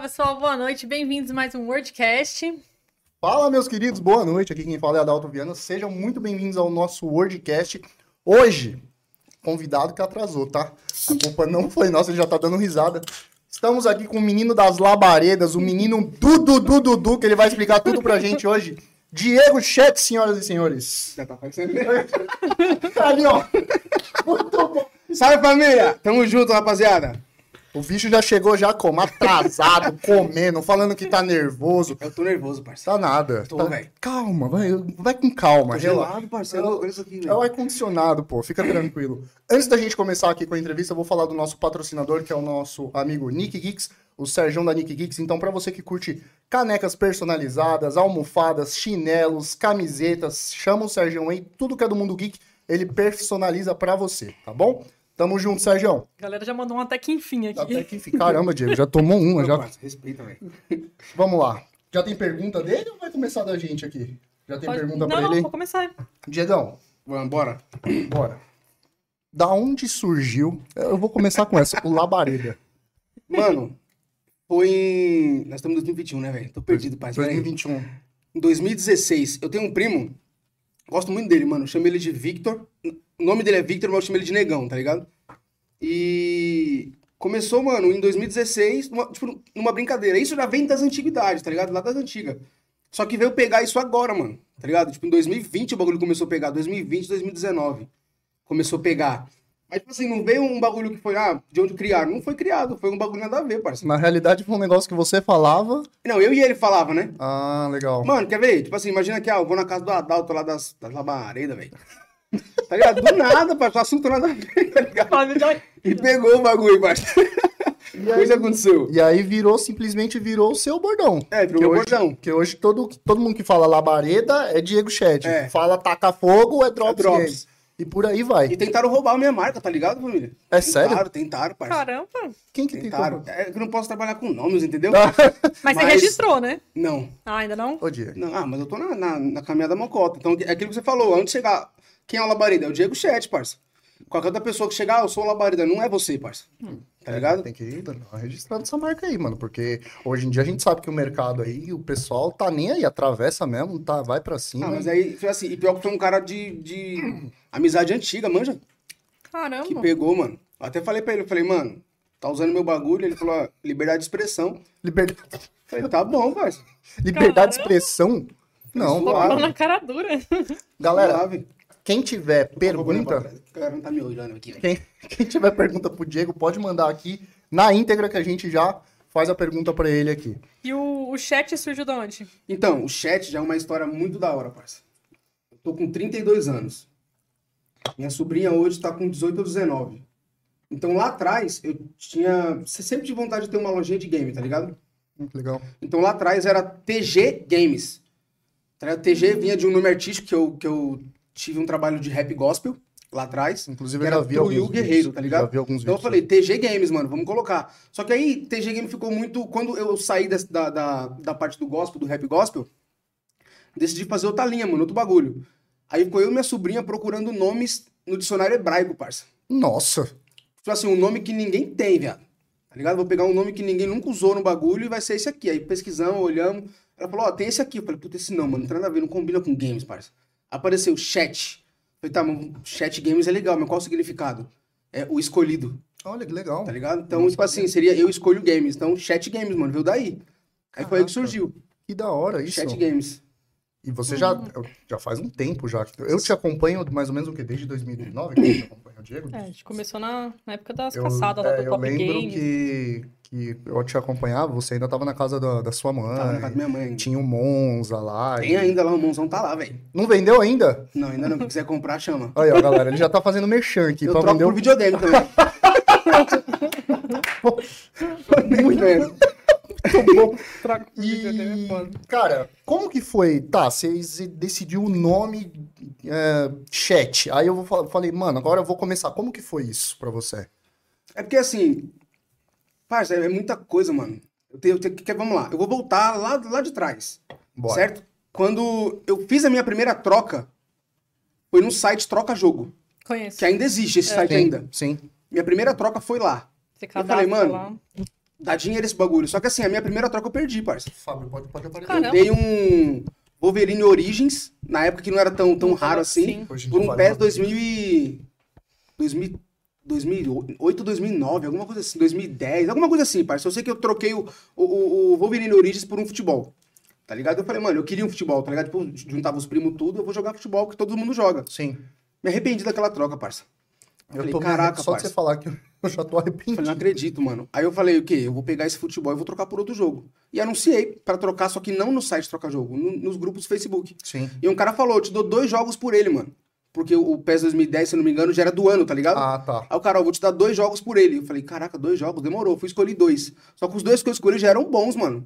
pessoal, boa noite, bem-vindos a mais um WordCast. Fala, meus queridos, boa noite. Aqui quem fala é Adalto Viana. Sejam muito bem-vindos ao nosso WordCast. Hoje, convidado que atrasou, tá? A culpa não foi nossa, ele já tá dando risada. Estamos aqui com o menino das labaredas, o menino Dudu Dudu Dudu, que ele vai explicar tudo pra gente hoje. Diego Chet, senhoras e senhores. Já tá aparecendo mesmo. Tá ali, ó. Muito bom. Salve família! Tamo junto, rapaziada! O bicho já chegou já como? Atrasado, comendo, falando que tá nervoso. Eu tô nervoso, parceiro. Tá nada. Tô, Tá- velho. Calma, vai, vai com calma. relaxa. Tá gelado, parceiro. Olha isso aqui, É o velho. ar-condicionado, pô. Fica tranquilo. Antes da gente começar aqui com a entrevista, eu vou falar do nosso patrocinador, que é o nosso amigo Nick Geeks, o Serjão da Nick Geeks. Então, pra você que curte canecas personalizadas, almofadas, chinelos, camisetas, chama o Serjão aí. Tudo que é do mundo geek, ele personaliza pra você, tá bom? Tamo junto, Serjão. A galera já mandou um até que enfim Tá aqui. Até que fica. Caramba, Diego, já tomou uma. Meu Já... parceiro, Respeita, velho. Vamos lá. Já tem pergunta dele ou vai começar da gente aqui? Já tem Pode- pergunta não, pra não, ele? vou começar. Diegão, Vamos, bora. Bora. Da onde surgiu? Eu vou começar com essa, o Labareda. Mano, foi em... Nós estamos em 2021, né, velho? Tô perdido, parceiro. Pera aí. 2021. Em 2016, eu tenho um primo, gosto muito dele, mano. Eu chamo ele de Victor. O nome dele é Victor, mas eu chamo ele de Negão, tá ligado? E começou, mano, em 2016, numa, tipo, numa brincadeira. Isso já vem das antiguidades, tá ligado? Lá das antigas. Só que veio pegar isso agora, mano, tá ligado? Tipo, em 2020 o bagulho começou a pegar, 2020, 2019. Começou a pegar. Mas, tipo assim, não veio um bagulho que foi, ah, de onde criaram. Não foi criado, foi um bagulho nada a ver, parceiro. Na realidade, foi um negócio que você falava. Não, eu e ele falava, né? Ah, legal. Mano, quer ver? Tipo assim, imagina que ah, eu vou na casa do Adalto lá das, das labaredas, velho. Tá ligado? Do nada, parceiro. Assunto nada a ver, tá ligado? Fala, melhor. E pegou o bagulho, parceiro. Coisa aconteceu. E aí virou, simplesmente virou o seu bordão. É, virou Que meu hoje- bordão. Que hoje todo, todo mundo que fala Labareda é Diego Ched. É. Fala Taca Fogo é Drops, É Drops. Games. E por aí vai. E tentaram roubar a minha marca, tá ligado, família? É tentaram, sério? Tentaram, parceiro. Caramba. Quem que Tentaram. tentou? É que eu não posso trabalhar com nomes, entendeu? Ah. Mas, você Mas- registrou, né? Não. Ah, ainda não? Ô, Diego. não. Ah, mas eu tô na, na, na caminhada mocota. Então, é aquilo que você falou. Antes de chegar... Quem é o labareda? É o Diego Chet, parceiro. Qualquer outra pessoa que chegar, ah, eu sou o labareda. Não é você, parceiro. Hum. Tá ligado? Tem que dar uma registrada essa marca aí, mano. Porque hoje em dia a gente sabe que o mercado aí, o pessoal tá nem aí, atravessa mesmo, tá, vai pra cima. Ah, mas aí foi assim, e pior que foi um cara de, de amizade antiga, manja, Caramba. que pegou, mano. Eu até falei pra ele, eu falei, mano, tá usando meu bagulho? Ele falou, ó, liberdade de expressão. Eu Liberdade. falei, tá bom, parceiro. Liberdade de Caramba. expressão? Não. Suave. Pô, na cara dura. Galera, Suave. quem tiver Vou pergunta, olhar pra trás, O cara não tá me olhando aqui, velho. quem, quem tiver pergunta pro Diego, pode mandar aqui na íntegra que a gente já faz a pergunta pra ele aqui. E o, o chat surgiu de onde? Então, o chat já é uma história muito da hora, parceiro. Eu tô com 32 anos. Minha sobrinha hoje tá com 18 ou 19. Então, lá atrás, eu tinha... Sempre tive vontade de ter uma lojinha de game, tá ligado? Legal. Então lá atrás era TG Games. Tá ligado? TG vinha de um nome artístico que eu, que eu tive um trabalho de rap gospel lá atrás. Inclusive, eu Era já vi True alguns Yu Guerreiro, tá ligado? Já vi alguns Então eu vídeos. falei, TG Games, mano, vamos colocar. Só que aí, TG Games ficou muito. Quando eu saí des- da, da, da parte do gospel, do rap gospel, decidi fazer outra linha, mano, outro bagulho. Aí ficou eu e minha sobrinha procurando nomes no dicionário hebraico, parça. Nossa, Tipo assim, um nome que ninguém tem, viado. Tá ligado? Vou pegar um nome que ninguém nunca usou no bagulho e vai ser esse aqui. Aí pesquisamos, olhamos. Ela falou, ó, tem esse aqui. Eu falei, puta, esse não, mano. Não tem nada a ver, não combina com games, parça. Apareceu chat. Eu falei, tá, mano, chat games é legal, mas qual o significado? É o escolhido, olha que legal. tá ligado? Então, tipo assim, seria eu escolho games. Então, chat games, mano, veio daí. Aí foi aí Caraca. que surgiu, Que da hora isso. chat games. E você já, Uhum. já faz um tempo já. Eu te acompanho mais ou menos o quê? Desde 2009 que eu te acompanho, Diego? É, a gente começou na, na época das Eu, caçadas lá é, do eu Top lembro Game. que, que eu te acompanhava, você ainda tava na casa da, da sua mãe. Tava na casa da minha mãe. Tinha o Monza lá. Tem ainda lá, o mãozão tá lá, velho. Não vendeu ainda? Não, ainda não. Se quiser comprar, chama. Aí, ó, galera, ele já tá fazendo merchan aqui. Eu pra troco vender o por videogame também. Muito mesmo. Muito bom. Troca pro videogame, é foda. E, cara, como que foi? Tá, vocês decidiu o nome é, chat. Aí eu vou fa- falei, mano, agora eu vou começar. Como que foi isso pra você? É porque assim, parça, é muita coisa, mano. Eu tenho, eu tenho que, vamos lá, eu vou voltar lá, lá de trás, Bora. certo? Quando eu fiz a minha primeira troca, foi num site Troca Jogo, Conheço. que ainda existe esse site Sim, ainda. Sim. Minha primeira troca foi lá. Você Eu falei, cadastra mano, lá. Dá dinheiro esse bagulho. Só que assim, a minha primeira troca eu perdi, parça. Fábio, pode, pode aparecer. Caramba. Eu dei um Wolverine Origins, na época que não era tão, tão raro assim, Sim. Hoje por não um vale nada. PES 2000 e... 2000 2008, 2009, alguma coisa assim, 2010, alguma coisa assim, parça. Eu sei que eu troquei o, o, o Wolverine Origins por um futebol, tá ligado? Eu falei, mano, eu queria um futebol, tá ligado? Tipo, juntava os primos tudo, eu vou jogar futebol que todo mundo joga. Sim. Me arrependi daquela troca, parça. Eu Eu falei, tô me caraca, arre- Só de parça. você falar que eu- eu já tô Eu falei, não arrependido. acredito, mano. Aí eu falei, o quê? Eu vou pegar esse futebol e vou trocar por outro jogo. E anunciei pra trocar, só que não no site troca jogo, no- nos grupos do Facebook. Sim. E um cara falou, eu te dou dois jogos por ele, mano. Porque o PES 2010, se eu não me engano, já era do ano, tá ligado? Ah, tá. Aí o cara, ó, vou te dar dois jogos por ele. Eu falei, caraca, dois jogos? Demorou. Fui escolher dois. Só que os dois que eu escolhi já eram bons, mano.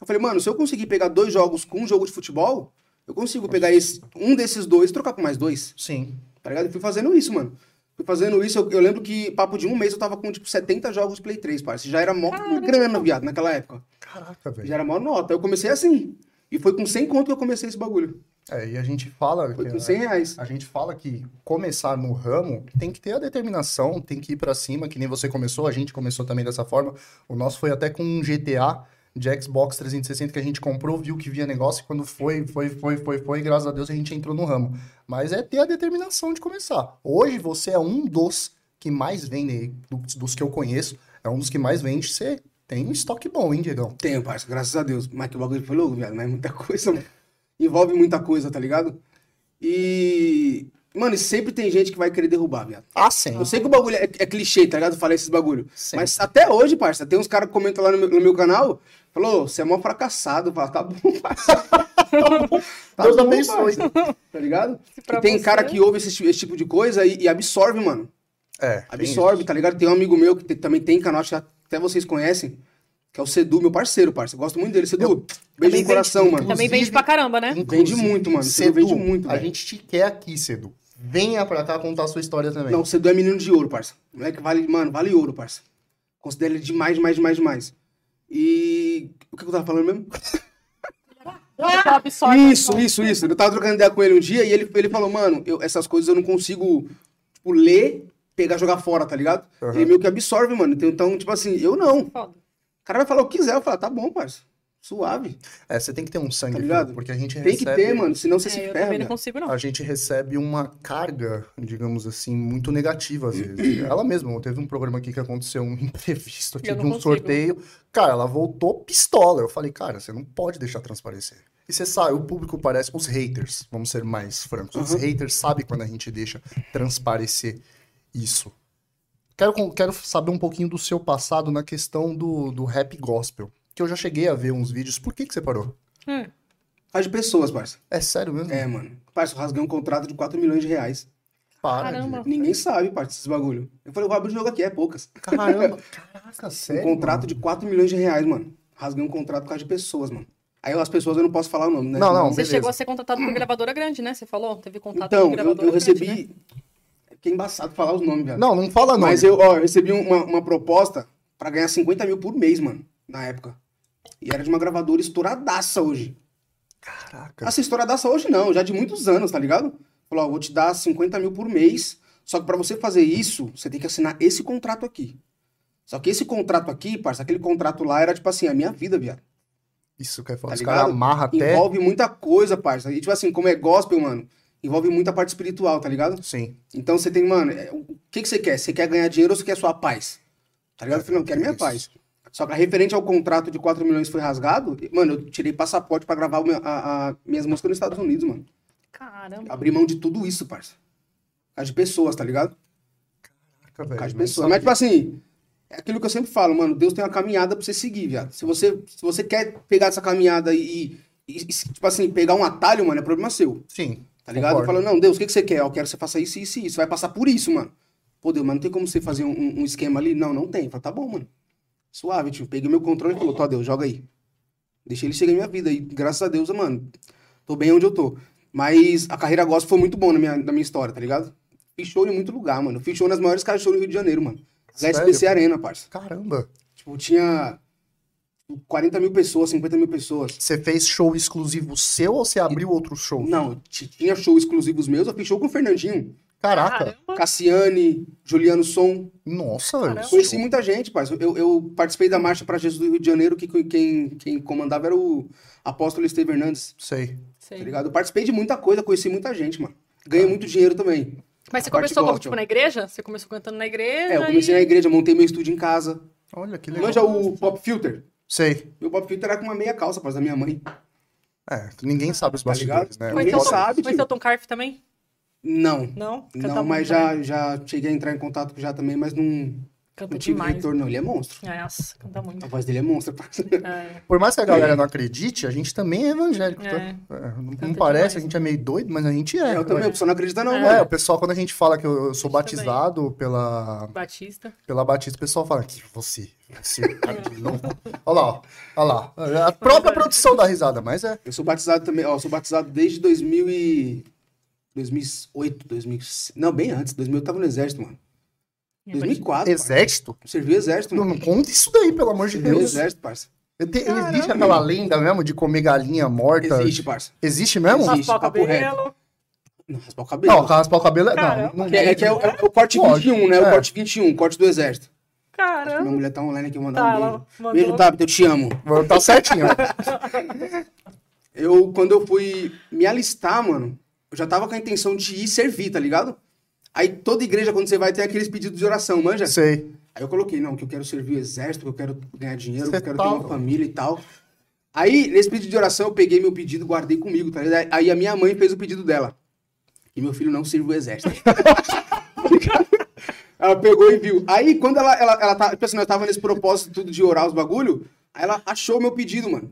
Eu falei, mano, se eu conseguir pegar dois jogos com um jogo de futebol, eu consigo pegar esse, um desses dois e trocar por mais dois. Sim. Tá ligado? Eu fui fazendo isso, mano. Fui fazendo isso. Eu, eu lembro que, papo de um mês, eu tava com, tipo, 70 jogos de Play 3, parça. Já era mó Caramba. grana, viado, naquela época. Caraca, velho. Já era mó nota. Eu comecei assim. E foi com 100 conto que eu comecei esse bagulho. É, e a gente fala. Foi que com a- 100 reais. A gente fala que começar no ramo tem que ter a determinação, tem que ir pra cima, que nem você começou, a gente começou também dessa forma. O nosso foi até com um GTA de Xbox 360 que a gente comprou, viu que via negócio, e quando foi, foi, foi, foi, foi, e graças a Deus a gente entrou no ramo. Mas é ter a determinação de começar. Hoje você é um dos que mais vendem, dos, dos que eu conheço, é um dos que mais vende. Você tem um estoque bom, hein, Diegão? Tenho, parça, graças a Deus. Mas que bagulho foi louco, viado. Mas é muita coisa, mano. Envolve muita coisa, tá ligado? E. Mano, e sempre tem gente que vai querer derrubar, viado. Ah, sim. Eu sei que o bagulho é, é clichê, tá ligado? Falar esses bagulho. Sim. Mas até hoje, parça, tem uns caras que comentam lá no meu, no meu canal, falou, "Ô, você é mó fracassado, fala, tá bom, parça. Tá Deus bom, abençoe. parça. Tá ligado? Se pra E tem você- né? cara que ouve esse, ti- esse tipo de coisa e, e absorve, mano. É, Absorve, tá ligado? Tem um amigo meu que te- também tem canal, acho que até vocês conhecem, que é o Sedu, meu parceiro, parça. Gosto muito dele. Sedu, beijo também no coração, vejo- mano. Também Inclusive- vende pra caramba, né? Vende muito, mano. Cedo, Sedu vende muito, a velho. gente te quer aqui, Cedo. Venha pra cá contar a sua história também. Não, o Sedu é menino de ouro, parça. O Moleque vale, mano, vale ouro, parça. Considero ele demais, demais, demais, demais. E. O que que eu tava falando mesmo? Só Ah! absorve, isso, isso, isso. Eu tava trocando ideia com ele um dia e ele, ele falou, mano, eu- essas coisas eu não consigo, tipo, ler, pegar, jogar fora, tá ligado? Aham. Ele meio que absorve, mano. Então, Então, tipo assim, eu não. O Foda. cara vai falar o que quiser, eu falo, tá bom, parça. Suave. É, você tem que ter um sangue, Tá frio, ligado? porque a gente Tem que recebe, ter, mano, senão você É, se eu também ferra. não velho. consigo, não. a gente recebe uma carga, digamos assim, muito negativa às vezes. ela mesma, teve um programa aqui que aconteceu um imprevisto aqui Eu de não um consigo. sorteio. Cara, ela voltou pistola. Eu falei, cara, você não pode deixar transparecer. E você sabe, o público parece os haters, vamos ser mais francos. Os Uhum. haters sabem quando a gente deixa transparecer isso. Quero, con- quero saber um pouquinho do seu passado na questão do, do rap gospel. Que eu já cheguei a ver uns vídeos. Por que, que você parou? Hum, Faz de pessoas, parça. É sério mesmo? É, mano. Parça, eu rasguei um contrato de 4 milhões de reais. Para. Caramba. Ninguém sabe, parça, esses bagulho. Eu falei, eu vou abrir o jogo aqui, é poucas. de- Caramba. Caraca, sério. um contrato de 4 milhões de reais, mano. Rasguei um contrato por causa de pessoas, mano. Aí as pessoas eu não posso falar o nome, né? Não, não. Você beleza. chegou a ser contratado por gravadora grande, né? Você falou? Teve contato Então, com eu, gravadora eu recebi. grande, né? É que é embaçado falar os nomes, velho. Não, não fala não. Mas eu, ó, eu recebi um, uma, uma proposta pra ganhar 50 mil por mês, mano, na época. E era de uma gravadora estouradaça hoje. Caraca. Essa estouradaça hoje não, já de muitos anos, tá ligado? Falou, ó, vou te dar 50 mil por mês. Só que pra você fazer isso, você tem que assinar esse contrato aqui. Só que esse contrato aqui, parça, aquele contrato lá era tipo assim, a minha vida, viado. Isso que é Tá foda. Os ligado? caras amarram até. Envolve muita coisa, parça. E tipo assim, como é gospel, mano, envolve muita parte espiritual, tá ligado? Sim. Então você tem, mano, é, o que, que você quer? Você quer ganhar dinheiro ou você quer sua paz? Tá ligado? Eu falei, não, eu quero minha Isso. paz. Só que referente ao contrato de 4 milhões que foi rasgado, mano, eu tirei passaporte pra gravar o meu- a- a- minhas músicas nos Estados Unidos, mano. Caramba. Abri mão de tudo isso, parça. Por causa de pessoas, tá ligado? Caraca, Por velho. causa de não pessoas. Mas, sabia. tipo assim, é aquilo que eu sempre falo, mano. Deus tem uma caminhada pra você seguir, viado. Se você, se você quer pegar essa caminhada e, e- e, tipo assim, pegar um atalho, mano, é problema seu. Sim. Tá ligado? Eu Concordo. falo, não, Deus, o que, que você quer? Eu quero que você faça isso, isso e isso. Vai passar por isso, mano. Pô, Deus, mas não tem como você fazer um, um- um esquema ali? Não, não tem. Eu falo, tá bom, mano. Suave, tio. Peguei meu controle e falou, tá, Deus, joga aí. Deixei ele chegar em minha vida. E graças a Deus, mano, tô bem onde eu tô. Mas a carreira gospel foi muito boa na minha, na minha história, tá ligado? Fiz show em muito lugar, mano. Fiz show nas maiores caixas de show do Rio de Janeiro, mano. Na Sério? SPC Arena, parça. Caramba. Tipo, tinha 40 mil pessoas, 50 mil pessoas. Você fez show exclusivo seu ou você abriu outro show? Não, t- tinha show exclusivos meus, eu fiz show com o Fernandinho. Caraca. Caramba. Cassiane, Juliano Som. Nossa, Caramba. isso- Conheci muita gente, pai. Eu, eu participei da Marcha para Jesus do Rio de Janeiro, que que- quem, quem comandava era o apóstolo Esteve Hernandes, Sei. Sei. tá ligado? Eu participei de muita coisa, conheci muita gente, mano. Ganhei muito dinheiro também. Mas você A parte começou como? gospel. Tipo, na igreja? Você começou cantando na igreja? É, eu comecei na e- igreja, montei meu estúdio em casa. Olha que legal. Manja o Pop Filter. Sei. Meu Pop Filter era com uma meia calça, pai, da minha mãe. É, ninguém sabe os bastidores, Tá ligado? então né? Conheceu Ninguém o Tom- sabe, tio. Conheceu o Tom Carf um também? Não. Não? Não, mas já, já cheguei a entrar em contato já também, mas não, Canta não tive demais. retorno, não. Ele é monstro. É, Nossa, canta muito. A voz dele é monstro, parceiro. É, Por mais que a galera não acredite, a gente também é evangélico, tá? É. É, não- não Tanto parece, demais. a gente é meio doido, mas a gente é. eu também, o pessoal não acredita não, É, o mano. pessoal, quando a gente fala que eu, eu sou Também. batizado pela, Batista. pela Batista, o pessoal fala que você, você, cara de louco. Olha lá, ó, olha lá. A própria produção dá risada, mas é. Eu sou batizado também, ó, eu sou batizado desde 2000 e... 2008, 2006... Não, bem antes, 2000 eu tava no exército, mano. 2004, parça. Exército? Eu Servi o exército, Não, mano. não conta isso daí, pelo amor de Servi o Deus. exército, parça. Eu te- Caramba. existe aquela lenda mesmo de comer galinha morta? Existe, parça. Existe mesmo? Existe. Raspar o papo cabelo. Não, raspar o Não, cabelo. raspar o cabelo é. Não, Caramba. não Que é, é que é, o- é o corte Lógico, 21, né? é. O corte 21, corte do exército. Minha Caramba. mulher tá online aqui, eu vou Tá, mandar um ela beijo. mandou. Beijo, Tabita, eu te amo. Tá certinho. Eu, quando eu fui me alistar, mano, eu já tava com a intenção de ir servir, tá ligado? Aí toda igreja, quando você vai, tem aqueles pedidos de oração, manja? Sei. Aí eu coloquei, não, que eu quero servir o exército, que eu quero ganhar dinheiro, que Cê eu quero tá ter uma louco. família e tal. Aí, nesse pedido de oração, eu peguei meu pedido, guardei comigo, tá ligado? Aí a minha mãe fez o pedido dela. E meu filho não serviu o exército. ela pegou e viu. Aí, quando ela, ela, ela tá, tipo assim, nós tava nesse propósito tudo de orar os bagulho, aí ela achou meu pedido, mano.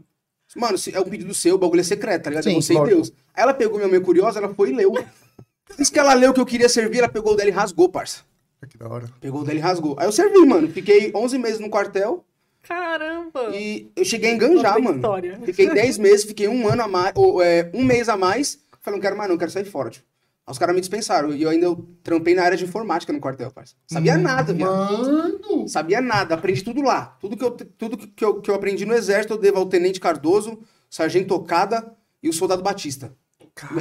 Mano, se é um pedido seu, o bagulho é secreto, tá ligado? Sim, eu não sei lógico. Deus. Aí ela pegou minha mãe curiosa, ela foi e leu. Diz que ela leu que eu queria servir, ela pegou o dela e rasgou, parça. Que da hora. Pegou o dele e rasgou. Aí eu servi, mano. Fiquei 11 meses no quartel Caramba. e eu cheguei a enganjar, Gostei da mano. história. Fiquei 10 meses, fiquei um ano a mais, ou, é, um mês a mais. Falei, não quero mais não, quero sair fora, tipo. Aí os caras me dispensaram. E eu ainda trampei na área de informática no quartel, parceiro. Sabia nada, viado. Mano! Sabia nada. Aprendi tudo lá. Tudo que eu, tudo que eu, que eu aprendi no exército, eu devo ao Tenente Cardoso, Sargento Okada e o Soldado Batista.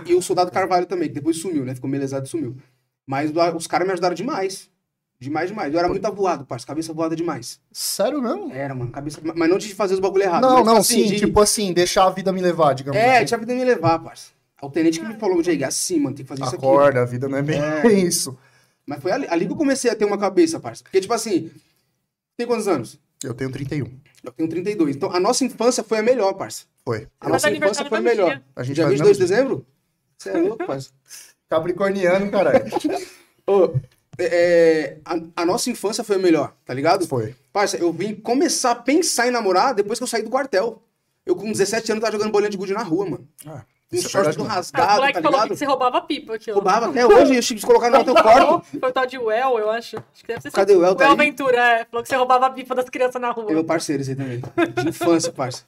E o Soldado Carvalho também, que depois sumiu, né? Ficou melezado e sumiu. Mas do- os caras me ajudaram demais. Demais, demais. Eu era muito avoado, parceiro. Cabeça voada demais. Sério mesmo? Era, mano. Cabeça... Mas não de fazer os bagulho errado. Não, mas, não, assim, sim, de- tipo assim, deixar a vida me levar, digamos É, assim. tinha vida me levar, parceiro. O tenente que me falou, Jay, assim, mano, tem que fazer isso aqui. Acorda, a vida não é bem É. isso. Mas foi ali, ali que eu comecei a ter uma cabeça, parceiro. Porque, tipo assim, tem quantos anos? Eu tenho 31. Eu tenho 32. Então, a nossa infância foi a melhor, parceiro. Foi. A Mas nossa infância aniversário foi a todo melhor. dia. A gente Dia faz 22 de mesmo. dezembro? Você é louco, parceiro. Capricorniano, caralho. Ô, é, é, a, a nossa infância foi a melhor, tá ligado? Foi. Parça, eu vim começar a pensar em namorar depois que eu saí do quartel. Eu com 17 anos tava jogando bolinha de gude na rua, mano. Ah, Um isso é verdade, short tudo mano. Ah, o rasgado, moleque tá falou ligado? que você roubava pipa aqui, ó. Roubava até hoje, eu tive que colocar no teu quarto. Foi o tal de Well, eu acho. Acho que deve ser assim. Cadê o El, tá Well aí? Ventura, é. Falou que você roubava a pipa das crianças na É meu rua. parceiro esse aí também. De infância, parça.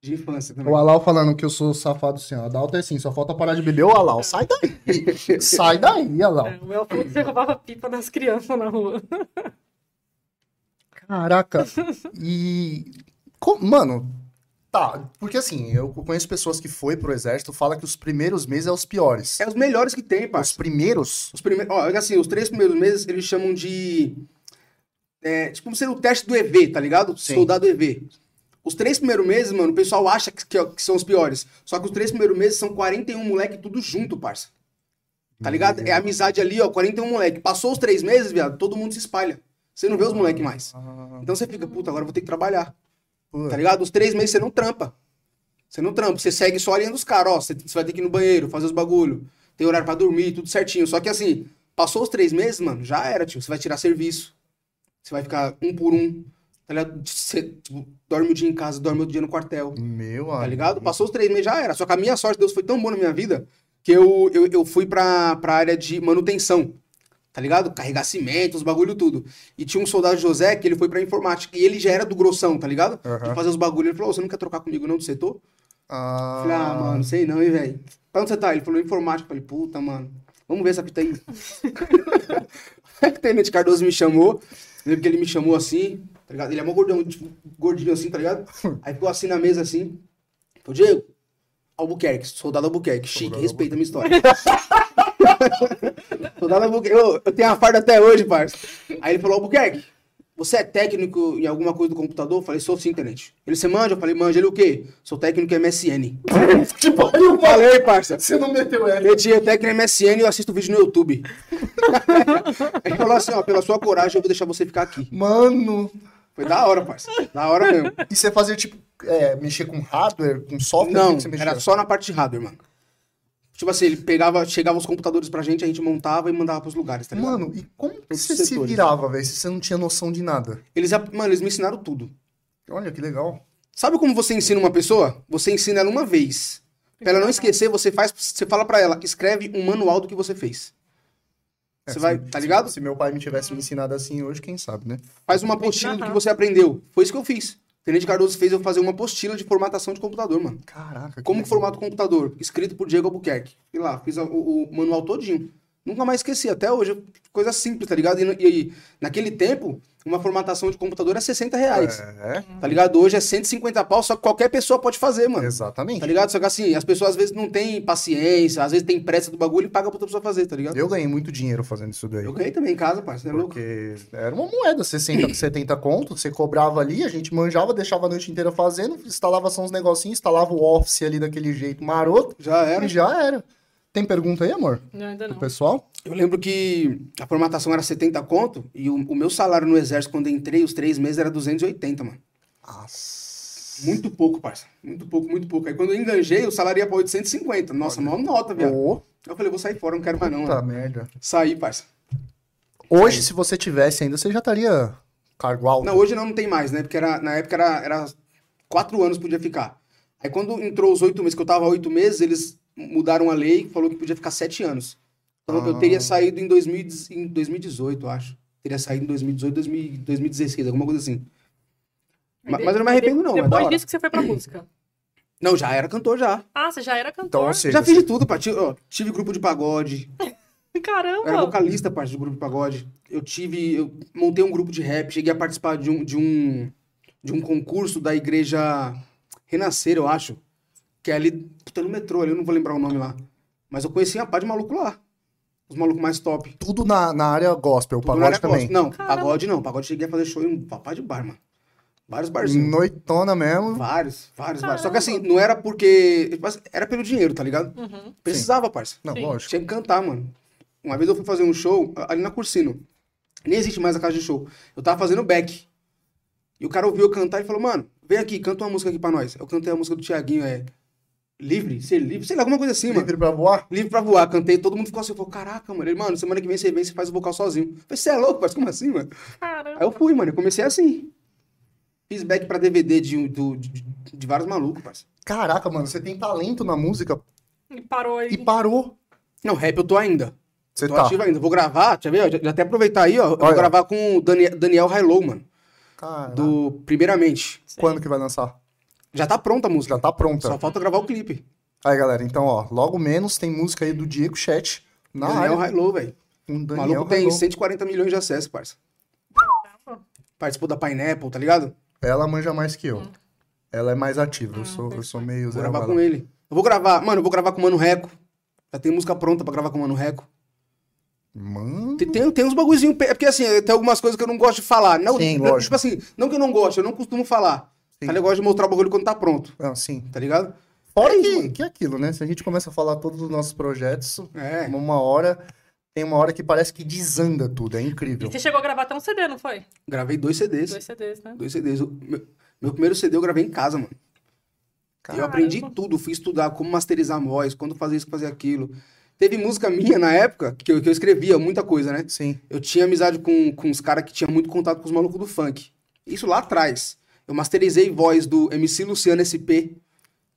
De infância também. O Alau falando que eu sou safado assim, ó. Adalto é assim, só falta parar de beber. Ô, Alau, sai daí. sai daí, Alau. É, O El falou que você roubava pipa das crianças na rua. Caraca. E. co- Mano. Tá, porque assim, eu conheço pessoas que foi pro exército, fala que os primeiros meses é os piores. É os melhores que tem, Os parça. primeiros? Os primeiros, ó, é que assim, os três primeiros meses eles chamam de. É, tipo, como sendo o teste do EV, tá ligado? Sim. Soldado EV. Os três primeiros meses, mano, o pessoal acha que, que- que são os piores. Só que os três primeiros meses são 41 moleque tudo junto, parça. Tá ligado? É amizade ali, ó, 41 moleque. Passou os três meses, viado, todo mundo se espalha. Você não vê os moleque mais. Ah, Então você fica, puta, agora eu vou ter que trabalhar. pô. Tá ligado? Os três meses você não trampa. Você não trampa, você segue só a linha dos caras, ó. Você, você vai ter que ir no banheiro, fazer os bagulho, tem horário pra dormir, tudo certinho. Só que assim, passou os três meses, mano, já era, tio. Você vai tirar serviço. Você vai ficar um por um. Tá ligado? Você tipo, dorme o dia em casa, dorme outro dia no quartel. Meu ah. Tá amigo. ligado? Passou os três meses, já era. Só que a minha sorte, Deus foi tão bom na minha vida, que eu, eu, eu fui pra, pra área de manutenção. Tá ligado? Carregar cimento, os bagulho tudo. E tinha um soldado José que ele foi pra informática. E ele já era do grossão, tá ligado? Aham. De fazer os bagulhos. Ele falou: "Ô, você não quer trocar comigo não do setor? Eu Ah, Falei, ah, mano, sei não, hein, velho. Pra onde você tá? Ele falou informática. Eu Falei, puta, mano. Vamos ver essa fita aí. Aí o Tenente Cardoso me chamou. Eu Lembro que ele me chamou assim, tá ligado? Ele é mó gordão, tipo, gordinho assim, tá ligado? Aí ficou assim na mesa assim. Falei, Diego, Albuquerque, soldado Albuquerque, chique, Soldado respeita a minha história. Soldado Albuquerque. Ô, Eu, tenho a farda até hoje, parça. Aí ele falou, Albuquerque, você é técnico em alguma coisa do computador? Eu falei, sou sim, tenente. Ele, você manja? Eu falei, manja. Ele, o quê? Sou técnico em MSN. Que pariu, mano. Falei, parça. Você não meteu ela. Eu tinha técnico em MSN e eu assisto vídeo no YouTube. ele falou assim, ó, pela sua coragem eu vou deixar você ficar aqui. Mano. Foi da hora, parça. Da hora mesmo. E você fazia, tipo, é, mexer com hardware, com software? O Não, que que você mexia? era só na parte de hardware, mano. Tipo assim, ele pegava, chegava os computadores pra gente, a gente montava e mandava pros lugares, tá ligado? Mano, e como que Todos você os se setores. virava, velho, se você não tinha noção de nada? Eles, ap- mano, eles me ensinaram tudo. Olha que legal. Sabe como você ensina uma pessoa? Você ensina ela uma vez. Pra ela não esquecer, você faz, você fala pra ela, escreve um manual do que você fez. É, Você vai, se- tá ligado? Se meu pai me tivesse me ensinado assim hoje, quem sabe, né? Faz uma apostila do que Aham. você aprendeu. Foi isso que eu fiz. O Tenente Cardoso fez eu fazer uma apostila de formatação de computador, mano. Caraca. que Como legal. que formata o computador? Escrito por Diego Albuquerque. Fui lá, fiz a- o, o manual todinho. Nunca mais esqueci, até hoje. Coisa simples, tá ligado? E, no- e aí, naquele tempo, uma formatação de computador era 60 reais, É, tá ligado? Hoje é 150 pau, só que qualquer pessoa pode fazer, mano. Tá exatamente. ligado? Só que assim, as pessoas às vezes não têm paciência, às vezes tem pressa do bagulho e paga pra outra pessoa fazer, tá ligado? Eu ganhei muito dinheiro fazendo isso daí. Eu ganhei também em casa, parceiro, é louco. Porque era uma moeda, 60, 70 conto, você cobrava ali, a gente manjava, deixava a noite inteira fazendo, instalava só uns negocinhos, instalava o Office ali daquele jeito maroto, Já era. e já era. Tem pergunta aí, amor? Não, ainda Do não. pessoal? Eu lembro que a formatação era 70 conto e o, o meu salário no exército quando eu entrei, os três meses, era 280, mano. Nossa. Muito pouco, parça. Muito pouco, muito pouco. Aí quando eu enganjei, o salário ia pra 850. Nossa, maior nota, viado. Eu falei, vou sair fora, não quero mais não. Puta mano. merda. Saí, parça. Hoje, se você tivesse ainda, você já estaria cargo alto. É. Não, hoje não, não tem mais, né? Porque era, na época era, era quatro anos podia ficar. Aí quando entrou os oito meses, que eu tava há oito meses, eles mudaram a lei que falou que podia ficar sete anos. Então eu Ah. teria saído em, 2000, em 2018, eu acho. Teria saído em 2018, 2000, 2016, alguma coisa assim. Ma- Mas eu não me arrependo, não. é da Depois hora. disso que você foi pra música. Não, já era cantor, já. Ah, você já era Então, cantor? ou seja, Já fiz de tudo, pá. Tive, ó, tive grupo de pagode, Eu assim, era um Caramba! vocalista, parte do grupo de pagode. Eu tive. Eu montei um grupo de rap, cheguei a participar de um, de um, de um concurso da igreja Renascer, eu acho. Que é ali. Puta, no metrô ali, eu não vou lembrar o nome lá. Mas eu conheci uma pá de maluco lá. Os malucos mais top. tudo na, na área gospel, Tudo na área pagode também. gospel. Não, Caramba. pagode não. Pagode cheguei a fazer show em um papá de bar, mano. Vários barzinhos. Noitona mesmo. Vários, vários, vários. Só Caramba. que assim, não era porque. mas Era pelo dinheiro, tá ligado? Uhum. Precisava, parça. Não, Sim. lógico. Tinha que cantar, mano. Uma vez eu fui fazer um show a- ali na Cursino. Nem existe mais a casa de show. Eu tava fazendo back. E o cara ouviu eu cantar e falou, mano, vem aqui, canta uma música aqui pra nós. Eu cantei a música do Tiaguinho, é. Livre? Ser livre? Sei lá, alguma coisa assim, mano. Livre pra voar? Livre pra voar, cantei, todo mundo ficou assim, falou, caraca, mano. Ele, mano, semana que vem você vem, você faz o vocal sozinho. Eu falei, você é louco, mas como assim, mano? Aí Caramba! eu fui, mano, eu comecei assim. Fiz back pra DVD de, um- do- de, de- de vários malucos, parceiro. Caraca, mano, você tem talento na música E parou aí. e parou. Não, rap eu tô ainda. Você tô tá. ativo ainda. Vou gravar, deixa eu ver, ó, já, já até aproveitar aí, ó. Eu Olha. vou gravar com o Daniel, Daniel Highlow, mano. Caraca. Do Primeiramente. Quando que vai lançar? Já tá pronta a música. Já tá pronta. Só falta gravar o clipe. Aí, galera, então, ó, logo menos tem música aí do Diego Chat na Daniel área. Highlow, velho. Um O Daniel maluco tem Rangel. 140 milhões de acessos, parça. Participou da Pineapple, tá ligado? Ela manja mais que eu. Hum. Ela é mais ativa. Ah, Eu sou, eu sou meio Vou zero gravar bala. com ele. Eu vou gravar, mano, eu vou gravar com o Mano Reco. Já tem música pronta pra gravar com o Mano Reco. Mano. Tem, tem, tem uns bagulhozinhos. É porque assim, tem algumas coisas que eu não gosto de falar. Não, Sim, não- lógico. Tipo assim, não que eu não gosto, eu não costumo falar. Sim. Mas eu gosto de mostrar o bagulho quando tá pronto, Não, Ah, sim. tá ligado? Fora É isso, que, mano. que é aquilo, né? Se a gente começa a falar todos os nossos projetos, É. uma hora. Tem uma hora que parece que desanda tudo. É E incrível. você chegou a gravar até um CD, não foi? Gravei dois CDs. Dois CDs, né? Dois CDs. O Meu, meu primeiro CD eu gravei em casa, mano. Eu Caramba. aprendi tudo, fui estudar como masterizar voz, quando fazer isso, fazer aquilo. Teve música minha na época, que eu, que eu escrevia muita coisa, né? Sim. Eu tinha amizade com, com os caras que tinham muito contato com os malucos do funk. Isso lá atrás. Eu masterizei voz do MC Luciano SP,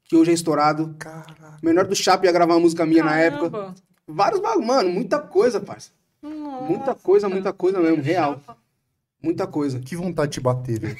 que hoje é estourado. Caraca. O menor do Chapo ia gravar uma música minha na época. Caramba. Vários bagulho, mano, muita coisa, parça. Nossa. Muita coisa, muita coisa mesmo, real. Chapa. Muita coisa. Que vontade de bater, velho.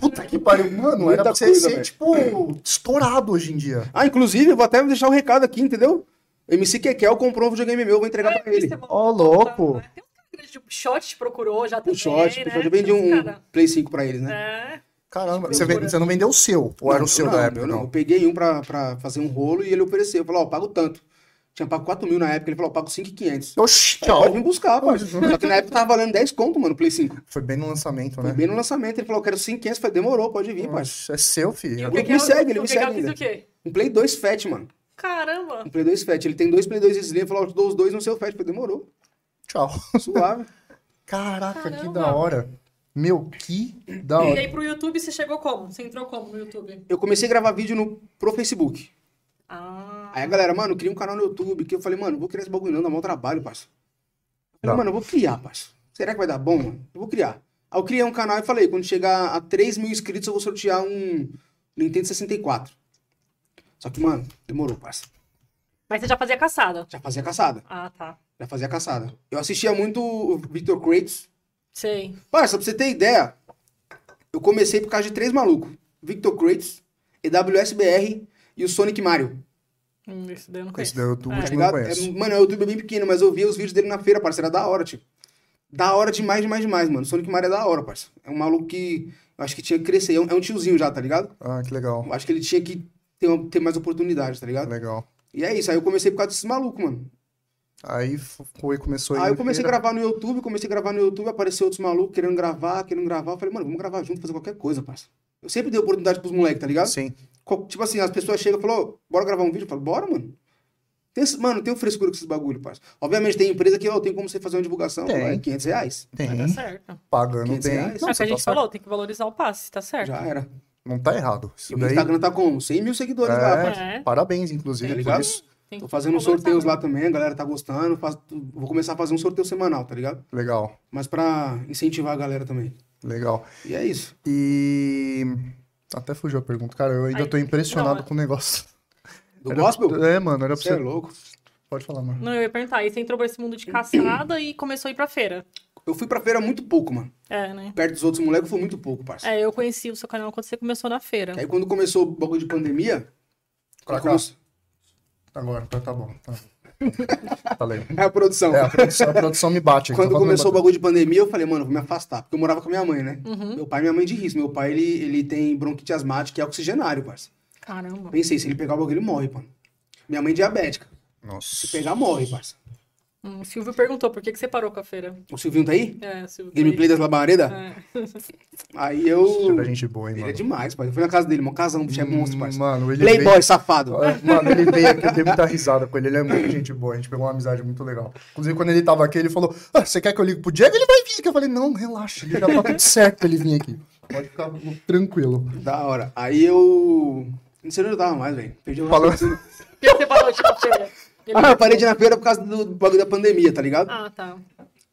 Puta que pariu, mano. era Muita pra você coisa, ser, velho. tipo, estourado hoje em dia. Ah, inclusive, eu vou até deixar o recado aqui, entendeu? MC Kekel comprou um videogame meu, vou entregar pra ele. Isso é Ó, louco. Tem um cara de shot te procurou já Um também, shot, né? pessoal, eu vendi um Cara, Play 5 pra eles, né? É. Caramba. Que Você, vende- loucura. você não vendeu o seu? Ou era Não, o seu eu da não, época? eu não. Eu Não. peguei um pra, pra fazer um rolo e ele ofereceu. Eu falei, ó, eu pago tanto. Tinha pago 4 mil na época, ele falou, eu pago 5,500. Oxi, Falei, Pode tchau. vir buscar, pai. Só que na época tava valendo 10 conto, mano, o Play 5. Foi bem no lançamento, Foi né? bem no lançamento, ele falou, eu quero 5,500. Falei, demorou, pode vir, pai. Oxe, É seu, filho. o que Ele que me eu- segue, ele o me que que segue ainda. Eu fiz o quê? Um Play 2 Fat, mano. Caramba. Um Play 2 Fat. Ele tem dois Play 2 Slim, ele falou, eu te dou os dois no seu Fat. Falei, demorou. Tchau. Suave. Caraca, que Caramba. da hora. Meu, que da E hora. aí pro YouTube você chegou como? Você entrou como no YouTube? Eu comecei a gravar vídeo no, pro Facebook. Ah. Aí a galera, mano, cria um canal no YouTube, que eu falei, mano, vou criar esse bagulho não, dá mau trabalho, parça. Eu Dá. falei, mano, eu vou criar, parça. Será que vai dar bom, mano? Eu vou criar. Aí eu criei um canal e falei, quando chegar a 3 mil inscritos, eu vou sortear um Nintendo 64. Só que, mano, demorou, parça. Mas você já fazia caçada. Já fazia caçada. Ah, tá. Já fazia caçada. Eu assistia muito o Victor Crates. Sei. Parça, pra você ter ideia, eu comecei por causa de três malucos. Victor Crates, EWSBR e o Sonic Mario. Hum, Isso daí eu não Esse conheço. daí eu do É. último Tá eu não ligado? conheço. É, mano, o YouTube é bem pequeno, mas eu via os vídeos dele na feira, parça. Era da hora, tipo. Da hora demais, demais, demais, mano. Sonic Mario é da hora, parça. É um maluco que eu acho que tinha que crescer. É um, é um tiozinho já, tá ligado? Ah, que legal. Eu acho que ele tinha que ter, uma- ter mais oportunidade, tá ligado? Legal. E é isso. Aí eu comecei por causa desses malucos, mano. Aí foi, começou Aí eu na comecei a feira. gravar no YouTube, comecei a gravar no YouTube, apareceu outros malucos querendo gravar, querendo gravar. Eu falei, mano, vamos gravar junto, fazer qualquer coisa, parça. Eu sempre dei oportunidade pros moleques, tá ligado? Sim. Co- Tipo assim, as pessoas chegam e falam, "Ô, bora gravar um vídeo? Eu falo, bora, mano. Tem esse- mano, tem um frescura com esses bagulho, parça. Obviamente tem empresa que, ó, tem como você fazer uma divulgação, Tem. lá, é 500 reais. Tem. Mas tá certo. Pagando 500 bem. reais. Não, é o que você a tá gente certo. falou, tem que valorizar o passe, tá certo. Já era. Não tá errado. Isso E o meu daí. Instagram tá com 100 mil seguidores lá, É. parça. É. Parabéns, inclusive, Tá por ligado? isso. tem Tô que fazendo uns valorizar, sorteios né? lá também, a galera tá gostando. faço- Vou começar a fazer um sorteio semanal, tá ligado? Legal, Mas pra incentivar a galera também. legal. E é isso. E. Até fugiu a pergunta. Cara, eu ainda Aí, tô impressionado não, com o negócio. Do Era- gospel? É, mano, era pra Você é você. louco. Pode falar, mano. Não, eu ia perguntar. Aí você entrou pra esse mundo de caçada e começou a ir pra feira. Eu fui pra feira muito pouco, mano. É, né? Perto dos outros moleques foi muito pouco, parça. É, eu conheci o seu canal quando você começou na feira. Aí quando começou o bagulho de pandemia, Pra cá. começou- Agora, tá, tá bom. Tá, tá legal. é a produção. É, a produção, a produção me bate. então, Quando só falta me começou o bater. bagulho de pandemia, eu falei, mano, eu vou me afastar. Porque eu morava com a minha mãe, né? Uhum. Meu pai e minha mãe de risco. Meu pai, ele, ele tem bronquite asmática, que é oxigenário, parça. Caramba. Pensei, se ele pegar o bagulho, ele morre, mano. Minha mãe é diabética. Se Nossa. pegar, morre, parça. Hum, o Silvio perguntou por que, que você parou com a feira. O Silvinho tá aí? É, o Silvio. Gameplay das labaredas? É. Aí eu... Tira gente boa, hein, Ele é mano. Hum, demais, parça. Eu fui na casa dele, mó casão, bicho é monstro, parça. Mano, ele Playboy, veio... safado. É, Mano, ele veio aqui, eu dei muita risada com ele. Ele é muito gente boa, a gente pegou uma amizade muito legal. Inclusive, quando ele tava aqui, ele falou: ah, Você quer que eu ligue pro Diego? Ele vai vir aqui. Eu falei: Não, relaxa, ele já tá tudo certo pra ele vir aqui. Pode ficar tranquilo. Da hora. Aí eu... Não sei onde eu tava mais, velho. Perdi o Falou. raciocínio. Por que que você parou de ir pra feira? Ele- Ah, eu parei de ir na feira por causa do bagulho da pandemia, tá ligado? Ah, tá.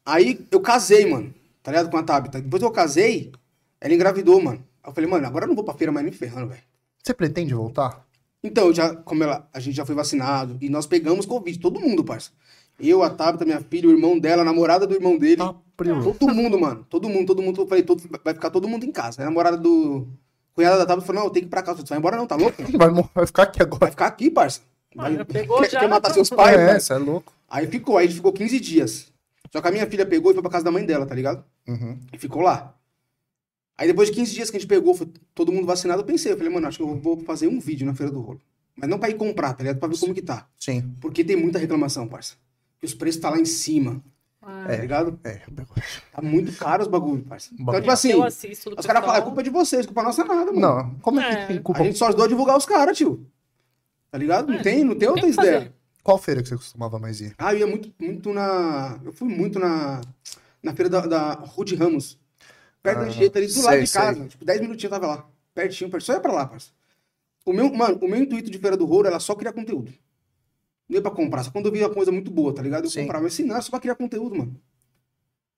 Aí eu casei, mano. Tá ligado? Com a Tabita. Depois que eu casei, ela engravidou, mano. Aí eu falei, mano, agora eu não vou pra feira mais nem ferrando, velho. Você pretende voltar? Então, eu já, como ela, a gente já foi vacinado e nós pegamos Covid, todo mundo, parça. Eu, a Tabita, minha filha, o irmão dela, a namorada do irmão dele. Tá, primo. Todo mundo, mano. Todo mundo, todo mundo. Eu falei, todo, vai ficar todo mundo em casa. Aí A namorada do. Cunhada da Tabita falou, não, eu tenho que ir pra casa. Você vai embora não, tá louco? Vai, mor- vai ficar aqui agora. Vai ficar aqui, parça. Vai, Olha, pegou quer, já. quer matar seus Ah, pais, né? é, parça? você é louco. Aí ficou, aí a gente ficou 15 dias. Só que a minha filha pegou e foi pra casa da mãe dela, tá ligado? Uhum. E ficou lá. Aí depois de 15 dias que a gente pegou, foi todo mundo vacinado, eu pensei, eu falei, mano, acho que eu vou fazer um vídeo na Feira do Rolo. Mas não pra ir comprar, tá ligado? Pra ver como que tá. Sim. Porque tem muita reclamação, parça. Que os preços tá lá em cima, Ah, tá ligado? É, pegou. Tá muito caro os bagulho, parça. Então, Bagulho. tipo assim, eu assisto do os caras falam, é pessoal. culpa de vocês, culpa nossa nada, mano. Não, como é que É. tem A culpa? gente só ajudou a divulgar os caras, tio. Tá ligado? Não É, tem, não tem tem outra que fazer. ideia. Qual feira que você costumava mais ir? Ah, eu ia muito, muito na. Eu fui muito na. Na feira da, da Rude Ramos. Perto da Ah, direita ali, do lado sei, de casa. Tipo, 10 minutinhos eu tava lá. Pertinho, pertinho. Só ia pra lá, parça. O meu, mano, o meu intuito de Feira do Rouro era só criar conteúdo. Não ia pra comprar. Só quando eu via uma coisa muito boa, tá ligado? Eu Sim. comprava. Mas se não, era só pra criar conteúdo, mano.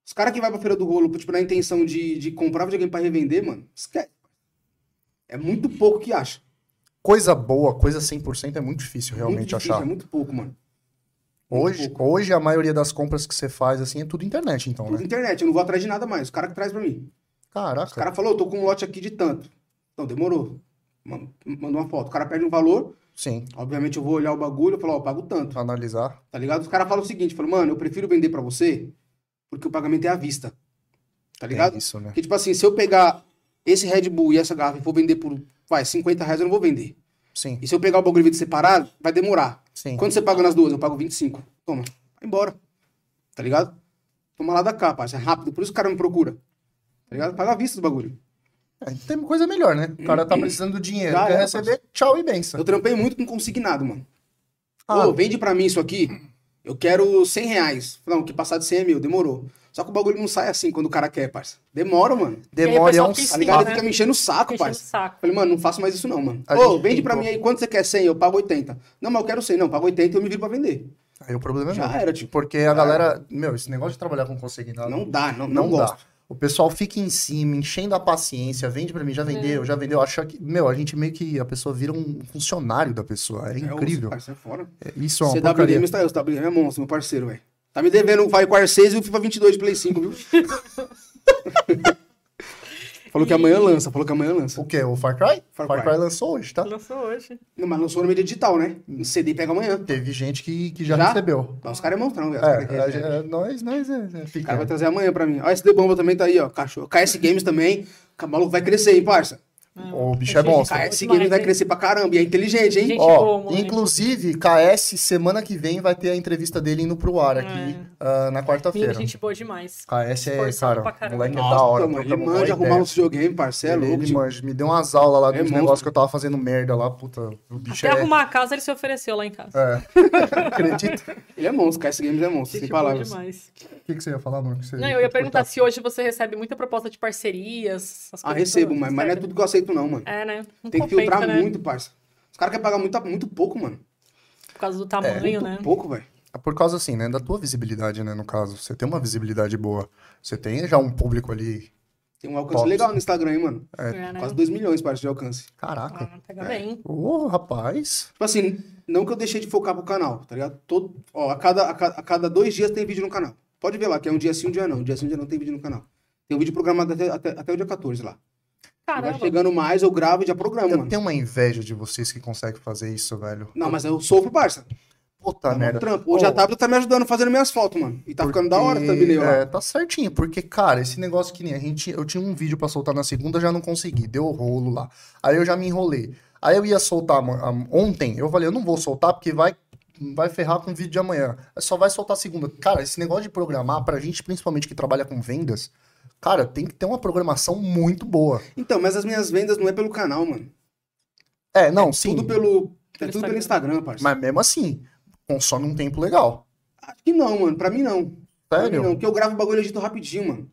Os caras que vai pra Feira do Rolo, tipo, na intenção de, de comprar videogame pra revender, mano, esquece. É muito pouco que acha. Coisa boa, coisa 100% é muito difícil realmente muito difícil, achar. É muito pouco, mano. muito hoje, pouco. hoje, a maioria das compras que você faz, assim, é tudo internet, então, Tudo né? internet, eu não vou atrás de nada mais. Os caras que traz pra mim. Caraca. O cara falou, eu tô com um lote aqui de tanto. Então, demorou. Man- Mandou uma foto. O cara perde um valor, Sim. obviamente eu vou olhar o bagulho e falar, ó, eu pago tanto, Pra analisar. tá ligado? Os caras falam o seguinte, falam, mano, eu prefiro vender pra você porque o pagamento é à vista, tá ligado? É isso, né? Porque, tipo assim, se eu pegar esse Red Bull e essa garrafa e for vender por, vai, 50 reais, eu não vou vender. Sim. E se eu pegar o bagulho e vender separado, vai demorar. Sim. Quanto você paga nas duas? Eu pago 25. Toma. Vai embora. Tá ligado? Toma lá da cá, parça. É rápido. Por isso que o cara me procura. Tá ligado? Paga a vista do bagulho. É, tem coisa melhor, né? O cara tá precisando do dinheiro. Já quer era, tá receber, tchau e benção. Eu trampei muito com consignado, mano. Ah. Ô, vende pra mim isso aqui. Eu quero 100 reais. Não, que passar de 100 é mil. Demorou. Só que o bagulho não sai assim quando o cara quer, parça. Demora, mano. E aí o Demora é pessoal um fica Tá Sim, ligado? Ele né? fica me enchendo o saco, Enchendo o parça. saco. Falei, mano, não faço mais isso não, mano. A Ô, gente vende tem, pra pô. mim aí. Quanto você quer? 100? Eu pago 80. Não, mas eu quero 100. Não, pago 80 e eu me viro pra vender. Aí o problema é Já meu. era, tipo. Porque a galera. Meu, esse negócio de trabalhar com consignado. Não dá, não, não, Não, dá. gosto. O pessoal fica em cima, enchendo a paciência, vende pra mim, já vendeu, já vendeu. Acha que, meu, a gente meio que a pessoa vira um funcionário da pessoa. É É osso, incrível. parça, é fora. É, Isso é uma porcaria. CWM está eu, CWM é monstro, meu parceiro, velho. Tá me devendo um Firecore 6 e o FIFA 22 de Play 5, viu? falou que amanhã lança, falou que amanhã lança. O quê? O Far Cry? Far Far Cry. Cry lançou hoje, tá? Lançou hoje. Não, mas Então. lançou no mídia digital, né? O CD pega amanhã. Teve gente que, que já, Já? recebeu. Mas os caras é monstrão, velho. Os caras É, querem- a gente- é, nós, nós, é, é, O cara fica. vai trazer amanhã pra mim. Ó, SD Bomba também tá aí, ó. Cachorro. KS Games também. O maluco vai crescer, hein, parça? O bicho é Achei de monstro. cara. KS Games vai crescer pra caramba. E é inteligente, hein? Gente boa, Ó, moleque. inclusive, KS, semana que vem vai ter a entrevista dele indo pro ar aqui ah, na Menino, quarta-feira. É. gente boa demais. KS é, Esforçado cara, pra caramba. moleque é da Nossa, hora. mano, troca ele uma boa manja ideia. arrumar uns videogame, parceiro. É Ele, louco, ele tipo, manja, me deu umas aulas lá É dos monstro. negócios que eu tava fazendo merda lá, puta. O bicho Até é. arrumar a casa, ele se ofereceu lá em É, casa. Acredita? Ele é monstro. KS Games é monstro, sem gente boa palavras. demais. O que, que você ia falar, mano? Que você- Não, que eu ia te perguntar cortasse? se hoje você recebe muita proposta de parcerias. essas Ah, coisas recebo, todas, mas, mas não é recebe? tudo que eu aceito, não, mano. É, né? Não Tem que compensa, filtrar né? muito, parça. Os caras querem pagar muito, muito pouco, mano. Por causa do tamanho, Muito né? pouco, velho. Por causa, assim, né, da tua visibilidade, né, no caso. Você tem uma visibilidade boa. Você tem já um público ali. Tem um alcance Top. legal no Instagram, hein, mano. É, né? Quase 2 milhões, parça, de alcance. Caraca. Ah, pega É. bem. Ô, rapaz. Tipo assim, não que eu deixei de focar pro canal, tá ligado? Todo, ó, a cada, a, ca- a cada dois dias tem vídeo no canal. Pode ver lá, que é um dia sim, um dia não. Um dia sim, um dia não tem vídeo no canal. Tem um vídeo programado até, até, até o dia 14 lá. Vai Caramba. chegando mais, eu gravo e já programo, Eu mano. tenho uma inveja de vocês que conseguem fazer isso, velho. Não, mas eu sofro, parça. Puta Tá merda. um trampo. Hoje Ô, a tablet tá me ajudando fazendo minhas fotos, mano. E tá ficando da hora Porque, também, É, ó. tá certinho, porque, cara, esse negócio que nem a gente. Eu tinha um vídeo pra soltar na segunda, já não consegui, deu rolo lá. Aí eu já me enrolei. Aí eu ia soltar ma- a- ontem, eu falei, eu não vou soltar porque vai vai ferrar com o vídeo de amanhã. Só vai soltar segunda. Cara, esse negócio de programar, pra gente principalmente que trabalha com vendas, cara, tem que ter uma programação muito boa. Então, mas as minhas vendas não é pelo canal, mano. É, não, sim. Tudo pelo. É Pelo tudo pelo Instagram, parça. Mas mesmo assim, consome um tempo legal. Acho que não, mano. Pra mim não. Pra mim Sério? não, porque eu gravo o bagulho e edito rapidinho, mano.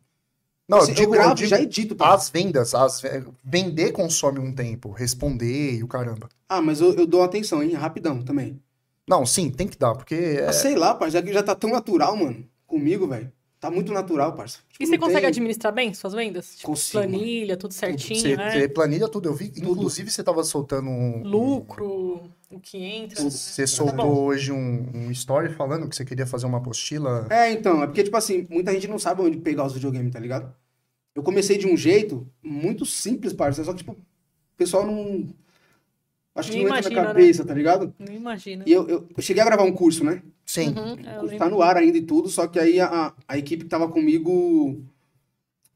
Não, Se- assim, eu, gravo e já edito, tá? parça. As vendas, as ve- vender consome um tempo, responder e o caramba. Ah, mas eu, eu dou atenção, hein? Rapidão também. Não, sim, tem que dar, porque é, Ah, Sei lá, parça, já, já tá tão natural, mano, comigo, velho. Tá muito natural, parça. Tipo, E você não consegue tem- administrar bem suas vendas? Tipo, Consigo, planilha, tudo certinho, você, né? você planilha tudo. Eu vi, inclusive, você tava soltando um. Lucro, o que entra. né? Você Tá soltou bom. hoje um, um story falando que você queria fazer uma apostila. É, então, é porque, tipo assim, muita gente não sabe onde pegar os videogames, tá ligado? Eu comecei de um jeito muito simples, parça, só que, tipo, o pessoal não... Acho que Nem não entra imagina, na né? cabeça, tá ligado? Não imagina. E eu, eu, eu cheguei a gravar um curso, né? Sim. Uhum, O eu curso lembro. tá no ar ainda e tudo, só que aí a, a equipe que tava comigo...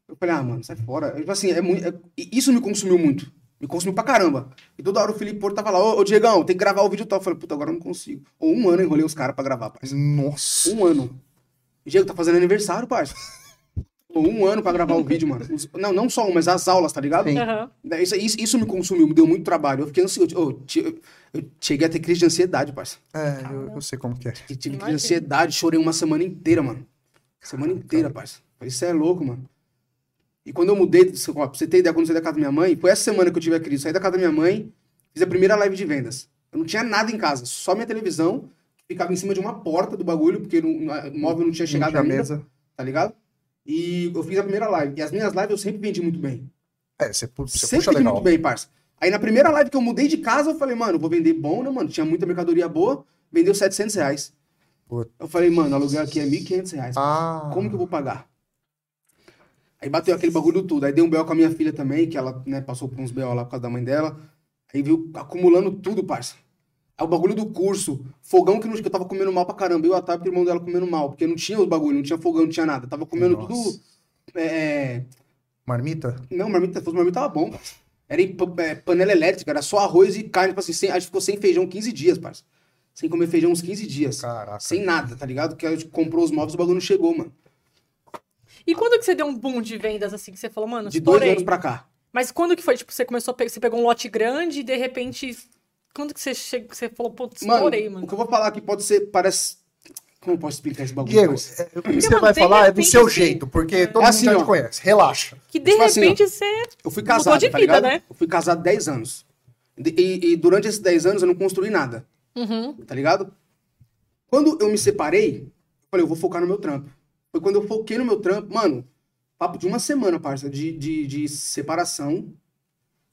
Eu falei, ah, mano, sai fora. Eu, Tipo assim, é muito... é- e Isso me consumiu muito. Me consumiu pra caramba. E toda hora o Felipe Porto tava lá, ô, ô Diegão, tem que gravar o vídeo tal. Eu falei, puta, agora eu não consigo. Ou um ano eu enrolei os caras pra gravar, parça. Nossa. Um ano. O Diego tá fazendo aniversário, parça. Ou um ano pra gravar o vídeo, mano. Os- Não, não só um, mas as aulas, tá ligado? Sim. Aham. Daí Isso, isso, isso me consumiu, me deu muito trabalho. Eu fiquei ansioso. Eu, ti- eu cheguei a ter crise de ansiedade, parça. É, eu, eu sei como que é. E tive crise de Imagina. ansiedade, chorei uma semana inteira, mano. Semana inteira, parça. Falei, Isso é louco, mano. E quando eu mudei, ó, pra você ter ideia, quando eu saí da casa da minha mãe, foi essa semana que eu tive a crise. Saí da casa da minha mãe, fiz a primeira live de vendas. Eu não tinha nada em casa, só minha televisão, que ficava em cima de uma porta do bagulho, porque não- não- o móvel não tinha chegado Gente, a ainda, mesa. tá ligado? E eu fiz a primeira live. E as minhas lives eu sempre vendi muito bem. É, você, pu- você Sempre puxa fiz legal. muito bem, parça. Aí na primeira live que eu mudei de casa, eu falei, mano, vou vender bom, né, mano? Tinha muita mercadoria boa, vendeu 700 reais. Puta. Eu falei, mano, aluguel aqui é 1.500 reais. Ah, Como que eu vou pagar? Aí bateu aquele bagulho tudo. Aí dei um BO com a minha filha também, que ela né, passou por uns BO lá por causa da mãe dela. Aí viu acumulando tudo, parça. Aí o bagulho do curso, fogão que, não, que eu tava comendo mal pra caramba. Eu, a Tab e o irmão dela comendo mal, porque não tinha os bagulho, não tinha fogão, não tinha nada. Tava comendo Nossa. tudo. é, é, marmita? não, marmita, se fosse marmita tava bom, parça. Era em pa- é, panela elétrica, era só arroz e carne, tipo assim, sem, a gente ficou sem feijão 15 dias, parça. sem comer feijão uns 15 dias. Caraca. Sem nada, tá ligado? Que a gente comprou os móveis, o bagulho não chegou, mano. E quando que você deu um boom de vendas, assim, que você falou, mano, De dois estourei? anos pra cá. Mas quando que foi? Tipo, você começou, a pe- você pegou um lote grande e de repente. Quando que você chegou, que você falou, pô, estourei, mano. o que eu vou falar aqui pode ser, parece... Como eu posso explicar esse bagulho? Diego, parceiro? é, o que você mano, vai de falar é do repente, seu assim, jeito, porque todo É mundo assim, já ó. te conhece. Relaxa. Que de tipo assim, ó. repente você. Eu fui Mudou casado, de vida, tá ligado? né? Eu fui casado 10 anos. De- E, e durante esses 10 anos eu não construí nada, Uhum. tá ligado? Quando eu me separei, eu falei, eu vou focar no meu trampo. Foi quando eu foquei no meu trampo, mano, papo de uma semana, parça, de, de, de separação,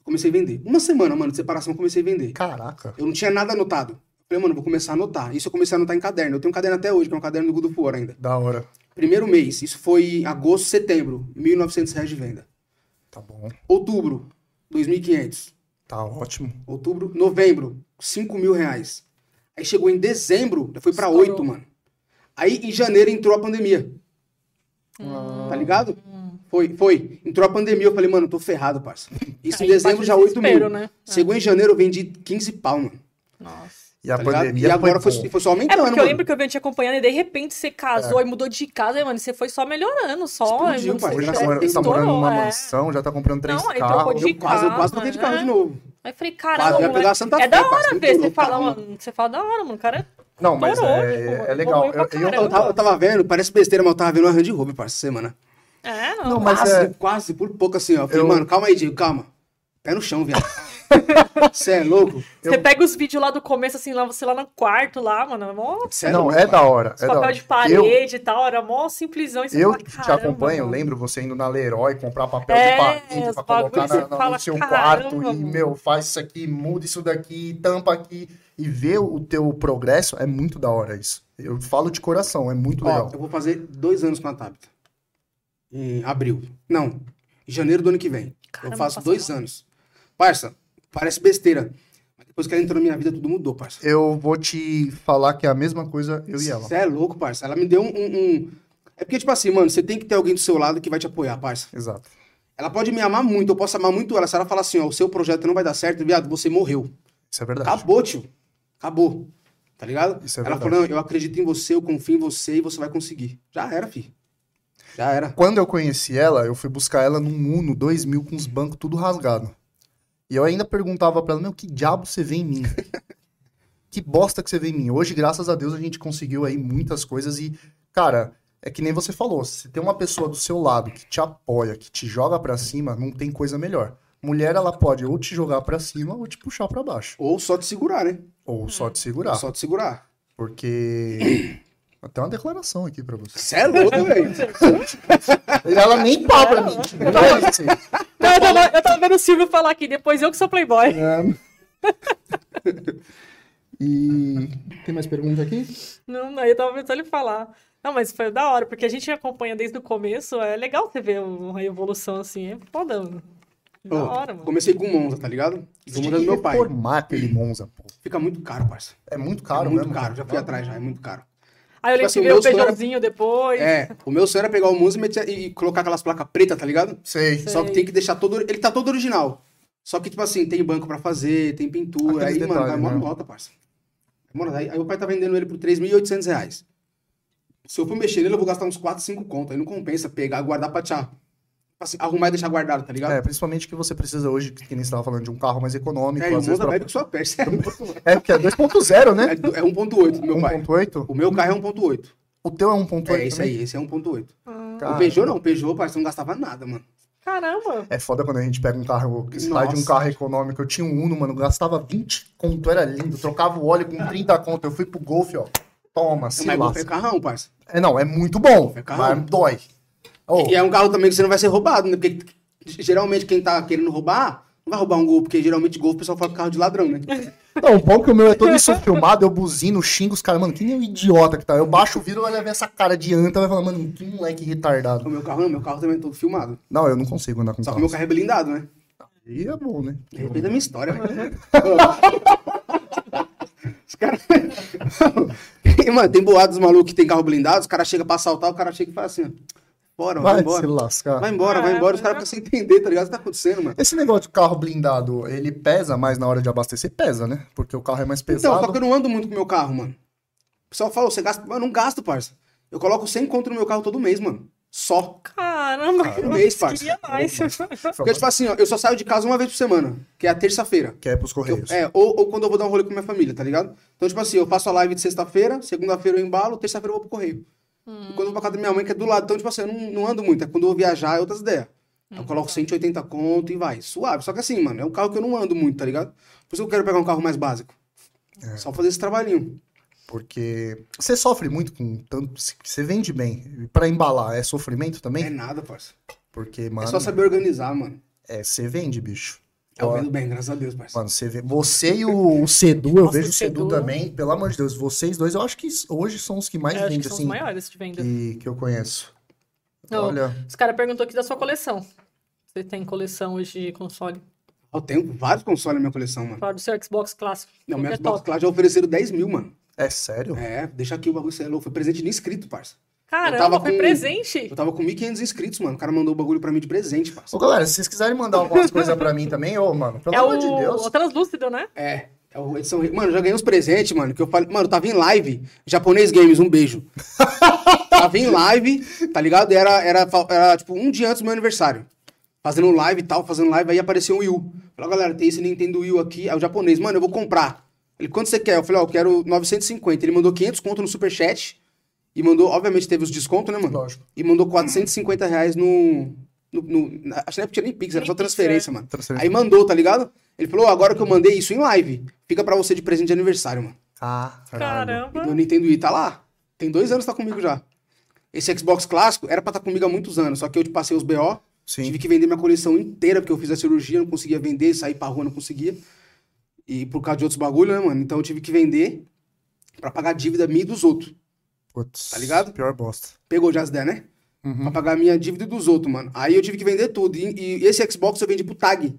comecei a vender. Uma semana, mano, de separação, comecei a vender. Caraca. Eu não tinha nada anotado. Eu Falei, mano, vou começar a anotar. Isso eu comecei a anotar em caderno. Eu tenho um caderno até hoje, que é um caderno do Good of War ainda. Da hora. Primeiro mês, isso foi agosto, setembro, R$ 1.900 reais de venda. Tá bom. Outubro, 2.500. Tá ótimo. Outubro, novembro, 5 mil reais. Aí chegou em dezembro, já foi pra Estourou. 8, mano. Aí em janeiro entrou a pandemia, Ah. tá ligado? Foi, foi. Entrou a pandemia, eu falei, mano, tô ferrado, parça. Isso em Aí dezembro bate já o 8 mil. desespero, né? É. Chegou em janeiro, eu vendi 15 pau, mano. Nossa. E a tá ligado? pandemia E agora foi, bom. foi só É aumentando, porque eu Então, mano. É. lembro que eu venho te acompanhando e de repente você casou e mudou de casa, e, mano, você foi só melhorando, só. Explodiu, mano, pai. você Hoje já já mora- tá estourou, morando numa é. mansão, já tá comprando três Não, aí trocou carros. de eu quase, eu quase casa, troquei de né? carro de novo. Aí eu falei, Quase caramba, ia pegar moleque. Santa Fé. É da parça, hora muito ver, você louco, tá fala, caramba. mano, você fala da hora, mano, o cara Não, mas Estourou, é, tipo, é legal. evoluiu Eu- pra eu- Eu caramba. tava, eu tava vendo, parece besteira, mas eu tava vendo uma Range Rover, parça, semana. É, Não, não. mas quase, é- quase, por pouco assim, ó. Eu falei, Eu- mano, calma aí, Diego, calma. Pé no chão, viado. Você é louco? Você pega os vídeos lá do começo, assim, lá, você lá no quarto, lá, mano. é Mó Cê não, louco, é pai. da hora. os É da papel hora. de parede e tal, era mó simplesão. e você Eu, eu fala, que te "Caramba, acompanho, eu mano." lembro você indo na Leroy comprar papel de É, parede os pra bagulho colocar você na, na, fala, no seu "Caramba, quarto e, mano." meu, faz isso aqui, muda isso daqui, tampa aqui e ver o teu progresso é muito da hora isso. Eu falo de coração, é muito Ó, legal. eu vou fazer dois anos com a Tabita. Em abril. Não, em janeiro do ano que vem. Caramba, eu faço passa dois anos. Parça, parece besteira. Mas depois que ela entrou na minha vida, tudo mudou, parça. Eu vou te falar que é a mesma coisa eu e ela. Você é louco, parça. Ela me deu um, um- um- É porque, tipo assim, mano, você tem que ter alguém do seu lado que vai te apoiar, parça. Exato. Ela pode me amar muito, eu posso amar muito ela. Se ela falar assim, ó, o seu projeto não vai dar certo, viado, você morreu. Isso é verdade. Acabou, tio. Acabou. Tá ligado? Isso é Ela verdade. falou, não, eu acredito em você, eu confio em você e você vai conseguir. Já era, fi. Já era. Quando eu conheci ela, eu fui buscar ela num Uno 2000 com os bancos tudo rasgado. E eu ainda perguntava pra ela, meu, que diabo você vê em mim? que bosta que você vê em mim? Hoje, graças a Deus, a gente conseguiu aí muitas coisas e, cara, é que nem você falou, se tem uma pessoa do seu lado que te apoia, que te joga pra cima, não tem coisa melhor. Mulher, ela pode ou te jogar pra cima ou te puxar pra baixo, Ou só te segurar, né? ou só te Ou segurar, Só te segurar. porque até uma declaração aqui pra você. Você é louco, velho. Ela nem pá pra mim. Não é assim. Não, eu, tava, eu tava vendo o Silvio falar aqui, depois eu que sou playboy. É. E tem mais pergunta aqui? Não, aí eu tava pensando ele falar. Não, mas foi da hora, porque a gente acompanha desde o começo, é legal você ver uma evolução assim, é foda, mano. Da Ó, hora, mano. comecei com Monza, tá ligado? Tô Tinha morando que com meu pai. reformar aquele Monza, pô. Fica muito caro, parça. É muito É caro, né? muito mano? caro. Já fui atrás, já. É muito caro. Aí eu lembro que tipo assim, o veio meu o sonho né? era- feijãozinho depois. É, o meu sonho era pegar o Monza e, meter- e colocar aquelas placas pretas, tá ligado? Sei. Sei. Só que tem que deixar todo... Ele tá todo original. Só que, tipo assim, tem banco pra fazer, tem pintura. Aqueles aí, mano, detalhes, dá uma né? nota, parça. Mano, aí, aí o pai tá vendendo ele por 3.800 reais. Se eu for mexer nele, eu vou gastar uns 4, 5 conto. Aí não compensa pegar, guardar pra tchá. Assim, arrumar e deixar guardado, tá ligado? É, principalmente que você precisa hoje, que nem você tava falando, de um carro mais econômico. É, e o às vezes Monza pra- bebe com sua peste. É É, porque é 2.0, né? do- é 1.8 do meu pai. 1.8? O meu carro é 1.8. O teu é 1.8 É esse também? aí, esse é 1.8. O Cara, Peugeot não, o Peugeot, parça, não gastava nada, mano. Caramba! É foda quando a gente pega um carro, que sai Nossa. de um carro econômico. Eu tinha um Uno, mano, gastava 20 conto, era lindo. Trocava o óleo com 30 conto. Eu fui pro Golf, ó. Toma, se Mas Golf é lasca. carrão, parça. É, não, é muito bom, É carro. mas dói. Ô, E é um carro também que você não vai ser roubado, né? Porque geralmente quem tá querendo roubar, não vai roubar um Gol, porque geralmente Gol o pessoal fala que é carro de ladrão, né? Não, o bom que o meu é todo isso filmado, eu buzino, xingo os caras, mano, que nem um idiota que tá. Eu baixo o vidro, vai levar essa cara de anta, vai falar, mano, que moleque O retardado. meu carro não, meu carro também é todo filmado. Não, eu não consigo andar com Só que carro. o meu carro é blindado, né? E é bom, né? De repente é minha história, velho. Os caras. Mano, tem boados malucos que tem carro blindado, os caras chegam pra assaltar, o cara chega e fala assim: ó, Bora, mano, vai Vai se embora. lascar. Vai embora, vai Ah, embora. Os mas caras eu- precisam entender, tá ligado? O que tá acontecendo, mano? Esse negócio de carro blindado, ele pesa mais na hora de abastecer? Pesa, né? Porque o carro é mais pesado. Então, só que eu não ando muito com meu carro, mano. O pessoal fala, você gasta. Mano, eu não gasto, parça. Eu coloco 100 conto no meu carro todo mês, mano. Só. Caramba, eu mês, queria mais. né? Porque, tipo assim, ó, eu só saio de casa uma vez por semana, que é a terça-feira. Que é pros Eu- correios. é, ou, ou quando eu vou dar um rolê com minha família, tá ligado? Então, tipo assim, eu faço a live de sexta-feira, segunda-feira eu embalo, terça-feira eu vou pro correio. E quando eu vou pra casa da minha mãe, que é do lado, então, tipo assim, eu não, não ando muito. É quando eu vou viajar, é outras ideias. Eu coloco 180 conto e vai, suave. Só que assim, mano, é um carro que eu não ando muito, tá ligado? Por isso que eu quero pegar um carro mais básico. É. Só fazer esse trabalhinho. Porque você sofre muito com tanto. se- Você vende bem. E pra embalar, é sofrimento É também? nada, parça. Porque, mano. é só saber organizar, mano. É, você vende, bicho. Eu Ó, vendo bem, graças a Deus, parça. Mano, você, vê- você e o, o Sedu, eu Nossa, vejo o o Sedu, Sedu. também, pelo amor de Deus, vocês dois, eu acho que hoje são os que mais Eu É, acho vendem, que são os assim, maiores de venda. que, que eu conheço. Não, Olha, Os caras perguntou aqui da sua coleção. Você tem coleção hoje de console? Eu tenho vários consoles na minha coleção, mano. Fala do seu Xbox clássico. Qual Não, que minha é Xbox top? Cloud já ofereceram 10 mil, mano. é sério? É, deixa aqui o bagulho, você é louco. Foi presente de inscrito, parça. Eu Caramba, tava foi com- presente. Eu tava com 1.500 inscritos, mano. O cara mandou o bagulho pra mim de presente, Ô, parça. galera, se vocês quiserem mandar algumas coisas pra mim também, ô, mano, pelo É amor o... de o Deus. translúcido, né? É. É o edição. Mano, eu já ganhei uns presentes, mano. Que eu falei. Mano, eu tava em live. Japonês Games, um beijo. tava em live, tá ligado? Era, era, fa- era tipo um dia antes do meu aniversário. Fazendo live e tal, fazendo live, aí apareceu um Wii U. Falei, ó, galera, tem esse Nintendo Wii U aqui. Aí o japonês, mano, eu vou comprar. Ele, quanto você quer? Eu falei, ó, eu quero 950. Ele mandou 500 conto no superchat. E mandou, obviamente, teve os descontos, né, mano? Lógico. E mandou 450 reais no. no, no na- acho que na época tinha nem Pix, era Nem Pix, só é. transferência, mano. Transferência. Aí mandou, tá ligado? Ele falou, "Ó, agora que eu mandei isso em live, fica pra você de presente de aniversário, mano. Caralho. Caramba. E meu Nintendo Wii tá lá. Tem dois anos que tá comigo já. Esse Xbox clássico era pra estar comigo há muitos anos, só que eu te passei os BO, Sim. tive que vender minha coleção inteira, porque eu fiz a cirurgia, não conseguia vender, saí pra rua, não conseguia. E por causa de outros bagulho, né, mano? Então eu tive que vender pra pagar a dívida minha e dos outros. Putz, Tá ligado? Pior bosta. Pegou já as ideias, né? Pra pagar a minha dívida e dos outros, mano. Aí eu tive que vender tudo. E, e esse Xbox eu vendi pro Tag.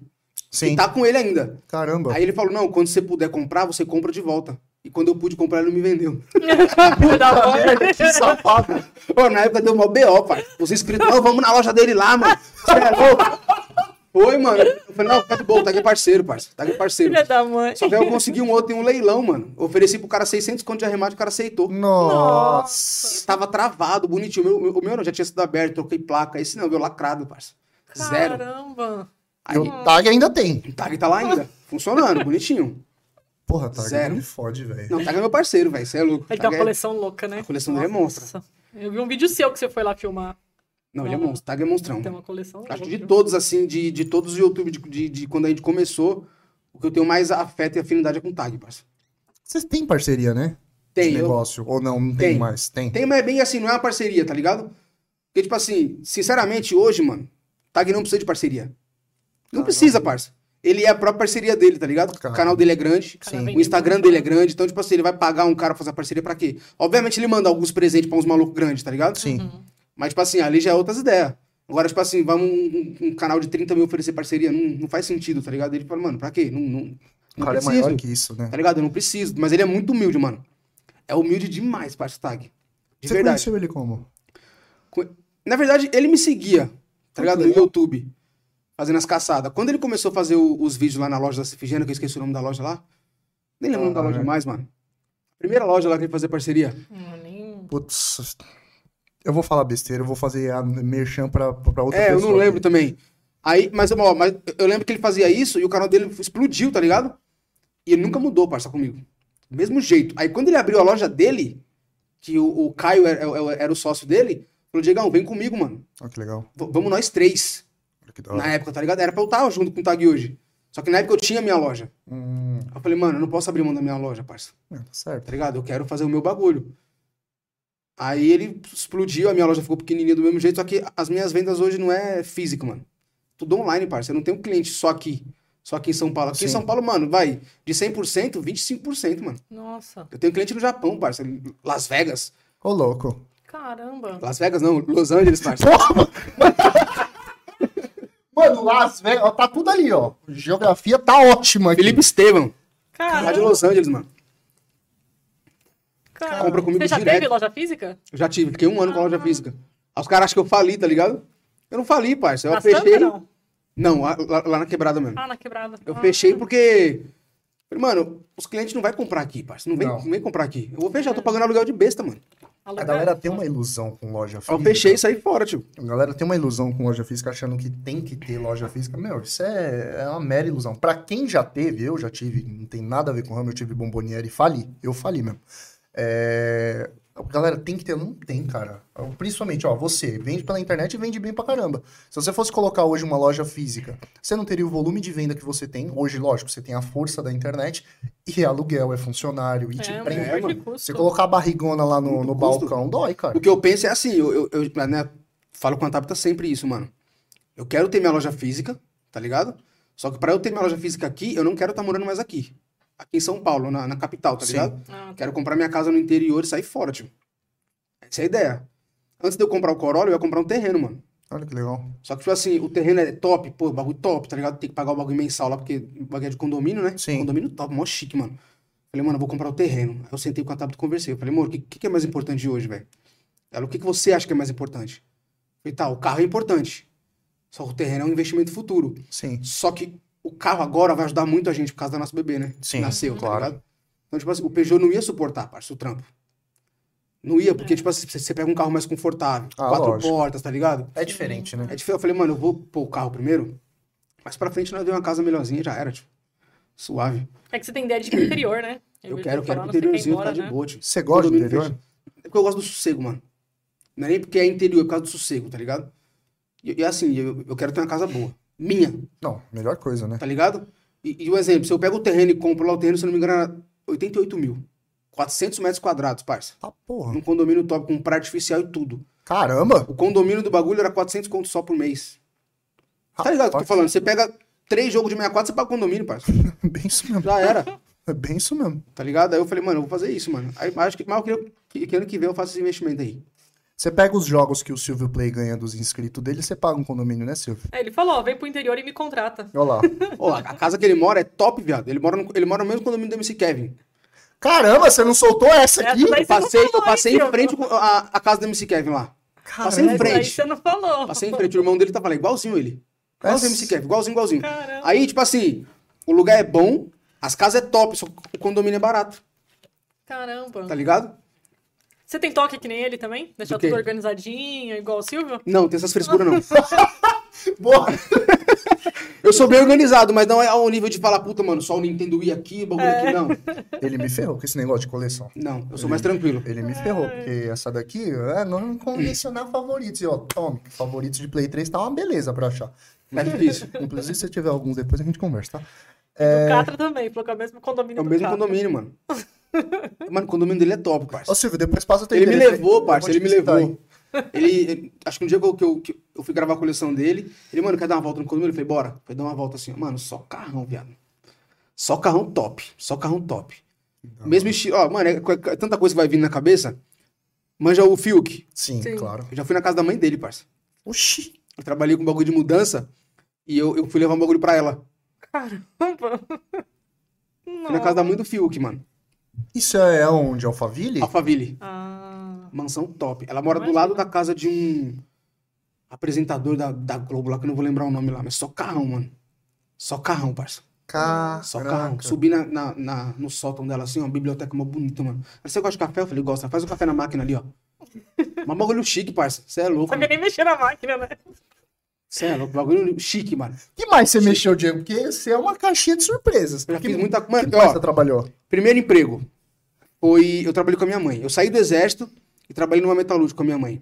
Sim. E tá com ele ainda. Caramba. Aí ele falou: não, quando você puder comprar, você compra de volta. E quando eu pude comprar, ele não me vendeu. Da hora. que safado. Pô, na época deu mó BO, pai. Os inscritos, não, vamos na loja dele lá, mano. Você é louco? Foi, mano. Eu falei, não, tá de boa, tá aqui parceiro, parceiro. Tá aqui parceiro. Filha da mãe. Só que aí eu consegui um outro em um leilão, mano. Eu ofereci pro cara 600 conto de arremate, o cara aceitou. Nossa. E Tava travado, bonitinho. O meu, o meu não, já tinha sido aberto, troquei placa. Esse não, veio lacrado, parça. Zero. Caramba. E o tag ainda tem. O tag tá lá ainda, funcionando, bonitinho. Porra, tag Zero. não me fode, velho. Não, o tag é meu parceiro, velho. Você é louco. Ele Tag tem uma é- coleção louca, né? A coleção dele é monstra. Eu vi um vídeo seu que você foi lá filmar. Não, ele é monstro. Tag é monstrão. Tem uma coleção louca. Acho Uhum. que de todos, assim, de, de todos os YouTube, de, de, de quando a gente começou, o que eu tenho mais afeto e afinidade é com o Tag, parça. Vocês têm parceria, né? Tem, De eu- negócio. Ou não, não tem, Tem. mais. Tem. Tem, mas é bem assim, não é uma parceria, tá ligado? Porque, tipo assim, sinceramente, hoje, mano, Tag não precisa de parceria. Não Caramba. precisa, parça. Ele é a própria parceria dele, tá ligado? O Caramba. canal dele é grande, Cara, Sim. vende o Instagram muito. dele é grande, então, tipo assim, ele vai pagar um cara pra fazer a parceria pra quê? Obviamente ele manda alguns presentes pra uns malucos grandes, tá ligado? Sim. Mas, tipo assim, ali já é outras ideias. Agora, tipo assim, vamos um, um- um canal de 30 mil oferecer parceria, não, não faz sentido, tá ligado? Ele fala, mano, pra quê? Não, não, O não cara é preciso, maior que isso, né? tá ligado? Eu não preciso. Mas ele é muito humilde, mano. É humilde demais, parça Tag. De Você verdade. conheceu ele como? Co- Na verdade, ele me seguia, tá ligado? No legal. YouTube, fazendo as caçadas. Quando ele começou a fazer o- os vídeos lá na loja da Cifigênia, que eu esqueci o nome da loja lá. Nem lembro o nome da Ah, loja é. mais, mano. Primeira loja lá que ele fazia parceria. Hum, nem- Putz. Eu vou falar besteira, eu vou fazer a merchan pra, pra outra É, pessoa. né? eu não lembro também. Aí, mas, ó, mas eu lembro que ele fazia isso e o canal dele explodiu, tá ligado? E ele nunca mudou, parça, comigo. Do mesmo jeito. Aí quando ele abriu a loja dele, que o, o Caio era, era- era o sócio dele, falou, Diegão, vem comigo, mano. Olha Ah, que legal. V- vamos nós três. Olha que da hora. Na época, tá ligado? Era pra eu estar junto com o Tag hoje. Só que na época eu tinha minha loja. Hum, Eu falei, mano, eu não posso abrir mão da minha loja, parça. é, tá certo. Tá ligado? Eu quero fazer o meu bagulho. Aí ele explodiu, a minha loja ficou pequenininha do mesmo jeito, só que as minhas vendas hoje não é físico, mano. Tudo online, parça. Eu não tenho cliente só aqui. Só aqui em São Paulo. Aqui em Sim. São Paulo, mano, vai de 100%, 25%, mano. Nossa, Eu tenho cliente no Japão, parça. Las Vegas. Ô, louco. caramba. Las Vegas não, Los Angeles, parça. Mano, Las Vegas, ó, tá tudo ali, ó. Geografia tá ótima aqui. Felipe Estevam, lá de Caramba, Los Angeles, mano. caramba. compra comigo Você já direto. teve loja física? Eu já tive, fiquei um ano com a loja física. Aí os caras acham que eu fali, tá ligado? Eu não fali, parça. Eu Na fechei. Santa, não? Não, lá, lá- lá na quebrada mesmo. Ah, na quebrada. Eu Ah. fechei porque. falei, Mano, os clientes não vão comprar aqui, parça. Não vem, Não. não vem comprar aqui. Eu vou fechar, eu tô pagando aluguel de besta, mano. A Alugar. galera tem uma ilusão com loja Aí física. eu fechei e saí fora, tio. A galera tem uma ilusão com loja física, achando que tem que ter loja física. Meu, isso é, é uma mera ilusão. Pra quem já teve, eu já tive, não tem nada a ver com o ramo, eu tive bomboniere e fali. Eu fali mesmo. É, a galera tem que ter, não tem, cara. Principalmente, ó, você vende pela internet e vende bem pra caramba. Se você fosse colocar hoje uma loja física, você não teria o volume de venda que você tem. Hoje, lógico, você tem a força da internet e é aluguel, é funcionário, e te É, um prende. É, monte de mano. custo. Você colocar a barrigona lá no, Muito no custo. balcão, dói, cara. O que eu penso é assim, eu, eu, eu, né, falo com a Tabata sempre isso, mano. Eu quero ter minha loja física, tá ligado? Só que pra eu ter minha loja física aqui, eu não quero estar morando mais aqui. Aqui em São Paulo, na, na capital, tá Sim. ligado? Ah, tá. Quero comprar minha casa no interior e sair fora, tio. Essa é a ideia. Antes de eu comprar o Corolla, eu ia comprar um terreno, mano. Olha que legal. Só que, tipo assim, o terreno é top, pô, bagulho top, tá ligado? Tem que pagar o bagulho mensal lá, porque o bagulho é de condomínio, né? Sim. Condomínio top, mó chique, mano. Falei, mano, eu vou comprar o terreno. Aí eu sentei com a Tabata e conversei. Eu falei, amor, o que, que que é mais importante de hoje, velho? Ela, o que, que você acha que é mais importante? Eu falei, tá, o carro é importante. Só que o terreno é um investimento futuro. Sim. Só que o carro agora vai ajudar muito a gente por causa da nossa bebê, né? Sim, Nasceu, tá claro. ligado? Então, tipo assim, o Peugeot não ia suportar, parça, o trampo. Não ia, porque, tipo assim, você você pega um carro mais confortável, Ah, quatro lógico. portas, tá ligado? É diferente, né? É difícil. Eu falei, mano, eu vou pôr o carro primeiro, mas pra frente nós vemos uma casa melhorzinha, já era, tipo. Suave. É que você tem ideia de que é interior, né? Eu quero, quero o pro interiorzinho ficar né? de boa, tipo. Você gosta do Condomínio interior? fechado. É porque eu gosto do sossego, mano. Não é nem porque é interior, é por causa do sossego, tá ligado? E, e assim, eu, eu quero ter uma casa boa. Minha, Não, melhor coisa, né? tá ligado? E, e um exemplo, se eu pego o terreno e compro lá o terreno, se eu não me engano, era 88 mil. 400 metros quadrados, parça. Tá porra. Num condomínio top, com praia artificial e tudo. Caramba! O condomínio do bagulho era 400 conto só por mês. Tá ligado o que eu tô Rapaz, falando? Você pega três jogos de 64, você paga o condomínio, parceiro. É bem isso mesmo. Já era, É bem isso mesmo. tá ligado? Aí eu falei, mano, eu vou fazer isso, mano. Aí acho que mal que, eu- que, que ano que vem eu faço esse investimento aí. Você pega os jogos que o Silvio Play ganha dos inscritos dele, você paga um condomínio, né, Silvio? É, ele falou, ó, vem pro interior e me contrata. Olha lá. Ó, a, a casa que ele mora é top, viado. Ele mora no, ele mora no mesmo condomínio do MC Kevin. Caramba, você não soltou essa aqui? Essa daí você Eu não passei, eu falou, passei hein, em frente Silvio? com a, a casa do MC Kevin lá. Passei em Caramba. Essa daí frente. você não falou. Passei em frente. O irmão dele tava lá, igualzinho ele. Igualzinho o Essa- MC Kevin, igualzinho, igualzinho. Caramba. Aí, tipo assim, o lugar é bom, as casas é top, só que o condomínio é barato, Caramba. tá ligado? Você tem toque que nem ele também? Deixar Do quê? tudo organizadinho, igual o Silvio? Não, tem essas frescuras não. Boa. Eu sou bem organizado, mas não é ao nível de falar, puta, mano, só o Nintendo Wii aqui, bagulho aqui, não. Ele me ferrou com esse negócio de coleção. Não, eu sou mais tranquilo. Ele me ferrou, porque essa daqui é não convencional favoritos. E ó, tome, favoritos de Play 3 tá uma beleza pra achar. Tá difícil. Inclusive, se tiver alguns depois, a gente conversa, tá? O Catra também, falou que é o mesmo condomínio É o do mesmo Catra. condomínio, mano. Mano, o condomínio dele é top, Ô, parça. Silvio, depois passa o teu Ele me endereço aí. Eu levou, vou parça, te ele me visitar aí. levou. Ele, ele- acho que um dia que eu, que eu- que eu fui gravar a coleção dele, ele, mano, quer dar uma volta no condomínio? Eu falei, bora. Foi dar uma volta assim, ó, mano, só carrão, viado. Só carrão top, só carrão top. Ah, Mesmo estilo, ó, mano, é, é tanta coisa que vai vindo na cabeça. Manja o Fiuk. Sim, Sim. claro. Eu já fui na casa da mãe dele, parça. assim, Oxi. Eu trabalhei com um bagulho de mudança e eu, eu fui levar um bagulho pra ela. Caramba. Fui na casa da mãe do Fiuk, mano. Isso é onde? Alphaville? Alphaville. Ah, Mansão top. Ela mora do Imagina. lado da casa de um apresentador da, da Globo lá, que eu não vou lembrar o nome lá, mas só carrão, mano. Só carrão, parça. Caraca. Só carrão. Subi na, na- na- no sótão dela, assim, ó, biblioteca mó bonita, mano. Aí você gosta de café? Eu falei, gosta. Faz o café na máquina ali, ó. Mas bagulho chique, parça. Você é louco, sabia mano. nem mexer na máquina, né? Você é louco. Bagulho chique, mano. que mais você mexeu, Diego? Porque você é uma caixinha de surpresas. Eu já que, fiz muita que coisa. mais você trabalhou? Primeiro emprego foi. Eu trabalhei com a minha mãe. Eu saí do exército e trabalhei numa metalúrgica com a minha mãe.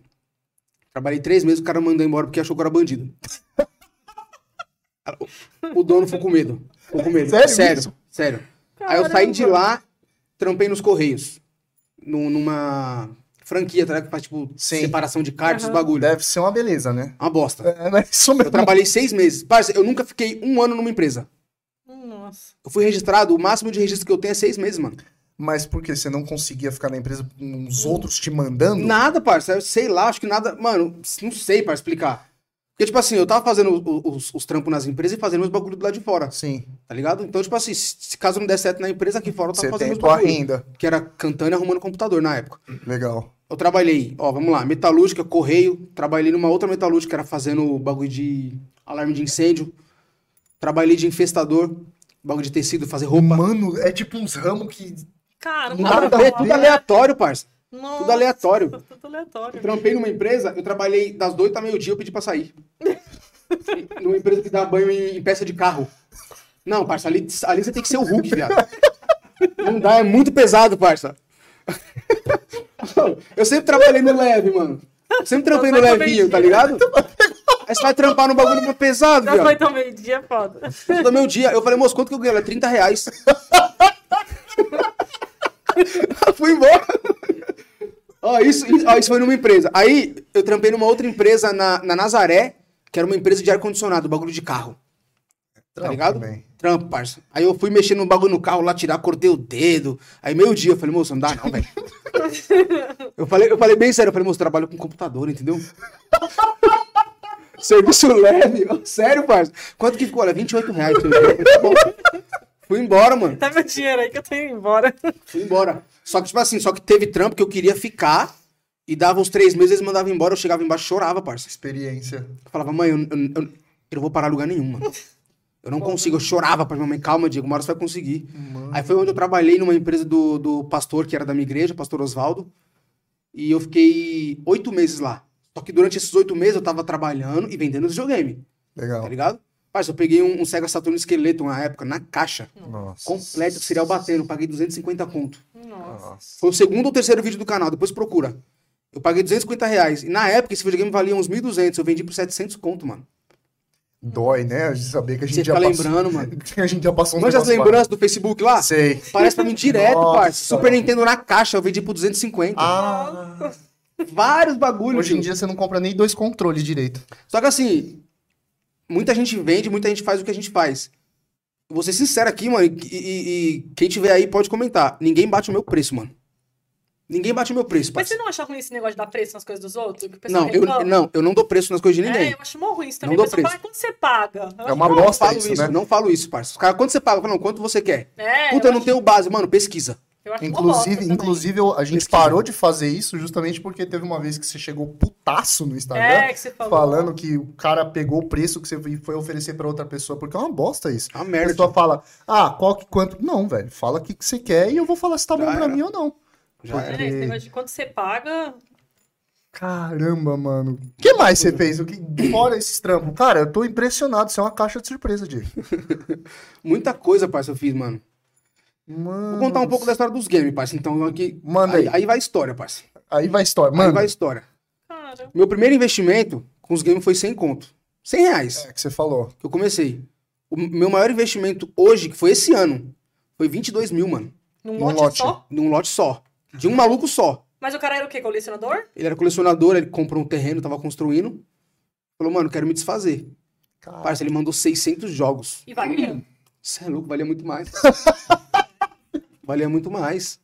Trabalhei três meses, o cara mandou embora porque achou que eu era bandido. O dono ficou com medo. Ficou com medo. Sério Sério, isso? sério. Aí eu saí de lá, trampei nos Correios. num- numa franquia, tá ligado? Que faz, tipo, Sim. separação de cartas, Aham. bagulho. Deve ser uma beleza, né? Uma bosta. É, mas isso Eu mesmo. trabalhei seis meses. Parça, eu nunca fiquei um ano numa empresa. Nossa. Eu fui registrado, o máximo de registro que eu tenho é seis meses, mano. Mas por quê? Você não conseguia ficar na empresa com os outros te mandando? Nada, parça. Eu sei lá, acho que nada. Mano, não sei para explicar. Porque, tipo assim, eu tava fazendo o- o- os, os trampos nas empresas e fazendo meus bagulho do lado de fora, Sim. tá ligado? Então, tipo assim, se, se caso não der certo na empresa aqui fora, eu tava Você fazendo tem a meus tua bagulho. renda. Que era cantando e arrumando computador na época. Legal. Eu trabalhei, ó, vamos lá, metalúrgica, correio. Trabalhei numa outra metalúrgica, que era fazendo bagulho de alarme de incêndio. Trabalhei de infestador, bagulho de tecido, fazer roupa. Mano, é tipo uns ramos que. Cara, Não dá Nada pra a ver, falar. tudo aleatório, parça. Nossa, Tudo aleatório. Tudo aleatório. Então, Eu trampei numa empresa, eu trabalhei das 8 à meio-dia, eu pedi pra sair. numa empresa que dá banho em, em peça de carro. Não, parça, ali, ali você tem que ser o Hulk, viado. Não dá, é muito pesado, parça. Eu sempre trabalhei no leve, mano. Eu sempre trampei no Nossa, eu levinho, tá também. ligado? Aí você vai trampar num bagulho mais pesado, Já foi viado. também, dia é foda. No meu dia, eu falei, moço, quanto que eu ganho? Ela, 30 reais. Fui embora. Ó, isso, ó, isso foi numa empresa. Aí eu trampei numa outra empresa na, na Nazaré, que era uma empresa de ar-condicionado, bagulho de carro. Tá Trampo ligado? também. Trampo, parça. Aí eu fui mexendo no bagulho no carro lá, tirar, cortei o dedo. Aí meio dia eu falei, moço, não dá não, velho. eu, falei, eu falei bem sério, eu falei, moço, eu trabalho com computador, entendeu? Serviço leve, ó, sério, parça. Quanto que ficou? Olha, 28 reais. seu dinheiro. Tá bom. Fui embora, mano. Tá meu dinheiro aí que eu tô indo embora. Fui embora. Só que, tipo assim, só que teve trampo que eu queria ficar. E dava uns três meses, eles mandavam embora, eu chegava embaixo e chorava, parça. Experiência. Eu falava, mãe, eu, eu, eu, eu não vou parar em lugar nenhum, mano. Eu não consigo, eu chorava pra minha mãe, calma, Diego, uma hora você vai conseguir. Aí foi onde eu trabalhei numa empresa do, do pastor, que era da minha igreja, pastor Oswaldo. E eu fiquei oito meses lá. Só que durante esses oito meses eu tava trabalhando e vendendo videogame, tá Legal. ligado? Parça, eu peguei um, um Sega Saturno Esqueleto na época, na caixa, Nossa. completo, serial batendo, paguei 250 conto. Nossa. Nossa. Foi o segundo ou terceiro vídeo do canal, depois procura. Eu paguei 250 reais. E na época esse videogame valia uns 1.200, eu vendi por 700 conto, mano. Dói, né? De saber que a gente Você já fica passou. lembrando, mano. A gente já passou um Manja as negócio lembranças do Facebook lá? lá. Sei. Parece pra mim direto, Nossa. parça. Super Nintendo na caixa, eu vendi por 250. Ah, Vários bagulhos, hoje em tio. dia você não compra nem dois controles direito. Só que assim, muita gente vende, muita gente faz o que a gente faz. Vou ser sincero aqui, mano, e, e- e quem tiver aí pode comentar. Ninguém bate o meu preço, mano. Ninguém bate o meu preço, Mas parça. você não acha ruim esse negócio de dar preço nas coisas dos outros? Que o pessoal Não, eu, reclama? não, eu não dou preço nas coisas de ninguém. É, eu acho mó ruim isso Não também. O dou pessoal preço. fala, quando você paga? É uma Não bosta falo isso, isso, né? não falo isso, parça. Os caras, quanto você paga? Eu falo, não, quanto você quer? É, Puta, eu eu não acho- tenho base. Mano, pesquisa. eu acho mó bosta Inclusive, também. inclusive eu- a gente Pesquisa. parou de fazer isso justamente porque teve uma vez que você chegou putaço no Instagram É, que você falou. tá falando que o cara pegou o preço que você foi oferecer pra outra pessoa, porque é uma bosta isso. É uma A merda. pessoa fala, ah, qual que quanto? Não, velho, fala o que, que você quer e eu vou falar se tá Já bom pra era. mim ou não. tio. Já É, era. esse negócio de quando você paga, Caramba, mano. O que mais você fez? O que... Fora esses trampos. Cara, eu tô impressionado. Isso é uma caixa de surpresa, Diego. Muita coisa, parça, eu fiz, mano. Mano. Vou contar um pouco da história dos games, parça. Então, aqui. Manda aí. Aí, aí vai a história, parça. Aí vai a história. Aí Mano, vai a história. cara. Meu primeiro investimento com os games foi 100 conto. 100 reais é que você falou. que eu comecei. O meu maior investimento hoje, que foi esse ano, foi 22 mil, mano. Num Um lote, lote. só. Num lote só. De um maluco só. Mas o cara era o quê? Colecionador? Ele era colecionador, ele comprou um terreno, tava construindo. Falou, mano, quero me desfazer. Cara, Parça, ele mandou 600 jogos. E valia? Você é louco, valia muito mais. valia muito mais.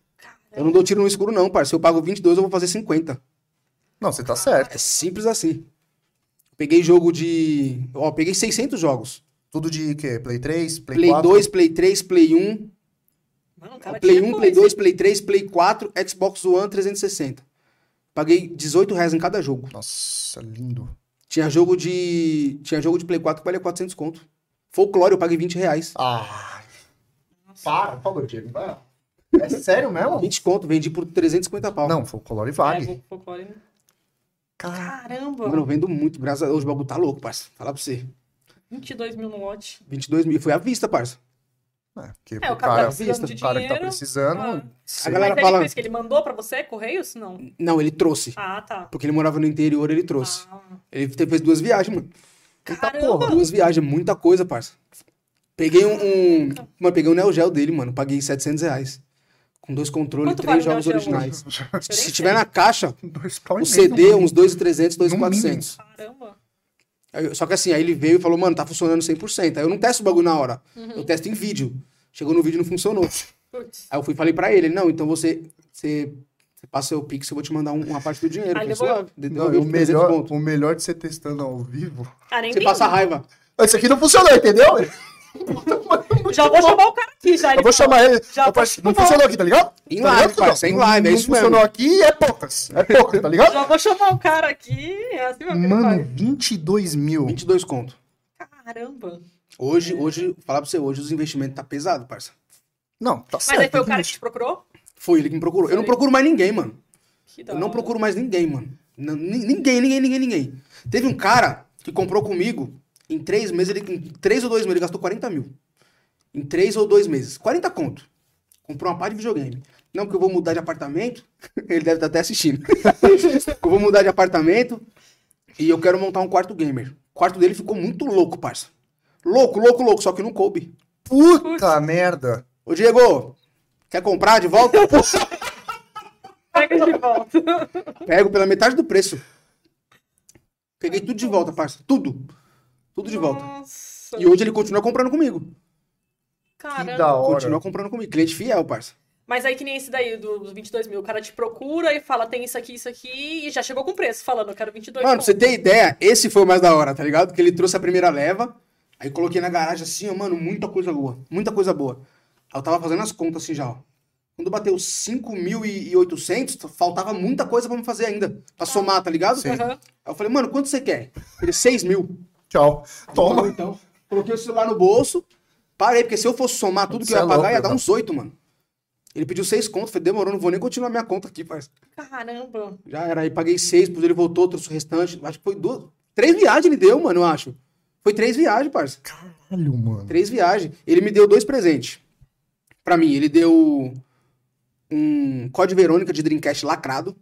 Eu não dou tiro no escuro, não, parça. Se eu pago 22, eu vou fazer 50. não, você tá certo. É simples assim. Peguei jogo de. Ó, peguei 600 jogos. Tudo de quê? Play 3, Play, Play 4? 2, Play 3, Play 1. Mano, o cara Play tinha É, 1, Play coisa. 2, Play 3, Play 4, Xbox One 360. Paguei 18 reais em cada jogo. Nossa, lindo. Tinha jogo de. Tinha jogo de Play 4 que valia 400 conto. Folclore, eu paguei 20 reais. Ah. Para, falou, Diego. vai. É sério mesmo? 20 conto, vendi por 350 pau. Não, foi o Color e É, Vale. vou- vou colocar ali. Cara, Caramba! Mano, eu vendo muito, graças a Deus. Hoje o bagulho tá louco, parça. Falar pra você. 22 mil no lote. 22 mil. Foi à vista, parça. é, porque É, o cara, o cara, tá precisando de o cara que tá dinheiro. precisando. Ah. sei. A galera Mas ele fala- fez que ele mandou pra você, Correios? Não. Não, ele trouxe. Ah, tá. Porque ele morava no interior, ele trouxe. Ah, Ele te- fez duas viagens, mano. tá caramba! Duas viagens, muita coisa, parça. Peguei um. um mano, peguei um Neo Geo dele, mano. Paguei 700 reais. Com dois controles, Quanto vale três o Neo jogos Geo originais. Eu nem Se sei. tiver na caixa, Dois pau o e CD, uns 2,300, No 2,400. Caramba! Aí- Só que assim, aí ele veio e falou, mano, tá funcionando 100%. Aí eu não testo o bagulho na hora. Uhum. Eu testo em vídeo. Chegou no vídeo e não funcionou. Putz. Aí eu fui e falei pra ele, não, então você, você, você passa seu Pix, eu vou te mandar um- uma parte do dinheiro. Aí Aí devolveu. suave. Não, Devolveu o, 300 melhor, conto. o melhor de você testando ao vivo. Ah, nem Você vi. passa raiva. Isso aqui não funcionou, entendeu? Já vou chamar o cara aqui, já. Eu ele fala. vou chamar ele. Já Eu faço- não funcionou aqui, tá ligado? Em Tá live, ligado, parça, Cudão? em live, é Não isso mesmo. funcionou aqui, é poucas. É poucas, tá ligado? Já vou chamar o cara aqui. É assim mesmo que ele Mano, faz. 22 mil. 22 conto. Caramba. Uhum. Hoje, hoje, falar pra você, hoje os investimentos tá pesado, parça. Não, tá Mas certo. aí foi o cara que te procurou? Foi ele que me procurou. Eu não Foi. procuro mais ninguém, mano. Que da Eu não hora. procuro mais ninguém, mano. Não, ni- ninguém, ninguém, ninguém, ninguém. Teve um cara que comprou comigo, em três meses, ele, em três ou dois meses, ele gastou 40 mil. Em três ou dois meses. 40 conto. Comprou uma pá de videogame. Não, porque eu vou mudar de apartamento. Ele deve estar até assistindo. eu vou mudar de apartamento e eu quero montar um quarto gamer. O quarto dele ficou muito louco, parça. Louco, louco, louco, só que não coube. Puta merda. Ô, Diego, quer comprar de volta? Pega de volta. Pego pela metade do preço. Peguei tudo de volta, parça. Tudo. Tudo de volta. Nossa. E hoje ele continua comprando comigo. Que Caramba. da hora. Continua comprando comigo. Cliente fiel, parça. Mas aí que nem esse daí, dos 22 mil. O cara te procura e fala, tem isso aqui, isso aqui. E já chegou com preço, falando, eu quero 22 Mano, pra conto. você ter ideia, esse foi o mais da hora, tá ligado? Porque ele trouxe a primeira leva. Aí coloquei na garagem assim, ó, mano, muita coisa boa. Muita coisa boa. Aí eu tava fazendo as contas assim já, ó. Quando bateu 5.800, faltava muita coisa pra me fazer ainda. Pra somar, tá ligado? Aí Aham. eu falei, mano, quanto você quer? Ele, 6 mil. Tchau. Falou, Toma. então. Coloquei o celular no bolso. Parei, porque se eu fosse somar tudo que eu Você ia é pagar, louco, ia dar irmão. uns oito, mano. Ele pediu seis contos, falei, demorou, não vou nem continuar minha conta aqui, parceiro. Caramba. Já era, aí paguei seis, depois ele voltou, trouxe o restante. Acho que foi duas. Três viagens ele deu, mano, eu acho. Foi três viagens, parceiro. Caralho, mano. Três viagens. Ele me deu dois presentes. Pra mim, ele deu um Code Verônica de Dreamcast lacrado.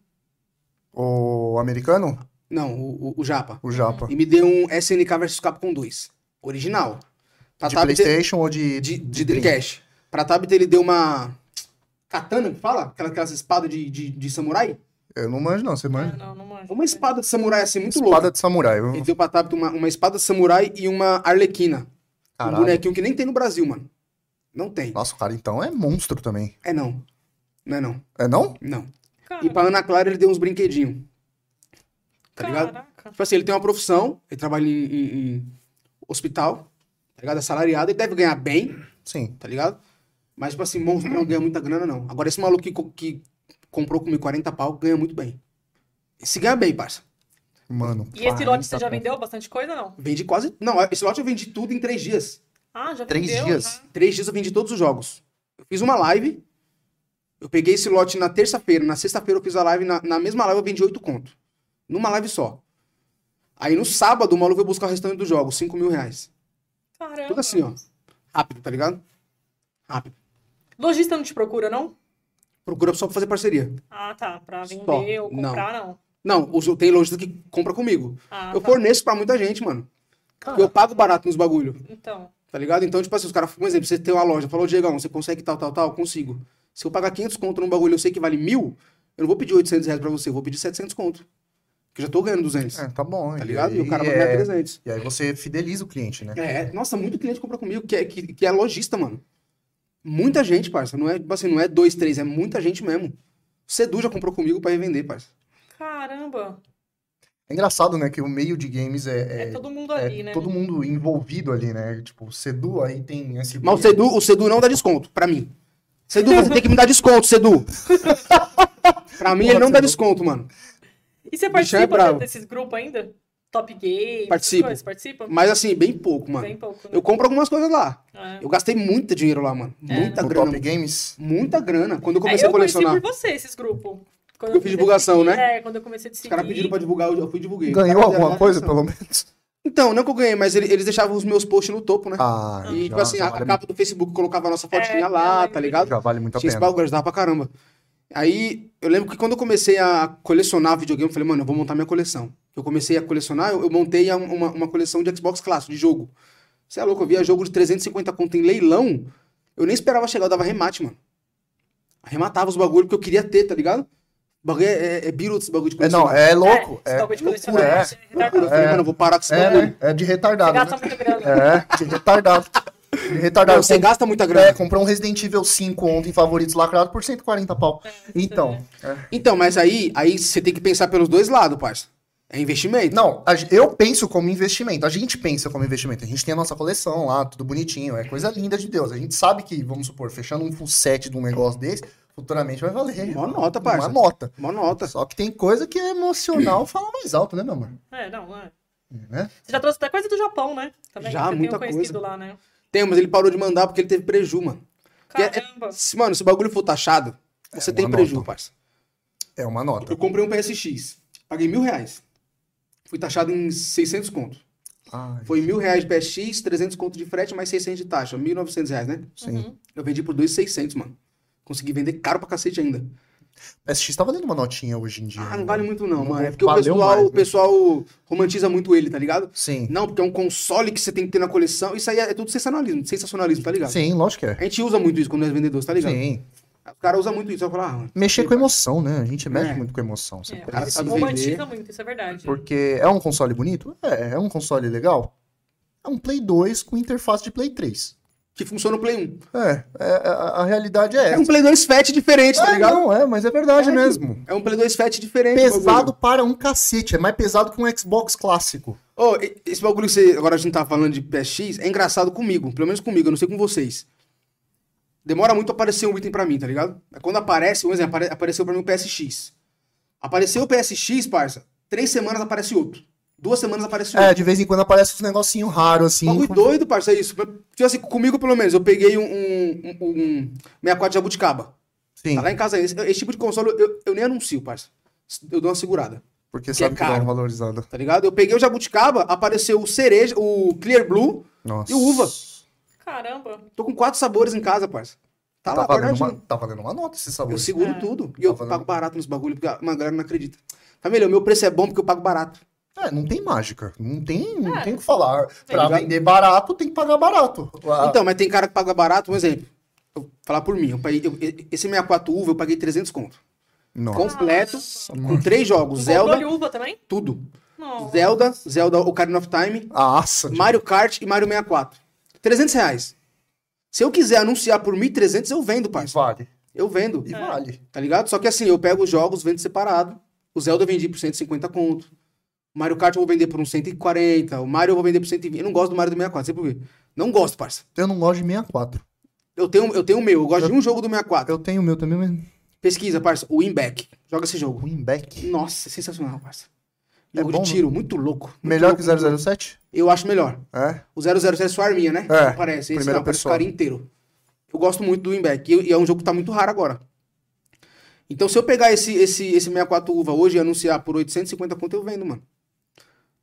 O americano? Não, o, o- o Japa. O japa. E me deu um SNK vs Capcom 2. Original. Ah, de tá, Tatá- Playstation ou de... de, de Dreamcast. Pra Tabitha ele deu uma katana, que fala? Aquela- Aquelas espadas de, de, de samurai. Eu não manjo não, você Ah, manja? não, não manjo. Uma espada de samurai assim, muito louca. Espada de samurai. eu- Ele deu pra Tabitha uma, uma espada de samurai e uma arlequina. Um Caralho. bonequinho que nem tem no Brasil, mano. Não tem. Nossa, o cara então é monstro também. É não. Não é não. É não? Não. Cara, E pra Ana Clara ele deu uns brinquedinhos. Tá ligado? caraca. Tipo assim, ele tem uma profissão, ele trabalha em, em- em hospital, tá ligado? Assalariado, ele deve ganhar bem, Sim. tá ligado? Mas, tipo assim, monstro não ganha muita grana, não. Agora, esse maluco que, co- que comprou comigo 40 pau ganha muito bem. Se ganha bem, parça. Mano. E esse lote você já 40 pau. vendeu bastante coisa, não? Vendi quase. Não, esse lote eu vendi tudo em três dias. Ah, já Três vendeu? dias? já? Em Três dias eu vendi todos os jogos. Eu fiz uma live. Eu peguei esse lote na terça-feira. Na sexta-feira eu fiz a live. Na, na mesma live eu vendi 8 conto. Numa live só. Aí no sábado o maluco veio buscar o restante dos jogos, 5 mil reais. Ah, Caramba. Tudo assim, ó. Rápido, tá ligado? Rápido. Lojista não te procura, não? Procura só pra fazer parceria. Ah, tá. Pra vender Só. ou Não. comprar, não. Não, os- tem lojista que compra comigo. Ah, Eu tá. forneço pra muita gente, mano. Porque eu pago barato nos bagulho, Então. tá ligado? Então, tipo assim, os caras, por exemplo, você tem uma loja, falou, Diegão, você consegue tal, tal, tal? Consigo. Se eu pagar 500 conto num bagulho, eu sei que vale mil, eu não vou pedir 800 reais pra você, eu vou pedir 700 conto. Que eu já tô ganhando 200, É, tá bom. tá ligado? E, o cara vai ganhar é... 300. E aí você fideliza o cliente, né? É, nossa, muito cliente compra comigo que é, que, que é lojista, mano. Muita gente, parça. Não é, tipo assim, não é dois, três, é muita gente mesmo. O Sedu já comprou comigo pra revender, parça. Caramba. É engraçado, né? Que o meio de games é... É, é- todo mundo é ali, né? todo mundo envolvido ali, né? Tipo, o Sedu aí tem esse... Mas o Sedu, o Sedu não dá desconto, pra mim. Sedu, você tem que me dar desconto, Sedu. pra mim, ele não dá Sedu. desconto, mano. E você Bichão é participa bravo. desses grupos ainda? Top Game? essas Participo. coisas? Participa? Mas assim, bem pouco, mano. Bem pouco, né? Eu compro algumas coisas lá. É. Eu gastei muito dinheiro lá, mano. É. Muita O grana. Top Games. Muita grana. Quando eu É, comecei a colecionar, conheci por você esses grupos. Quando Eu comecei a fiz divulgação, seguir- né? É, quando eu comecei a te os seguir. caras pediram pra divulgar, eu fui divulguei. Ganhou Os caras alguma deram coisa, atenção. pelo menos? Então, não que eu ganhei, mas ele- eles deixavam os meus posts no topo, né? Ah, e, tipo já- assim, já a, a vale- capa do Facebook colocava a nossa fotinha É, eu lá, lembro tá ligado? Já vale muito a Tinha esse pena. bagulho, ajudava pra caramba. Aí, eu lembro que quando eu comecei a colecionar videogame, eu falei, mano, eu vou montar minha coleção. Eu comecei a colecionar, eu, eu montei a- uma, uma coleção de Xbox clássico, de jogo. Você é louco, eu via jogo de 350 conto em leilão, eu nem esperava chegar, eu dava remate, mano. Arrematava os bagulhos que eu queria ter, tá ligado? O bagulho é, é, é biruta esse bagulho de É, não, colecionar. é louco. esse É, bagulho de colecionador, loucura, você Eu retardado. é. falei, mano, eu vou parar com esse é, bagulho. né? É de Você retardado, né? gasta muita grana. É, de retardado. De retardado. Não, você Com- gasta muita grana. É, comprou um Resident Evil 5 ontem, favoritos lacrado, por 140 pau. Então, É, Então, mas aí, aí você tem que pensar pelos dois lados, parça. É investimento. Não, a gen- eu penso como investimento. A gente pensa como investimento. A gente tem a nossa coleção lá, tudo bonitinho. É coisa linda de Deus. A gente sabe que, vamos supor, fechando um full set de um negócio desse, futuramente vai valer. Mó nota, Uma parça. nota. Mó nota. Só que tem coisa que é emocional fala mais alto, né, meu amor? É, não, é. Né? Você já trouxe até coisa do Japão, né? Também, Já, você muita tem um conhecido lá, né? Tem, mas ele parou de mandar porque ele teve preju, mano. Que é- Caramba. Se, mano, se o bagulho for taxado, você É, uma tem nota. preju, parça. É uma nota. Eu comprei um PSX. Paguei mil reais. Fui taxado em 600 conto. Ai, Foi mil reais de PSX, 300 conto de frete, mais 600 de taxa. 1.900 reais, né? sim. Uhum. Eu vendi por 2.600, mano. Consegui vender caro pra cacete ainda. SX tá valendo uma notinha hoje em dia. Ah, né? não vale muito não, Não mano. É porque o valeu pessoal, mais, né? o pessoal romantiza muito ele, tá ligado? Sim. Não, porque é um console que você tem que ter na coleção. Isso aí é tudo sensacionalismo, sensacionalismo, tá ligado? Sim, lógico que é. A gente usa muito isso quando nós vendedores, tá ligado? Sim. O cara usa muito isso, vai falar, ah, Mexer com emoção, né? A gente mexe É. muito com emoção. Você É, pode- cara isso sabe romantiza vender. muito, isso é verdade. Porque é um console bonito? É. É um console legal? É um Play 2 com interface de Play 3. que funciona o Play 1. É, é, a, a realidade é É essa. um Play 2 Fat diferente, tá É, ligado? não, é, mas é verdade É, mesmo. É um Play 2 Fat diferente. o Pesado bagulho. para um cacete. É mais pesado que um Xbox clássico. Ô, e- esse bagulho que você, agora a gente tá falando de PSX, é engraçado comigo, pelo menos comigo, eu não sei com vocês. Demora muito aparecer um item pra mim, tá ligado? Quando aparece, um exemplo, apare- apareceu pra mim o PSX. Apareceu o PSX, parça, três semanas aparece outro. Duas semanas aparece outro. É, de vez em quando aparece uns negocinhos raros assim. Bagulho com- doido, parça, é isso. Tipo assim, comigo pelo menos, eu peguei um, um, um, um 64 de jabuticaba. Sim, Tá lá em casa, esse, esse tipo de console eu, eu nem anuncio, parça. Eu dou uma segurada, porque que sabe é que dá uma caro. valorizada. tá ligado? Eu peguei o jabuticaba, apareceu o cereja, o clear blue, Nossa. E uva? Caramba. Tô com quatro sabores em casa, parça. Tá, Tá, lá, valendo guardadinho. uma, tá valendo uma nota esse sabor. Eu seguro É. tudo. E Tá eu valendo. pago barato nos bagulho, porque a uma galera não acredita. Família, o meu preço é bom porque eu pago barato. É, não tem mágica. Não tem, É. não tem o que falar. pra ligado? vender barato, tem que pagar barato. Ah, Então, mas tem cara que paga barato, um exemplo. Eu vou falar por mim. Eu paguei, eu, esse 64 uva eu paguei 300 conto. Nossa. Completo, mano. com três jogos. Zelda. Zelda, de uva também? tudo. Não. Zelda, Zelda Ocarina of Time, Nossa, tipo- de- Mario Kart e Mario 64. 300 reais. Se eu quiser anunciar por 1.300, eu vendo, parça. vale. Eu vendo. E vale. Tá ligado? Só que assim, eu pego os jogos, vendo separado. O Zelda eu vendi por 150 conto. O Mario Kart eu vou vender por uns 140. O Mario eu vou vender por 120. Eu não gosto do Mario do 64, sei por quê. Não gosto, parça. Eu não gosto de 64. Eu tenho, eu tenho o meu, eu gosto de um jogo do 64. Eu tenho o meu também, mas. Pesquisa, parça. O Winback. Joga esse jogo. Winback. Nossa, é sensacional, parça. É Jogo bom, de tiro, muito louco. muito Melhor que louco, né? muito louco. 007? Eu acho melhor. É. O 007 é sua arminha, né? É, Aparece. Esse primeira não, aparece o pessoa. cara inteiro. Eu gosto muito do Winback. E, e é um jogo que tá muito raro agora. Então, se eu pegar esse, esse, esse 64 uva hoje e anunciar por 850 conto, eu vendo, mano.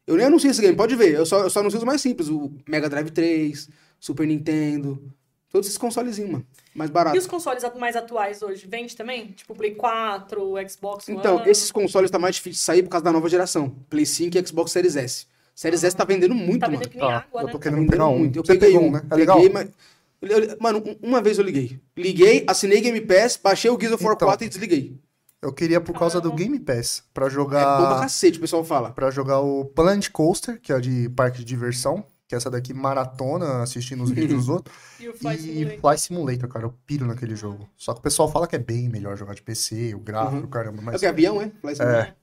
Eu nem anuncio esse game, pode ver. Eu só, eu só anuncio os mais simples. O Mega Drive 3, Super Nintendo. Todos esses consolezinhos, mano. Mais barato. E os consoles atu- mais atuais hoje? Vende também? Tipo Play 4, Xbox One? Então, esses consoles tá mais difícil de sair por causa da nova geração. Play 5 e Xbox Series S. Series S tá vendendo muito, Tá mano. vendendo que nem água, Eu né? tô Tá querendo vendendo pegar um. muito. Eu Você peguei pegou um, um, né? É peguei, legal? mas- eu- eu- Mano, um- uma vez eu liguei. Liguei, assinei Game Pass, baixei o Gears of War Então. 4 e desliguei. Eu queria por causa do Caramba. Game Pass. Pra Ah. É bom pra jogar. cacete, o pessoal fala. pra jogar o Planet Coaster, que é de parque de diversão. Que é essa daqui maratona assistindo os vídeos dos outros. E o Fly E Simulator? Fly Simulator, cara, eu piro naquele jogo. Só que o pessoal fala que é bem melhor jogar de PC, o gráfico, Ah. Uhum. caramba, É o mas que, avião, é? Fly Simulator. É.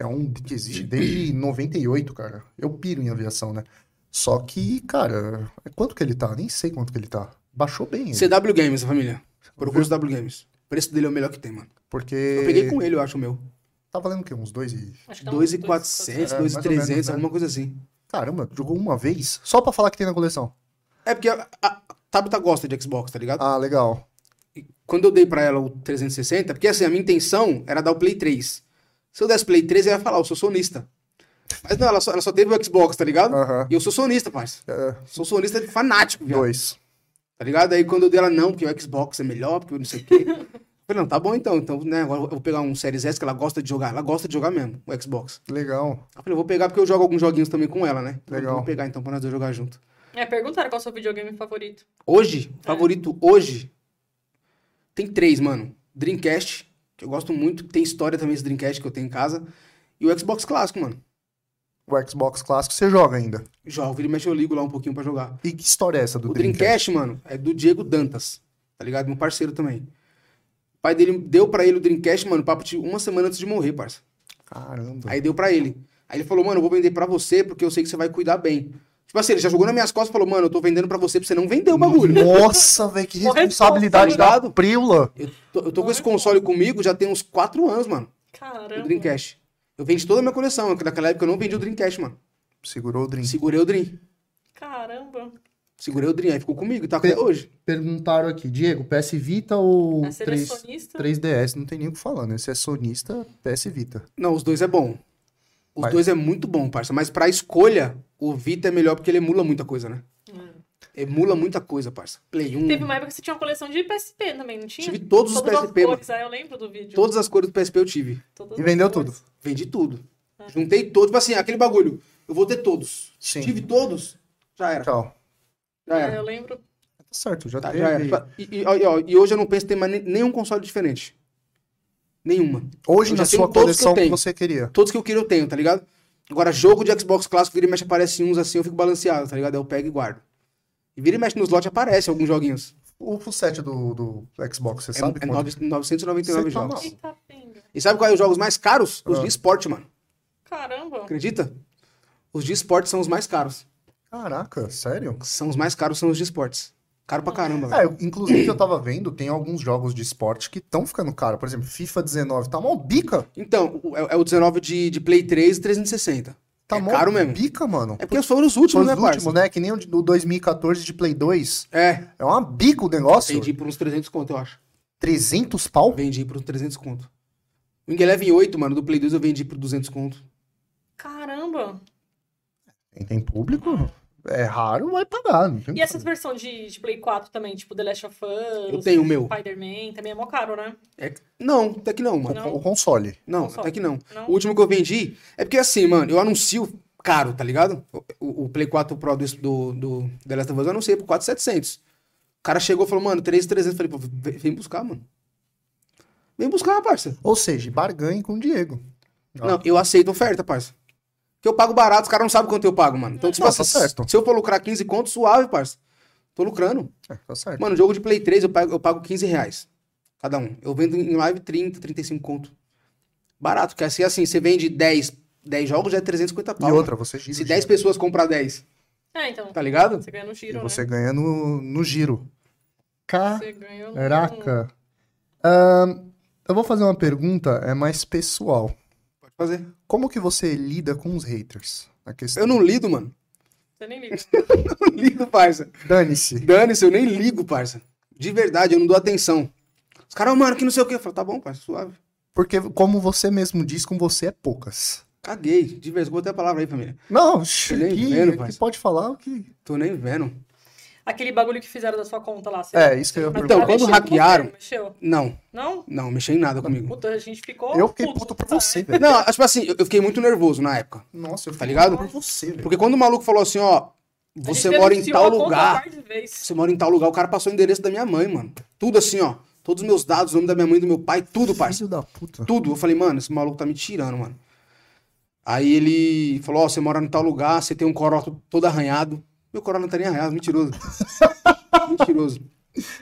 É um que existe desde 98, cara. Eu piro em aviação, né? Só que, cara, quanto que ele tá? Nem sei quanto que ele tá. Baixou bem ele. CW Games, a família. Procura os W Games. O preço dele é o melhor que tem, mano. Porque. Eu peguei com ele, eu acho, o meu. Tá valendo o quê? Uns dois e. Acho que é tá um dá uns 2,400, É, mais ou 2,300, menos, né? alguma coisa assim. Caramba, jogou uma vez? Só pra falar que tem na coleção. É porque a, a, a Tabata gosta de Xbox, tá ligado? Ah, legal. Quando eu dei pra ela o 360, porque assim, a minha intenção era dar o Play 3. Se eu desse Play 3, ela ia falar, eu sou sonista. Mas não, ela só, ela só teve o Xbox, tá ligado? Aham. E eu sou sonista, parça. É, Sou sonista fanático, viado. dois. Tá ligado? Aí quando eu dei ela, não, porque o Xbox é melhor, porque eu não sei o quê. Eu Falei, não, tá bom então. Então, né, agora eu vou pegar um Series S que ela gosta de jogar. Ela gosta de jogar mesmo, o Xbox. Legal. Eu falei, eu vou pegar porque eu jogo alguns joguinhos também com ela, né? Então, Legal. Eu vou pegar então pra nós dois jogar junto. É, perguntaram qual é o seu videogame favorito. Hoje, favorito hoje, tem três, mano. Dreamcast, que eu gosto muito. Tem história também esse Dreamcast que eu tenho em casa. E o Xbox clássico, mano. O Xbox clássico você joga ainda. Jogo, ele mexe, eu ligo lá um pouquinho pra jogar. E que história é essa do O Dreamcast, mano, é do Diego Dantas, tá ligado? Meu parceiro também. O pai dele deu pra ele o Dreamcast, mano, papo de uma semana antes de morrer, parça. Caramba. Aí deu pra ele. Aí Aí ele falou, mano, eu vou vender pra você porque eu sei que você vai cuidar bem. Tipo assim, ele já jogou nas minhas costas e falou, mano, eu tô vendendo pra você pra você não vender o bagulho. Nossa, velho, que Correção, responsabilidade tá da ligado? Prila. Eu tô, eu tô com esse console comigo já tem uns 4 anos, mano. O Caramba. Dreamcast. Eu vendi toda a minha coleção. Naquela época eu não vendi o Dreamcast, mano. Segurou o drink. Segurei o Dream. Caramba. Segurei o Dream. Aí ficou comigo, tá até hoje. Perguntaram aqui, Diego, PS Vita ou Um, É 3, selecionista? 3DS? Não tem nem o que falar, né? Se é sonista, PS Vita. Não, os dois é bom. Os Mas- dois é muito bom, parça. Mas pra escolha, o Vita é melhor porque ele emula muita coisa, né? Hum. Emula muita coisa, parça. Play 1. Teve uma época que você tinha uma coleção de PSP também, não tinha? Tive todos os Todas as PSP, mano. cores, ah, eu lembro do vídeo. Todas as cores do PSP eu tive. Todas E as vendeu cores. tudo. Vendi tudo. Juntei todos. Tipo assim, aquele bagulho. Eu vou ter todos. Sim. Tive todos. Já era. Tchau. Já É, era. eu lembro. Tá certo, já Tá, teve. já era. E, e- ó, e, ó, e hoje eu não penso em ter mais ne- nenhum console diferente. Nenhuma. Hoje, Eu já na tenho sua todos que eu coleção que, tenho. você queria. Todos que eu queria eu tenho, tá ligado? Agora, jogo de Xbox clássico, vira e mexe, aparece uns assim, eu fico balanceado, tá ligado? Aí Eu pego e guardo. E vira e mexe nos lotes, aparece alguns joguinhos. O full set do, do Xbox, você É, sabe é quanto? nove- 999 Você tá jogos. maluco. Eita, pinga. E sabe quais são os jogos mais caros? Os Ah. de esporte, mano. Caramba. Acredita? Os de esporte são os mais caros. Caraca, sério? São os mais caros, são os de esportes. Caro pra caramba, velho. É, eu- inclusive eu tava vendo, tem alguns jogos de esporte que estão ficando caro. Por exemplo, FIFA 19, tá mó bica. Então, o- é, é o 19 de, de Play 3 e 360. Tá é mó caro mesmo. bica, mano. É porque foram os Foi últimos, os né, últimos, parça? né? Que nem o de- do 2014 de Play 2. É, É uma bica o negócio. vendi por uns 300 conto, eu acho. 300 pau? Vendi por uns 300 conto. O Wing Eleven 8, mano, do Play 2 eu vendi por 200 conto. Caramba. Tem, tem público? É raro, vai pagar. Não tem E essas versões de, de Play 4 também, tipo The Last of Us, Eu tenho o meu. Spider-Man, também é mó caro, né? É- Não, até que não, mano. Não. o, o console. Não, Console. até que não. Não? O último que eu vendi é porque assim, mano, eu anuncio caro, tá ligado? O, o- o Play 4 Pro do, do, do The Last of Us eu anunciei por 4,700. O cara chegou e falou, mano, 3,300. Falei, pô, vem vem buscar, mano. Vem buscar, parça. Ou seja, barganhe com o Diego. Ah. Não, eu aceito oferta, parça. Porque eu pago barato, os caras não sabem quanto eu pago, mano. Então, tipo Não, assim, tá certo. se eu for lucrar 15 conto, suave, parça. Tô lucrando. É, tá certo. Mano, jogo de Play 3 eu pago, eu pago 15 reais. Cada um. Eu vendo em live 30, 35 conto. Barato, porque assim, assim você vende 10, 10 jogos, já é 350 pau. e mano. outra, você gira. Se o 10 giro. pessoas comprar 10, É, então. tá ligado? Você ganha no E giro, você né? ganha no, no giro. Você ganha um no... Caraca. Ahn, eu vou fazer uma pergunta, é mais pessoal. Pode fazer. Como que você lida com os haters? A questão... Eu não lido, mano. Você nem liga. Eu não ligo, parça. Dane-se. Dane-se, eu nem ligo, parça. De verdade, eu não dou atenção. Os caras, "Ah, mano, que não sei o quê. Eu falo, tá bom, parça, suave. Porque, como você mesmo diz, com você é poucas. Caguei. De verdade, vou até a palavra aí, família. Não, que, nem vendo, que parça. pode falar o que. Tô nem vendo. Aquele bagulho que fizeram da sua conta lá. Você... É, isso que eu ia Mas perguntar. Então, tá quando mexendo com hackearam- você, Mexeu? Não, Não? não, mexi em nada comigo. Puta, a gente ficou... Eu fiquei puto por você, velho. Não, tipo assim, eu eu fiquei muito nervoso na época. Nossa, eu Tá fiquei ligado? por você, velho. Porque quando o maluco falou assim, ó, você mora em tal lugar, você mora em tal lugar, o cara passou o endereço da minha mãe, mano. Tudo assim, ó. Todos os meus dados, o nome da minha mãe, do meu pai, tudo, parça. Filho da puta. Tudo. Eu falei, mano, esse maluco tá me tirando, mano. Aí ele falou, ó, você mora em tal lugar, você tem um coró to- todo arranhado. Meu coró não tá nem arranhado, mentiroso. mentiroso.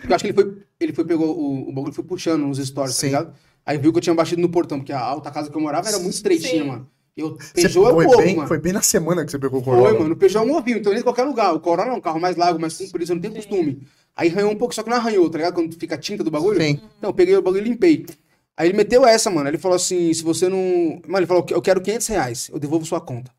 Eu acho que ele foi, ele foi, pegou o, o bagulho, foi puxando nos stories, Sim. tá ligado? Aí viu que eu tinha batido no portão, porque a alta casa que eu morava era muito estreitinha, Sim. mano. Eu Você Peugeot é foi, pouco, bem, mano. foi bem na semana que você pegou o Corolla. Foi, mano. O Peugeot é um ovinho, então nem em qualquer lugar. O Corolla é um carro mais largo, mais comprido, você não tem costume. Aí arranhou um pouco, só que não arranhou, tá ligado? Quando fica a tinta do bagulho. Sim. Então, eu peguei o bagulho e limpei. Aí ele meteu essa, mano. Ele falou assim: se você não. Mano, ele falou: eu quero 500 reais, eu devolvo sua conta.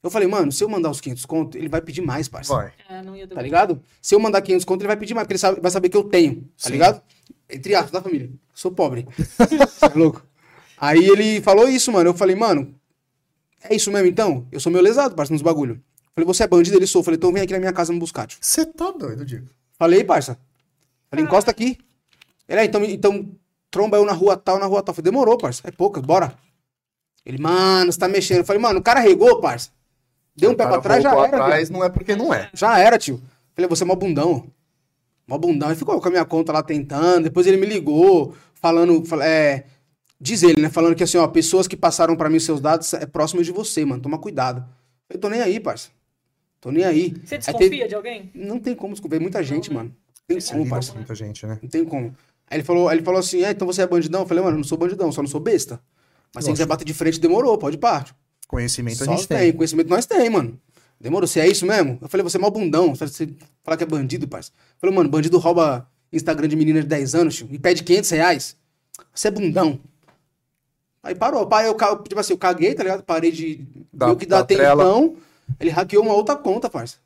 Eu falei, mano, se eu mandar os 500 conto, ele vai pedir mais, parça. Vai. É, não ia Tá devolver. ligado? Se eu mandar 500 conto, ele vai pedir mais, porque ele sabe- vai saber que eu tenho, tá Sim. ligado? Entre aspas, da família. Sou pobre. Cê é louco. Aí ele falou isso, mano. Eu falei, mano, é isso mesmo então? Eu sou meu lesado, parça, nos bagulho. Falei, você é bandido? Ele sou. Falei, então vem aqui na minha casa me buscar, tio. Você tá doido, Diego. Falei, parça. Falei, encosta aqui. Ele, ah, então, então tromba eu na rua tal, na rua tal. Falei, demorou, parça. É pouca, bora. Ele, mano, você tá mexendo. Eu falei, mano, o cara regou, parça. Deu um pé pra trás, já era. viado. atrás, não é porque não é. Já era, tio. Falei, você é mó bundão. Mó bundão. Ele ficou com a minha conta lá tentando. Depois ele me ligou, falando. fal- É, diz ele, né? Falando que assim, ó, pessoas que passaram pra mim os seus dados é próximo de você, mano. Toma cuidado. Eu tô nem aí, parça. Tô nem aí. Você Aí desconfia teve- de alguém? Não tem como desculpar. É muita gente, né? mano. Não tem Você como, Lida parça. com muita gente, né? Não tem como. Aí ele falou, aí ele falou assim: é, então você é bandidão? Eu falei, mano, eu não sou bandidão, só não sou besta. Mas se você quiser bater de frente, demorou, pode ir pá. Conhecimento Só a gente tem. Conhecimento nós tem, mano. Demorou, você é isso mesmo? Eu falei, você é mó bundão. Você você fala que é bandido, parça. Eu falei, mano, bandido rouba Instagram de menina de 10 anos, tio, e pede 500 reais. Você é bundão. Aí parou. Pai, eu, ca- tipo assim, eu caguei, tá ligado? Parei de Da- ver o que dá da trela. atenção. Ele hackeou uma outra conta, parça.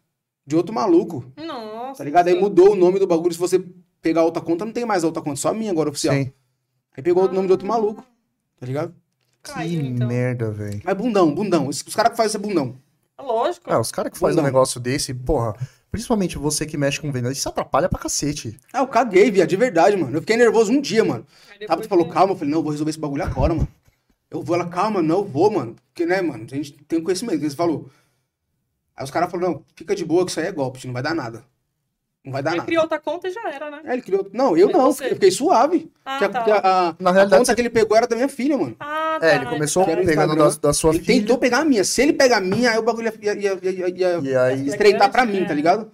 De outro maluco, Nossa. tá ligado? Aí mudou o nome do bagulho. Se você pegar outra conta, não tem mais a outra conta, só a minha agora oficial. Sim. Aí pegou o nome de outro maluco, tá ligado? Caiu, que assim, né? então. merda, velho. Mas bundão, bundão. Os os caras que fazem isso é bundão. Lógico. Ah, os caras que fazem um Bundão. negócio desse, porra, principalmente você que mexe com venda, isso atrapalha pra cacete. Ah, eu caguei, viado, de verdade, mano. Eu fiquei nervoso um dia, mano. Aí O depois Tabata falou, que- calma, eu falei, não, eu vou resolver esse bagulho agora, mano. Eu vou, ela, calma, não, eu vou, mano. Porque, né, mano, a gente tem conhecimento, que você falou. Aí os caras falaram, não, fica de boa que isso aí é golpe, tio, não vai dar nada. Não vai dar Ele nada. criou outra conta e já era, né? É, ele criou. Não, eu Mas não, você- eu fiquei suave. Ah, Porque a- tá. porque a, a- Na a realidade, conta você- que ele pegou era da minha filha, mano. Ah, tá. É, ele começou Quero pegando da, Instagram. da sua ele filha. tentou pegar a minha. Se ele pegar a minha, aí o bagulho ia, ia, ia, ia, ia E aí. estreitar pra mim, É. tá ligado?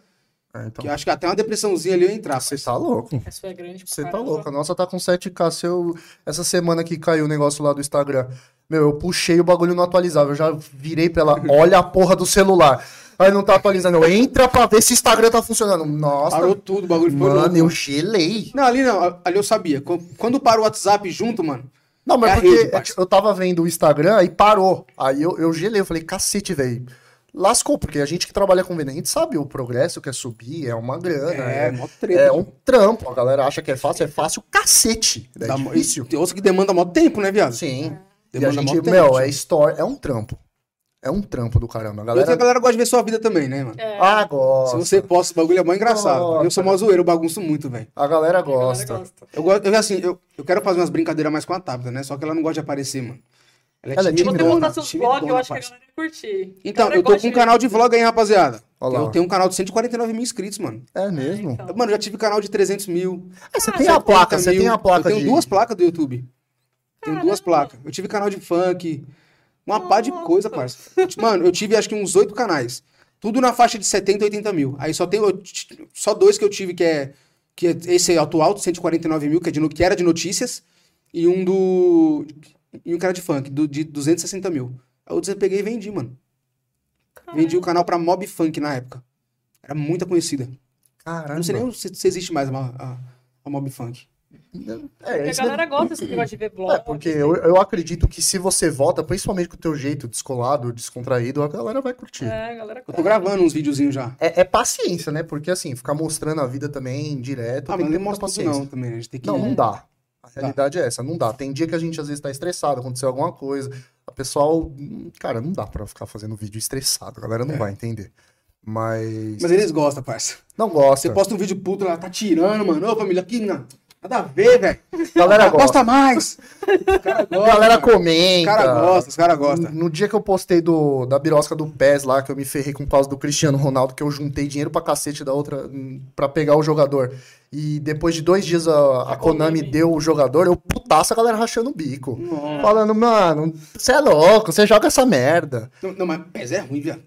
É, então, Que eu acho que até uma depressãozinha ali eu ia entrar. você tá louco. Essa foi grande. pra Você tá caramba. louco. A nossa tá com 7K. Se eu- Essa semana que caiu o negócio lá do Instagram. Meu, eu puxei o bagulho não atualizava. Eu já virei pra ela, olha a porra do celular. Aí não tá atualizando. Eu entra pra ver se o Instagram tá funcionando. Nossa, Parou tudo, o bagulho foi tá mano, louco, eu gelei. Não, ali não, ali eu sabia. Qu- Quando para o WhatsApp junto, mano, Não, mas É a porque rede, parça. eu tava vendo o Instagram e parou. Aí eu, eu gelei, eu falei, cacete, velho. Lascou, porque a gente que trabalha com venda, a gente sabe o progresso que é subir, é uma grana, é, é, mó é, treta. um trampo. A galera acha que é fácil, é fácil, cacete. É Dá mó- difícil. Tem outros que demanda mó tempo, né, viado? Sim. E a Demanda gente, mó tempo. tipo, meu, é história, é um trampo. É um trampo do caramba. A Eu sei que a galera galera gosta de ver sua vida também, né, mano? É, ah, Se gosta. você posta, o bagulho é mó engraçado. Nossa. Eu sou mó zoeiro, eu bagunço muito, velho. A galera a galera gosta. Eu gosto, eu, assim, eu, eu quero fazer umas brincadeiras mais com a Tabata, né? Só que ela não gosta de aparecer, mano. Ela é Se você Timidona, montar seus vlogs, eu acho que a tá parça. galera ia curtir. Então, Galera eu tô gosta com um de- canal de vlog aí, rapaziada. Olha lá, ó. Eu tenho um canal de 149 mil inscritos, mano. É mesmo? então. Mano, eu já tive canal de 300 mil. É, você tem a 70 placa, você mil. tem a placa Eu tenho de... duas placas do YouTube. Tenho duas Caramba. placas. Eu tive canal de funk, uma pá de Nossa. coisa, parça. Mano, eu tive acho que uns oito canais. Tudo na faixa de 70, 80 mil. Aí só tem eu t- só dois que eu tive, que é, que é esse atual, de 149 mil, que, é de no- que era de notícias, e um do. E um cara de funk, do, de 260 mil. Aí outros eu peguei e vendi, mano. Ah, Vendi é? o canal pra Mob Funk na época. Era muita conhecida. Eu Não sei Caramba. nem se, se existe mais uma- a, a Mob Funk. É, Porque a isso galera gosta desse negócio de ver vlog. É, porque eu, eu acredito que se você vota, principalmente com o teu jeito descolado, descontraído, a galera vai curtir. É. É, a galera Eu gosta. tô gravando uns videozinhos já. é paciência, né? Porque assim, ficar mostrando a vida também direto, Ah, tem mas que ter muita não mostra tudo paciência. não também, né? A gente tem que... Tá. Não, não, dá. A realidade é essa, não dá. Tem dia que a gente às vezes tá estressado, aconteceu alguma coisa. A pessoal, hum, cara, não dá pra ficar fazendo vídeo estressado, a galera não vai entender. Mas, É. Mas eles gostam, parça. não gosta. Você posta um vídeo puto lá, tá tirando, mano. Ô, família, aqui não. Nada a ver, velho. Galera Posta gosta. mais. Os cara A gosta, galera mano. comenta. Os cara gosta, os cara gosta. No, no dia que eu postei do, da birosca do PES lá, que eu me ferrei com o causa do Cristiano Ronaldo, que eu juntei dinheiro pra cacete da outra hum, pra pegar o jogador. E depois de dois dias a, a A Konami Konami. deu o jogador, eu putaço a galera rachando o bico. Nossa. Falando, mano, você é louco, você joga essa merda. Não, não, mas PES é ruim, viado.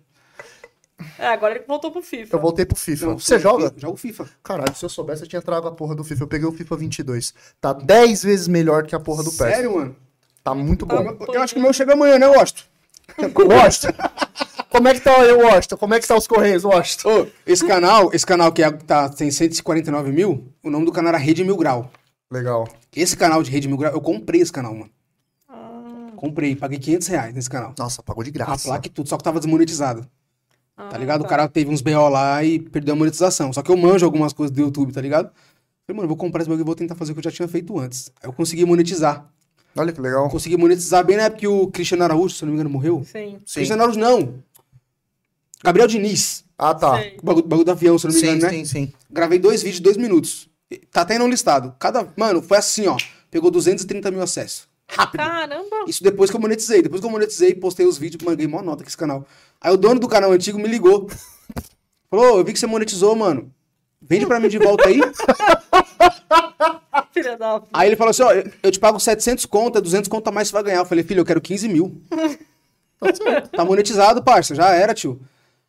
É, agora ele voltou pro FIFA. Eu voltei pro FIFA. Não, você eu joga? FIFA, Jogo FIFA. Caralho, se eu soubesse, eu tinha trago a porra do FIFA. Eu peguei o FIFA 22. Tá 10 vezes melhor que a porra do PES. Sério, mano? Tá muito Tá bom. muito Eu, eu acho que o meu chega amanhã, né, Washington? Washington, como é que tá aí, Washington? Como é que tá os Correios, Washington? Ô, esse canal, esse canal que é- tá, tem 149 mil, o nome do canal era Rede Mil Grau. Legal. Esse canal de Rede Mil Grau, eu comprei esse canal, mano. Ah, Comprei, paguei 500 reais nesse canal. Nossa, pagou de A graça. placa e tudo, só que tava desmonetizado. Tá ah, ligado? O cara teve uns BO lá e perdeu a monetização. Só que eu manjo algumas coisas do YouTube, tá ligado? Falei, mano, eu vou comprar esse bagulho e vou tentar fazer o que eu já tinha feito antes. Aí eu consegui monetizar. Olha que legal. Eu consegui monetizar bem na época que o Cristiano Araújo, se eu não me engano, morreu. Sim. Sim. Cristiano Araújo não. Gabriel Diniz. Ah, tá. Sim. O bagulho, bagulho do avião, se eu não me Sim, engano, né? sim, sim. Gravei dois vídeos de dois minutos. E Tá até não listado. Cada. Mano, foi assim, ó. Pegou 230 mil acessos. Rápido. Caramba. Isso depois que eu monetizei. Depois que eu monetizei, postei os vídeos, mano, ganhei mó nota com esse canal. Aí o dono do canal antigo me ligou. Falou, "Ô, eu vi que você monetizou, mano. Vende pra mim de volta aí. Filha da puta. Aí ele falou assim, ó, eu- eu te pago 700 conto, é 200 conto a mais você vai ganhar. Eu falei, filho, eu quero 15 mil. tá monetizado, parça, já era, tio.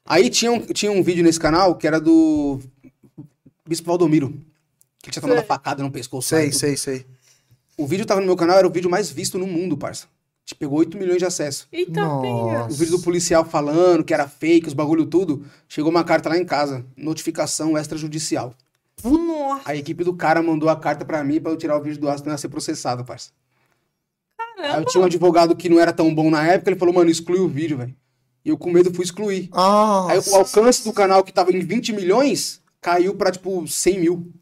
Aí tinha um, tinha um vídeo nesse canal que era do Bispo Valdomiro. Que tinha tomado Sei. uma facada no pescoço. lá e Sei, tudo. sei, sei. O vídeo tava no meu canal, era o vídeo mais visto no mundo, parça. Te pegou 8 milhões de acesso. Eita, Nossa. penha. Os vídeos do policial falando que era fake, os bagulho tudo. Chegou uma carta lá em casa. Notificação extrajudicial. Nossa, A equipe do cara mandou a carta pra mim pra eu tirar o vídeo do Aston e ser processado, parça. Aí eu caramba. tinha um advogado que não era tão bom na época, ele falou, mano, exclui o vídeo, velho. E eu com medo fui excluir. Ah, Aí o alcance do canal que tava em 20 milhões caiu pra, tipo, 100 mil.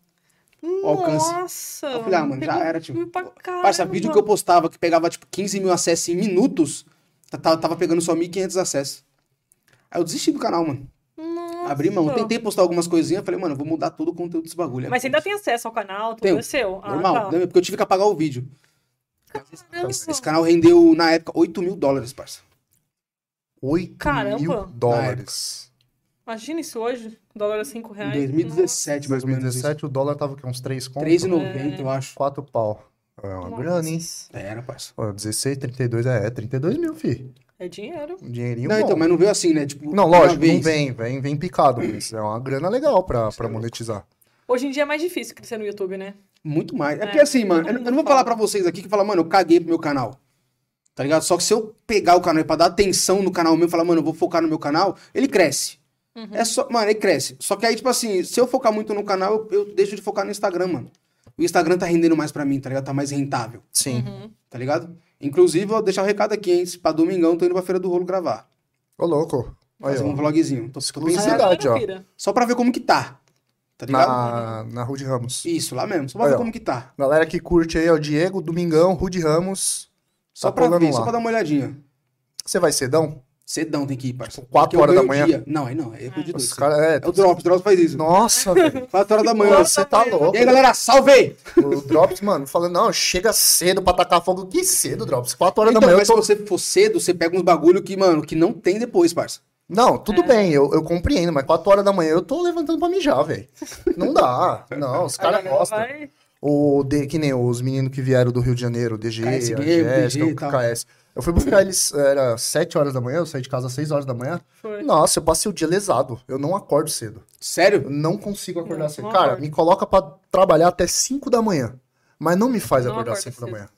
o alcance. Nossa. Eu falei, ah, mano, já pegou era, tipo, filme pra Parça, caramba. vídeo que eu postava que pegava, tipo, 15 mil acessos em minutos, tá- tá- tava pegando só 1.500 acessos. Aí eu desisti do canal, mano. Nossa. então. Abri mão. Tentei postar algumas coisinhas, falei, mano, eu vou mudar todo o conteúdo desse bagulho. Mas você ainda tem acesso ao canal, tudo né? Tenho. é seu. Ah, Normal, tá. Então. né? porque eu tive que apagar o vídeo. Caramba. Esse, esse canal rendeu, na época, 8 mil dólares, parça. 8 mil Caramba. dólares. Imagina isso hoje, um dólar a 5 Em reais. 2017, mais ou menos. isso. 2017 o dólar tava o quê? Uns 3 conto? 3,90, É. eu acho. 4 pau. É uma Nossa. grana, hein? Era, parça. Ó, 16, 32, é, é 32 mil, fi. É dinheiro. Um dinheirinho Não, bom. então, mas não veio assim, né? Tipo, Não, de uma lógico, não vez. vem, vem, vem picado, mas é uma grana legal pra, pra é louco. monetizar. Hoje em dia é mais difícil crescer no YouTube, né? Muito mais. É, É, porque assim, mano, todo eu, eu mundo não vou falar fala. pra vocês aqui que falar, mano, eu caguei pro meu canal. Tá ligado? Só que se eu pegar o canal e pra dar atenção no canal meu e falar, mano, eu vou focar no meu canal, ele cresce. Uhum. É só, mano, ele cresce. Só que aí, tipo assim, se eu focar muito no canal, eu, eu deixo de focar no Instagram, mano. O Instagram tá rendendo mais pra mim, tá ligado? Tá mais rentável, Sim. Uhum. tá ligado? Inclusive, eu vou deixar um recado aqui, hein? Se Pra domingão, tô indo pra Feira do Rolo gravar. Ô, louco. Aí, Fazer um ó, vlogzinho. Tô, tô Aí a pensando. Exclusividade. Cidade, galera ó. pira. Só pra ver como que tá. Tá ligado? na, na Rude Ramos. Isso, lá mesmo. Só pra Aí, ver ó. como que tá. Galera que curte aí, ó, Diego, Domingão, Rude Ramos. Só Tá pra colando ver, só lá. pra dar uma olhadinha. Você vai cedão? Cedão tem É que ir, parça. Tipo, quatro Porque eu horas da ganho manhã? dia. Não, aí não, aí é coisa de doido. Os caras, é. É o Drops, o Drops faz isso. Nossa, velho. 4 horas da manhã. Nossa, Você tá velho. louco. E aí, galera, salve! O Drops, mano, falando, não, chega cedo pra tacar fogo. Que cedo, Drops? 4 horas Então, da manhã eu mas tô... se você for cedo, você pega uns bagulho que, mano, que não tem depois, parça. Não, É. tudo bem, eu, eu compreendo, mas 4 horas da manhã eu tô levantando pra mijar, velho. Não dá. Não, os A caras galera gostam. vai- O de, que nem os meninos que vieram do Rio de Janeiro, o DG, a KS Game, Jéssica, DG e o tal. KS. Eu fui buscar eles, era 7 horas da manhã, eu saí de casa às 6 horas da manhã. Foi. Nossa, eu passei o dia lesado. Eu não acordo cedo. Eu Sério? não consigo acordar Não, cedo. não Cara, acordo. me coloca pra trabalhar até 5 da manhã. Mas não me faz Não acordar acordo 5 da cedo. manhã.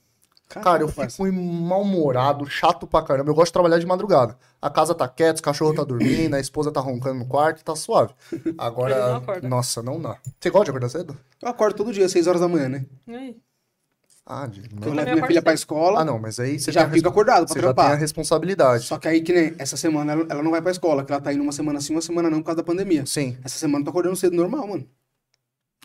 Tá Cara, eu fico mal-humorado, chato pra caramba. Eu gosto de trabalhar de madrugada. A casa tá quieta, os cachorros tá dormindo, a esposa tá roncando no quarto, tá suave. Mas não Agora, acorda. nossa, não dá. Você gosta de acordar cedo? Eu acordo todo dia, 6 horas da manhã, né? E aí? Ah, de... Eu também levo minha acordo filha pra cedo. escola, ah não, mas aí você já tem a fico acordado pra Você já tem a trampar. responsabilidade. Só que aí, que nem essa semana, ela, ela não vai pra escola, que ela tá indo uma semana sim, uma semana não, por causa da pandemia. Sim. Essa semana eu tô acordando cedo, normal, mano.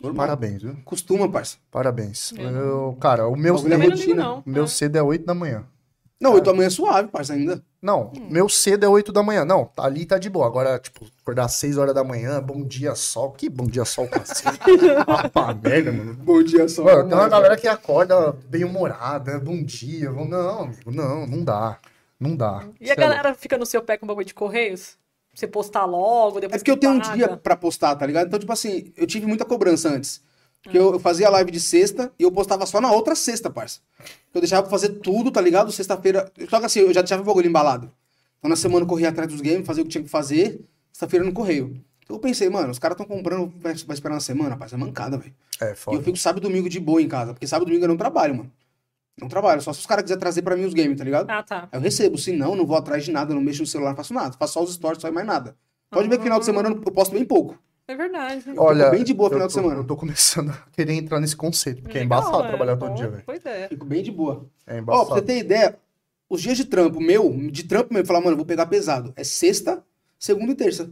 Normal. Parabéns, viu? Costuma, parça. Parabéns. É. Eu, cara, o meu, O bagulho é Também não ligo, cedo, rotina. não. meu Ah. cedo é 8 da manhã. Não, eu tô amanhã suave, parça, ainda. Não, Hum. meu cedo é 8 da manhã. Não, tá ali tá de boa. Agora, tipo, acordar às 6 horas da manhã, bom dia sol. Que bom dia sol, cacete. Ah, pá, merda, mano. Bom dia, só. Mano, tem uma galera que acorda bem humorada, bom dia. vão- Não, amigo, não, não dá. Não dá. E Cê a é galera fica no seu pé com bagulho de correios? Você postar logo, depois É porque eu tenho um paga. dia pra postar, tá ligado? Então, tipo assim, eu tive muita cobrança antes. Porque eu, eu fazia live de sexta e eu postava só na outra sexta, parça. Eu deixava pra fazer tudo, tá ligado? Sexta-feira. Só que assim, eu já deixava o bagulho embalado. Então na semana eu corria atrás dos games, fazia o que tinha que fazer. Sexta-feira no correio. Então, eu pensei, mano, os caras tão comprando, vai, vai esperar uma semana, parça. É mancada, velho. louco. É, E eu foda. fico sábado e domingo de boa em casa. Porque sábado e domingo eu não trabalho, mano. Não trabalho. Só se os caras quiserem trazer pra mim os games, tá ligado? Ah, tá. Aí eu recebo, se não, não vou atrás de nada, não mexo no celular, não faço nada, faço só os stories, só e mais nada. Pode ver que final de semana eu não- eu posto bem pouco. É verdade. Olha, bem de boa eu final de tô- semana. Eu tô começando a querer entrar nesse conceito, porque é Legal, embaçado é. trabalhar todo Bom, dia, velho. Pois é. Fico bem de boa. É Ó, pra embaçado. você ter ideia, os dias de trampo meu, de trampo mesmo, falar, mano, eu vou pegar pesado. É sexta, segunda e terça.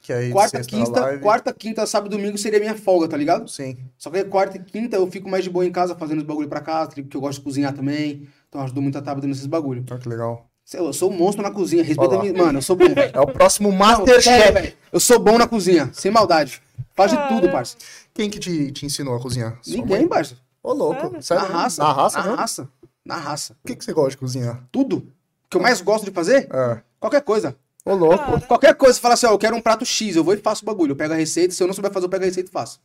que aí Quarta, sexta na quinta, live, quarta, quinta, sábado e domingo seria minha folga, tá ligado? Sim. Só que aí quarta e quinta eu fico mais de boa em casa, fazendo os bagulho pra casa, porque eu gosto de cozinhar também. Então eu ajudo muito a Tabata nesses bagulho. Olha que legal. Sei lá, Eu sou um monstro na cozinha, respeita Olha a lá. minha... Mano, eu sou bom, velho. É o próximo Sério, Masterchef. velho. Ah, né? Eu sou bom na cozinha, sem maldade. Faz de tudo, parça. Quem que te, te ensinou a cozinhar? Sua Ninguém, mãe? parça. Ô, louco. Sério? Sério? Na raça. Tá Na raça, Na né? raça. Na raça. O que, que você gosta de cozinhar? Tudo. O que eu mais gosto de fazer? É. Ah. Qualquer coisa. Ô, louco. Qualquer coisa, você fala assim, ó, eu quero um prato X, eu vou e faço o bagulho. Eu pego a receita, se eu não souber fazer, eu pego a receita e faço.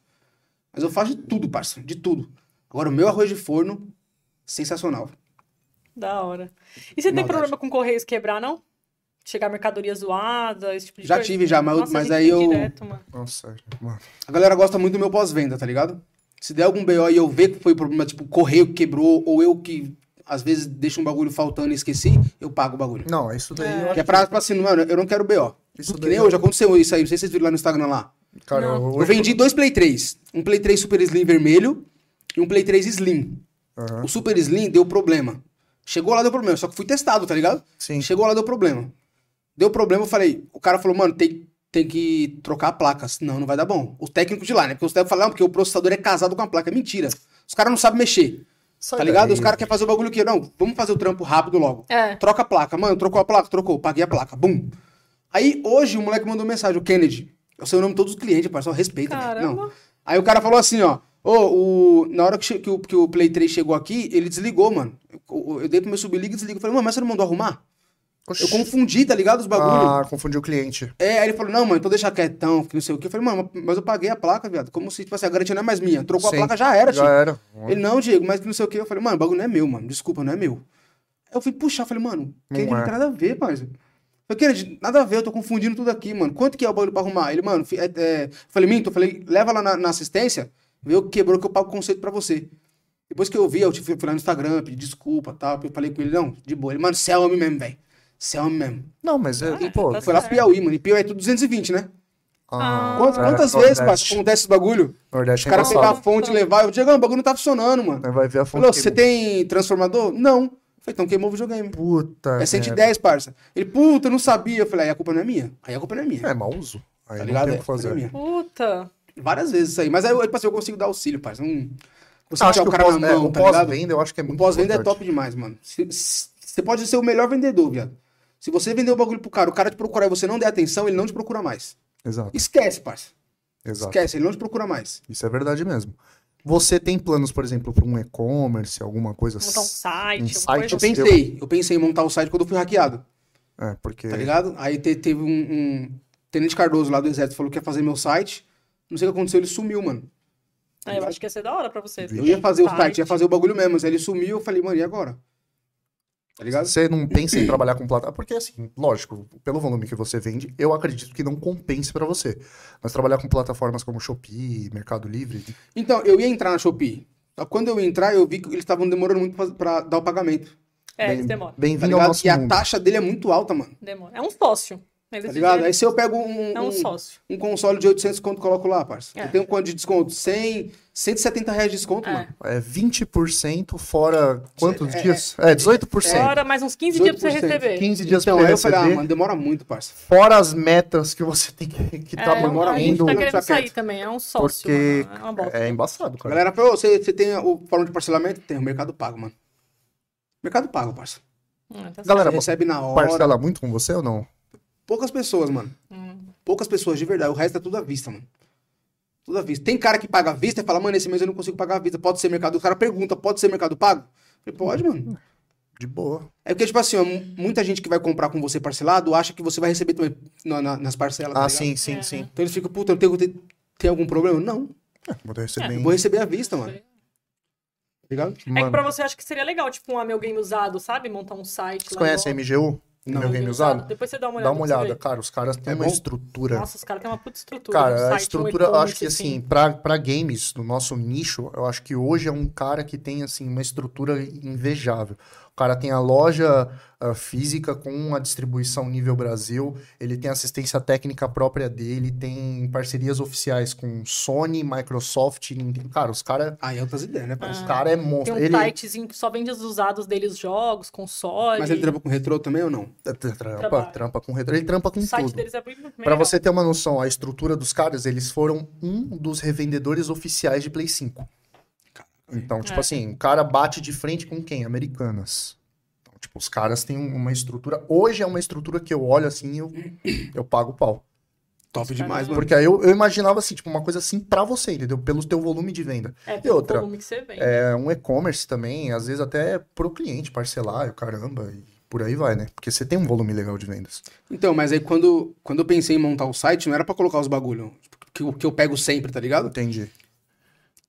Mas eu faço de tudo, parça. De tudo. Agora, o meu arroz de forno, sensacional. Da hora. E você tem Maldade. problema com correios quebrar, não? Chegar mercadoria zoada, esse tipo de Já coisa? tive, já, mas eu- Nossa, mas a gente aí tem eu- Direto, mano. Nossa, mano. A galera gosta muito do meu pós-venda, tá ligado? Se der algum BO e eu ver que foi problema, tipo, correio que quebrou, ou eu que às vezes deixo um bagulho faltando e esqueci, eu pago o bagulho. Não, isso daí. É. eu acho Que é pra, pra assim, mano, eu não quero BO. Isso que daí nem eu- hoje, aconteceu isso aí, não sei se vocês viram lá no Instagram lá. que- Cara, Não. eu- Eu vendi dois Play 3. Um Play 3 Super Slim vermelho e um Play 3 Slim. Aham. O Super Slim deu problema. Chegou lá, deu problema. Só que fui testado, tá ligado? Sim. Chegou lá, deu problema. Deu problema, eu falei. O cara falou, mano, tem, tem que trocar a placa. Senão não vai dar bom. O técnico de lá, né? Porque os técnicos falaram, porque o processador é casado com a placa. Mentira. Os caras não sabem mexer. Sai tá ligado? daí. Os caras querem fazer o bagulho que não, vamos fazer o trampo rápido logo. É. Troca a placa, mano, trocou a placa, trocou, paguei a placa, bum. Aí hoje o moleque mandou mensagem, o Kennedy. Eu sei o nome de todos os clientes, parceiro, respeita, velho. Caramba. Não. Aí o cara falou assim, ó, ô, o na hora que, che- que o, que o Play 3 chegou aqui, ele desligou, mano. Eu, eu dei pro meu subliga e desligo. Eu falei, mano, mas você não mandou arrumar? Oxi. Eu confundi, tá ligado? Os bagulhos. Ah, confundi o cliente. É, aí ele falou, não, mano, então deixa quietão, que não sei o quê. Eu falei, mano, mas eu paguei a placa, viado. Como se, tipo assim, a garantia não é mais minha. Trocou Sim. a placa, já era, Já tio. era. Ele, não, Diego, mas que não sei o que. Eu falei, mano, o bagulho não é meu, mano. Desculpa, não é meu. Aí eu fui puxar, falei, mano, Não Kennedy é. não tem nada a ver, parceiro. Eu falei, Kennedy, nada a ver, eu tô confundindo tudo aqui, mano. Quanto que é o bagulho pra arrumar? Ele, mano, fi- é, é... eu falei, Minto, eu falei, leva lá na, na assistência, vê o que quebrou que eu pago o conceito pra você. Depois que eu vi, eu tive- fui lá no Instagram, pedi desculpa tal. Eu falei com ele, não, de boa. Ele, mano, você é homem mesmo, velho. Você é homem mesmo. Não, mas é. Ah, pô. tá Foi lá certo. pro Piauí, mano. E Piauí é tudo 220, né? ah, Quantas, é, quantas vezes, Nordeste. parceiro, acontece esse bagulho? Os Nordeste é caras pegar a engraçado. fonte e levar. Eu, Diego, o bagulho não tá funcionando, mano. Aí Vai ver a fonte. Falou, você tem transformador? Não. Eu Falei, então queimou o videogame. Puta. É 110, parça. Ele, puta, eu não sabia. Eu falei, aí a culpa não é minha. Aí a culpa não é minha. merda. É, mau uso. Aí tá não ligado? tem o É, a que culpa não é fazer. minha. Puta. Várias vezes isso aí. Mas aí, eu- tipo assim, eu consigo dar auxílio, parça. Não consigo Ah, acho tirar que o cara na mão, o tá ligado? pós-venda, eu acho que é O muito pós-venda é importante. top demais, mano. Se- se- Você pode ser o melhor vendedor, viado. Se você vender o bagulho pro cara, o cara te procurar e você não der atenção, ele não te procura mais. Exato, Esquece, parça. exato. Esquece, ele não te procura mais. Isso é verdade mesmo. Você tem planos, por exemplo, para um e-commerce, alguma coisa tá Montar um site. Um alguma site coisa Eu bem- assim. pensei, eu pensei em montar o site quando eu fui hackeado. É, porque. tá ligado? Aí te- teve um, um tenente Cardoso lá do Exército falou que ia fazer meu site. Não sei o que aconteceu, ele sumiu, mano. Ah, eu acho que ia ser da hora pra você. Eu ia fazer o site, ia fazer o bagulho mesmo, mas aí ele sumiu, eu falei, mano, e agora? Tá ligado? Você não pensa em trabalhar com plataforma. Porque, assim, lógico, pelo volume que você vende, eu acredito que não compense para você. Mas trabalhar com plataformas como Shopee, Mercado Livre. Então, eu ia entrar na Shopee. Só que Quando eu ia entrar, eu vi que eles estavam demorando muito pra, pra dar o pagamento. É, bem- eles demoram. Tá Bem-vindo ao ligado? nosso E a mundo. taxa dele é muito alta, mano. Demora. É um sócio. Eles Tá ligado? fizeram- Aí se eu pego um, É um um, sócio. um console de 800 conto, coloco lá, parça. É. Eu tenho um quanto de desconto? 100, 170 reais de desconto, É. mano. É 20% fora quantos É, dias? É, 18%. Agora mais uns 15 dias pra você 18%. receber. 15 dias Então, pra aí eu falei, ah, receber. mano, demora muito, parça. fora as metas que você tem que, que tá é, demora a gente mantendo. tá muito. querendo Tá sair quieto. também. É um sócio. Porque mano. É uma bosta. é embaçado, A cara. galera falou, "Ô, você, você tem o forma de parcelamento? Tem o Mercado Pago, mano. Mercado Pago, parça. Hum, tá certo. Galera, Você recebe na hora. parcela muito com você ou não? Poucas pessoas, mano. Hum. Poucas pessoas, de verdade. O resto é tudo à vista, mano. Tudo à vista. Tem cara que paga à vista e fala, mano, esse mês eu não consigo pagar à vista. Pode ser Mercado... O cara pergunta, pode ser Mercado Pago? Eu falei, pode, mano. De boa. É porque, tipo assim, ó, mu- muita gente que vai comprar com você parcelado acha que você vai receber também na- na- nas parcelas, tá Ah, ligado? sim, sim, É. sim. Então eles ficam, puta, eu tenho, tem, tem algum problema? Não. É, vou receber Eu em... vou receber à vista, mano. Tá ligado? É que pra Mano, você acho que seria legal, tipo, um meu game usado, sabe? Montar um site. vocês lá conhecem a igual- MGU? Não. Meu game usado? Depois você dá uma olhada. Dá uma pra você olhada, ver. cara. Os caras têm É uma bom? estrutura. Nossa, os caras têm uma puta estrutura. um Cara, site, a um estrutura, e-commerce, acho que assim, pra, pra games, no nosso nicho, eu acho que hoje é um cara que tem, assim, uma estrutura invejável. O cara tem a loja ah, física com a distribuição nível Brasil, ele tem assistência técnica própria dele, tem parcerias oficiais com Sony, Microsoft, Nintendo. Cara, os cara, Aí é outras ideias, né, os parceiro? cara é Tem monstro. um ele sitezinho que só vende os usados deles, jogos, console. Mas ele trampa com retrô também ou não? trampa, Trabalho. trampa com retro, ele trampa com O site tudo. deles é bem bem Pra legal. você ter uma noção, a estrutura dos caras, eles foram um dos revendedores oficiais de Play 5. Então, tipo É. assim, o cara bate de frente com quem? Americanas. Então, tipo, os caras têm um- uma estrutura. Hoje é uma estrutura que eu olho assim e eu, eu pago o pau. Top demais, mano. Porque aí eu, eu imaginava assim, tipo, uma coisa assim pra você, entendeu? Pelo teu volume de venda. É, E outra, O volume que você vende. É um e-commerce também, às vezes até pro cliente parcelar, e o caramba, e por aí vai, né? Porque você tem um volume legal de vendas. Então, mas aí quando, quando eu pensei em montar o site, não era pra colocar os bagulho que, eu- que eu pego sempre, tá ligado? Entendi.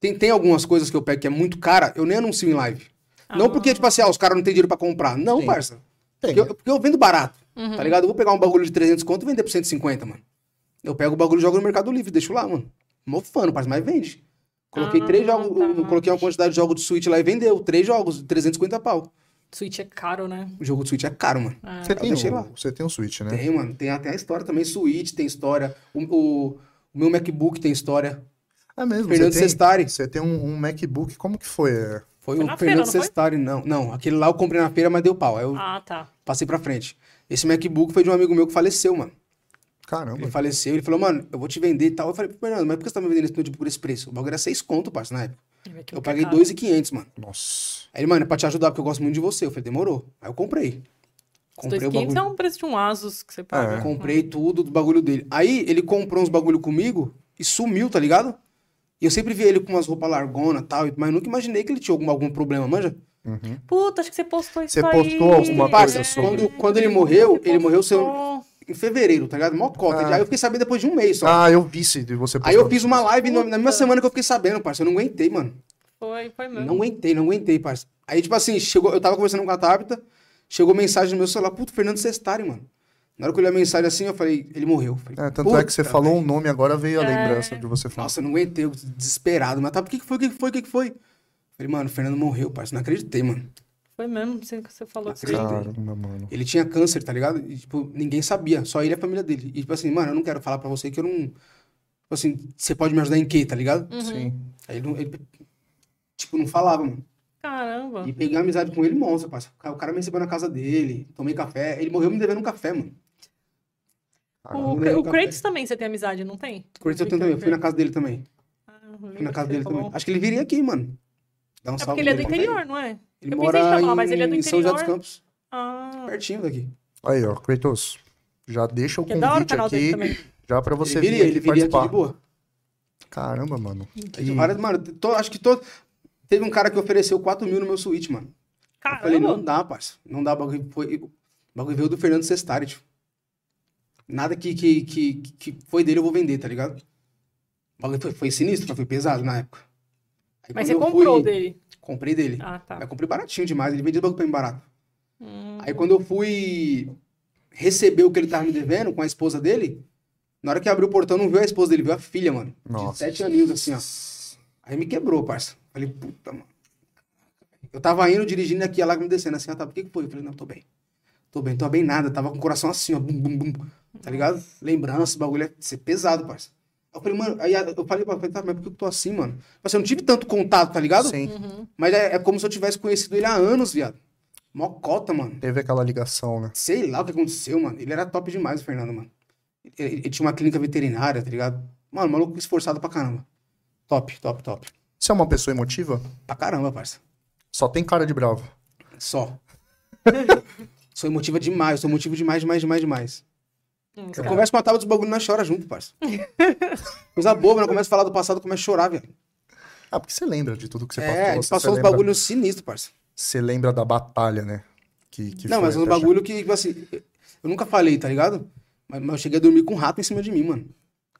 Tem, tem algumas coisas que eu pego que é muito cara, eu nem anuncio em live. Não porque, tipo assim, ah, os caras não têm dinheiro pra comprar. Não, Sim. parça. Tem. Porque eu, porque eu vendo barato, Uhum. tá ligado? Eu vou pegar um bagulho de 300 conto e vender por 150, mano. Eu pego o bagulho e jogo no Mercado Livre, deixo lá, mano. Mofando, parça, mas vende. Coloquei Ah, três jogos, tá. eu coloquei uma quantidade de jogos de Switch lá e vendeu. Três jogos, 350 pau. Switch é caro, né? O jogo do Switch é caro, mano. É. Você tem, deixei o, lá. você tem o Switch, né? Tem, mano. Tem até a história também. Switch tem história. O, o- o meu MacBook tem história. É mesmo. Fernando você, tem, Sestari. você tem um, um MacBook, como que foi? É, Foi, Foi o na Fernando feira, não foi? Sestari, não. Não, aquele lá eu comprei na feira, mas deu pau. Aí eu Ah, tá. passei pra frente. Esse MacBook foi de um amigo meu que faleceu, mano. Caramba. Ele faleceu, ele falou, mano, eu vou te vender e tal. Eu falei, Fernando, mas por que você tá me vendendo esse notebook por esse preço? O bagulho era 6 conto, parça, na época. um Eu paguei 2,500, mano. Nossa. Aí ele, mano, é pra te ajudar, porque eu gosto muito de você. Eu falei, demorou. Aí eu comprei. Comprei o 2,500 bagulho. é um preço de um Asus que você paga. É. Comprei tudo do bagulho dele. Aí ele comprou uns bagulho comigo e sumiu, tá ligado? E eu sempre vi ele com umas roupas largona e tal, mas nunca imaginei que ele tinha algum, algum problema, manja? Uhum. Puta, acho que você postou isso Você aí. postou alguma Parça, coisa sobre? quando, quando ele morreu, Você ele morreu um- se eu- postou. em fevereiro, tá ligado? Mó cota. Ah. Aí eu fiquei sabendo depois de um mês só. Ah, eu vi se você Aí eu postou. fiz uma live no- na mesma Puta. semana que eu fiquei sabendo, parceiro. Eu não aguentei, mano. Foi, foi mesmo. Não é- aguentei, não aguentei, parça. Aí, tipo assim, chegou, eu tava conversando com a Tabita, chegou mensagem no meu celular, puto, Fernando Sestari, mano. Na hora que eu olhei a mensagem assim, eu falei, ele morreu. Eu Falei, É, tanto é que você "Puta, falou velho." um nome, agora veio a É. lembrança de você falar. Nossa, eu não aguentei, eu desesperado. Mas tá, o que que foi, o que que foi, o que que foi? Eu Falei, mano, o Fernando morreu, parça. Não acreditei, mano. Foi mesmo, não sei o que você falou. Nossa, disso. Caramba, mano. Ele tinha câncer, tá ligado? E, tipo, ninguém sabia, só ele e a família dele. E, tipo assim, mano, eu não quero falar pra você que eu não. Tipo assim, você pode me ajudar em quê, tá ligado? Uhum. Sim. Aí ele, não- ele, tipo, não falava, mano. Caramba. E peguei amizade com ele, monstro, parça. O cara me recebeu na casa dele, tomei café. Ele morreu me devendo um café, mano. O, Caramba. o Kratos também você tem amizade, não tem? Corinthians eu tenho também, fui na casa dele também. Ah, eu lembro Fui na que casa você dele falou. também. Acho que ele viria aqui, mano. Dá um É salve porque ele é do nele, conta aí. interior, não é? Ele Eu mora pensei em chamar, em, mas ele é do São José dos interior. Campos, Ah, pertinho daqui. Aí, ó, Kratos, já deixa o que é da hora o convite canal dele aqui, também. já pra você ele viria, vir ele aqui viria aqui participar. de boa. Caramba, mano. Aí tem várias- mano, to- acho que todo... Teve um cara que ofereceu 4 mil no meu suíte, mano. Eu falei, não Caramba. dá, parça. Não dá, o bagulho foi... O bagulho veio do Fernando Sestari, tipo. Nada que, que, que, que foi dele eu vou vender, tá ligado? O bagulho foi, foi sinistro, mas foi pesado na época. Aí Mas você quando eu comprou fui- dele. Comprei dele. Ah, tá. Mas comprei baratinho demais, ele vendia o bagulho pra mim barato. Hum, Aí quando eu fui receber o que ele tava me devendo com a esposa dele, na hora que abriu o portão, não viu a esposa dele, viu a filha, mano. De Nossa. sete aninhos, assim, ó. Aí me quebrou, parça. Falei, puta, mano. Eu tava indo, dirigindo aqui, a lágrima descendo, assim, ah, tá, por que que foi? Eu falei, não, tô bem. Tô bem, tô bem nada. Tava com o coração assim, ó, bum, bum, bum. Tá ligado? Lembrando, esse bagulho é ser pesado, parça. Aí Eu falei, mano, aí eu falei, pra ele, tá, mas por que eu tô assim, mano? Mas eu não tive tanto contato, tá ligado? Sim, Mas é, é como se eu tivesse conhecido ele há anos, viado. Mó cota, mano. teve aquela ligação, né? Sei lá o que aconteceu, mano. Ele era top demais, o Fernando, mano. Ele, ele tinha uma clínica veterinária, tá ligado? Mano, maluco esforçado pra caramba. Top, top, top. Você é uma pessoa emotiva? Pra caramba, parça. Só tem cara de bravo. Só. sou emotiva demais, sou emotivo demais, demais, demais, demais. hum, Eu cara. converso com a tábua dos bagulho nós chora junto, parça. Coisa boba, não começa a falar do passado, começa a chorar, velho. Ah, porque você lembra de tudo que você É, passou. ele Você, passou uns lembra, bagulhos sinistros, parça. você lembra da batalha, né? Que, que não, foi mas uns até chegar- bagulho que, tipo assim, eu nunca falei, tá ligado? Mas, mas eu cheguei a dormir com um rato em cima de mim, mano.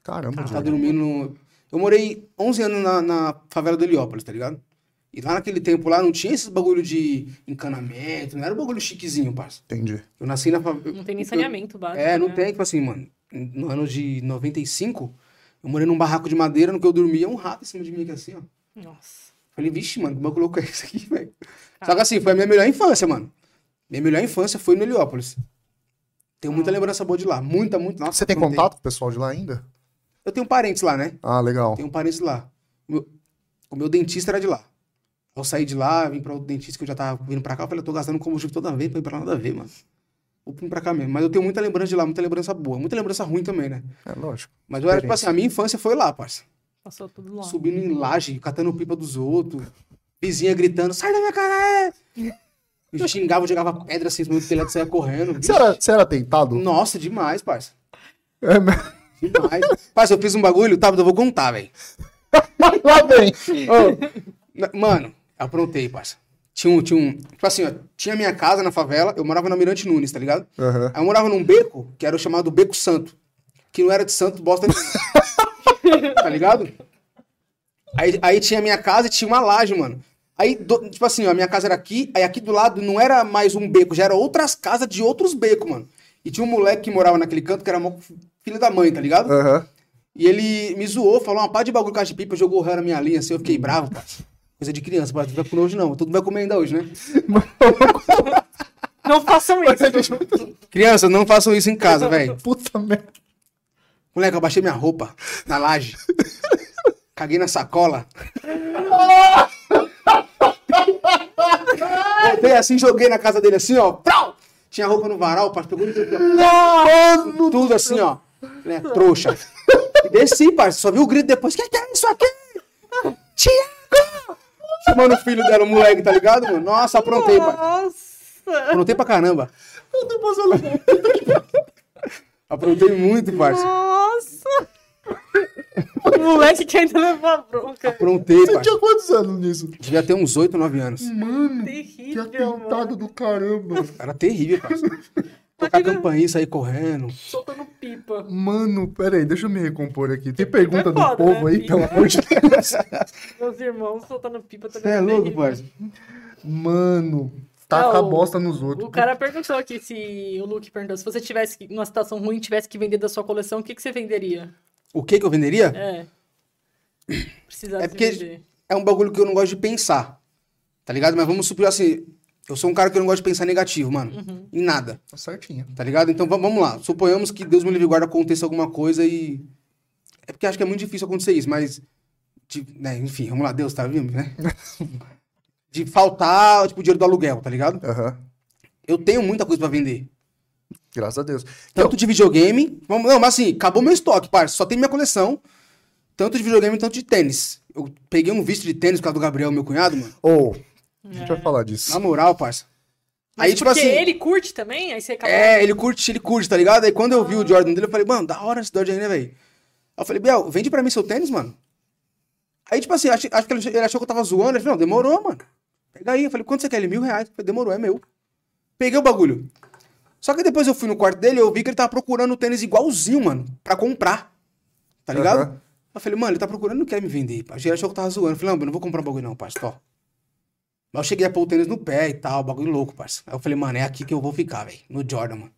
Caramba, Tá Diego. dormindo. no- Eu morei 11 anos na, na favela do Heliópolis, tá ligado? E lá naquele tempo lá não tinha esses bagulho de encanamento, não era um bagulho chiquezinho, parça. Entendi. Eu nasci na favela. Não tem nem saneamento básico. É, não né? tem, tipo assim, mano. No ano de 95, eu morei num barraco de madeira no que eu dormia, um rato em cima de mim aqui assim, ó. Nossa. Falei, vixe, mano, como eu coloquei isso é aqui, velho? Só que assim, foi a minha melhor infância, mano. Minha melhor infância foi no Heliópolis. Tenho muita lembrança boa de lá. Muita, muito. Nossa, Você Ah, tem não tenho. contato com o pessoal de lá ainda? Eu tenho parentes lá, né? Ah, legal. Tem um parente lá. O meu, o meu dentista era de lá. Eu saí de lá, vim pra outro dentista que eu já tava vindo pra cá. Eu falei, eu tô gastando combustível toda vez pra ir pra lá, nada a ver, mano. Vou vir pra cá mesmo. Mas eu tenho muita lembrança de lá, muita lembrança boa, muita lembrança ruim também, né? É, lógico. Mas eu era, tipo assim, a minha infância foi lá, parça. Passou tudo lá. Subindo em laje, catando pipa dos outros, vizinha gritando, sai da minha cara! é!" Eu xingava, eu jogava pedra assim, no telhado saia correndo. Você era, você era tentado? Nossa, demais, parça. É, mas- Demais. parça, eu fiz um bagulho, tá, eu vou contar, velho. lá vem. Oh. Ô, Na- Mano, aprontei, parça. Tinha um, tinha um. Tipo assim, ó, tinha minha casa na favela, eu morava na Mirante Nunes, tá ligado? Aham. Aí eu morava num beco, que era o chamado Beco Santo. Que não era de santo, bosta. nenhuma. tá ligado? Aí, aí tinha minha casa e tinha uma laje, mano. Aí, do- tipo assim, ó, a minha casa era aqui, aí aqui do lado não era mais um beco, já era outras casas de outros becos, mano. E tinha um moleque que morava naquele canto que era mó filho da mãe, tá ligado? Aham. "Ah, E ele me zoou, falou uma pá de bagulho com a pipa, jogou o réu na minha linha, assim, eu fiquei bravo, parça. Coisa de criança, mas tu vai comer hoje não. Todo mundo vai comer ainda hoje, né? Não façam isso. Criança, não façam isso em casa, velho. Puta merda. Moleque, eu baixei minha roupa na laje. Caguei na sacola. Voltei assim, joguei na casa dele assim, ó. Prau! Tinha roupa no varal, o pastor pegou tudo, assim, ó. tudo assim, ó. Né? Trouxa. E desci, parceiro. Só vi o grito depois. Que que é isso aqui? Tiago! Chamando o filho dela, o moleque, tá ligado, mano? Nossa, aprontei, pai. Nossa. Aprontei pra caramba. Eu tô passando. Aprontei muito, parceiro. Nossa. O moleque que ainda levou a bronca. Aprontei, Você parceiro. tinha quantos anos nisso? Devia ter uns 8, 9 anos. Mano, que Terrível, atentado mano. do caramba. Era terrível, parceiro. Tocar campainha e sair correndo. Soltando pipa. Mano, peraí, deixa eu me recompor aqui. Tem pergunta É do foda, povo né? aí, pelo amor de Deus. Meus irmãos soltando pipa Você é louco, parceiro. Mano, taca a o- bosta nos outros. O cara perguntou aqui se o Luke perguntou: se você tivesse que- numa situação ruim, tivesse que vender da sua coleção, o que, que você venderia? O que que eu venderia? É. Precisava É se porque- vender. É um bagulho que eu não gosto de pensar. Tá ligado? Mas vamos supor assim. Eu sou um cara que eu não gosto de pensar negativo, mano. Em nada. Tá certinho. Tá ligado? Então va- vamos lá. Suponhamos que Deus me livre e guarda aconteça alguma coisa e. É porque acho que é muito difícil acontecer isso, mas. de- né, enfim, vamos lá, Deus tá vindo, né? De faltar, tipo, dinheiro do aluguel, tá ligado? Aham. Eu tenho muita coisa pra vender. Graças a Deus. Então- Tanto de videogame. Vamos, não, mas assim, acabou meu estoque, parça. Só tem minha coleção. Tanto de videogame, tanto de tênis. Eu peguei um visto de tênis por causa do Gabriel, meu cunhado, mano. Ou, a gente vai falar disso. Na moral, parça. Mas é aí, tipo porque assim. ele curte também, aí você acaba. É, ele curte, ele curte, tá ligado? Aí quando eu vi o Jordan dele, eu falei, mano, da hora esse Jordan aí, né, velho? Aí eu falei, Biel, vende pra mim seu tênis, mano. Aí, tipo assim, acho, acho que ele achou- ele achou que eu tava zoando. Ele falou, não, demorou, mano. Pega aí. Eu falei, quanto você quer? Ele, mil reais. Eu falei, demorou, é meu. Peguei o bagulho. Só que depois eu fui no quarto dele, eu vi que ele tava procurando o tênis igualzinho, mano, pra comprar. Tá ligado? Aham. Eu falei, mano, ele tá procurando, não quer me vender. parça. Ele achou que eu tava zoando. Eu falei, não, eu não vou comprar o bagulho não, parça, tó. Mas eu cheguei a pôr o tênis no pé e tal, bagulho louco, parça. Aí eu falei, mano, é aqui que eu vou ficar, velho. No Jordan, mano.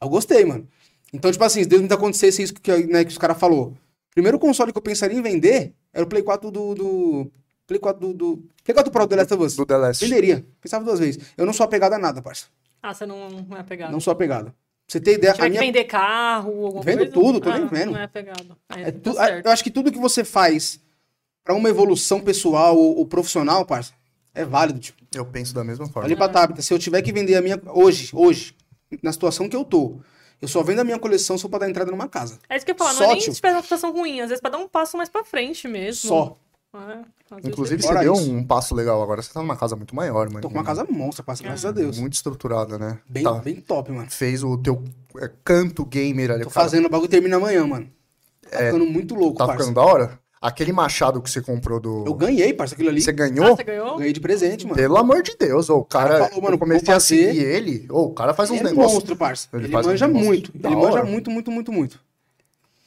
Eu gostei, mano. Então, tipo assim, se Deus me acontecesse isso que, né, que os caras falou. Primeiro console que eu pensaria em vender era o Play 4 do. do Play 4 do, do. Play 4 Pro do The Last of Us. Do The Last. Venderia. Pensava duas vezes. Eu não sou apegado a nada, parça. Ah, você não, não é pegado. Não sou apegado. Pra você ter ideia, Tiver a que minha. vender carro, alguma Vendo coisa. tudo, tô ah, nem vendo. Não é pegado. Aí É tá tu- a- certo. eu acho que tudo que você faz pra uma evolução pessoal ou, ou profissional, parça, é válido. Tipo, Eu penso da mesma forma. falei pra Tabita, se eu tiver que vender a minha. Hoje, hoje, na situação que eu tô, eu só vendo a minha coleção só pra dar entrada numa casa. É isso que eu falo, só, não é nem tio. se tiver uma situação ruim, às vezes pra dar um passo mais pra frente mesmo. Só. É, às vezes Inclusive, Fora você deu isso. um passo legal agora. Você tá numa casa muito maior, mano. Tô com uma casa monstra, parça, Ah. graças a Deus. Muito estruturada, né? Bem, Tá. bem top, mano. Fez o teu é, canto gamer ali. Tô cara. fazendo o bagulho termina amanhã, mano. Tá ficando muito louco, Tá parça. ficando da hora? Aquele machado que você comprou do. Eu ganhei, parça, aquilo ali. Você Ah, ganhou? você ganhou? Ganhei de presente, mano. Pelo amor de Deus, ô, o cara. Ela falou, mano, eu comecei vou a fazer- seguir ele. ô, o cara faz uns Ele é um negócios. monstro, parça. Ele Ele, faz uns manja negócios muito. da Ele manja hora. muito, muito, muito, muito.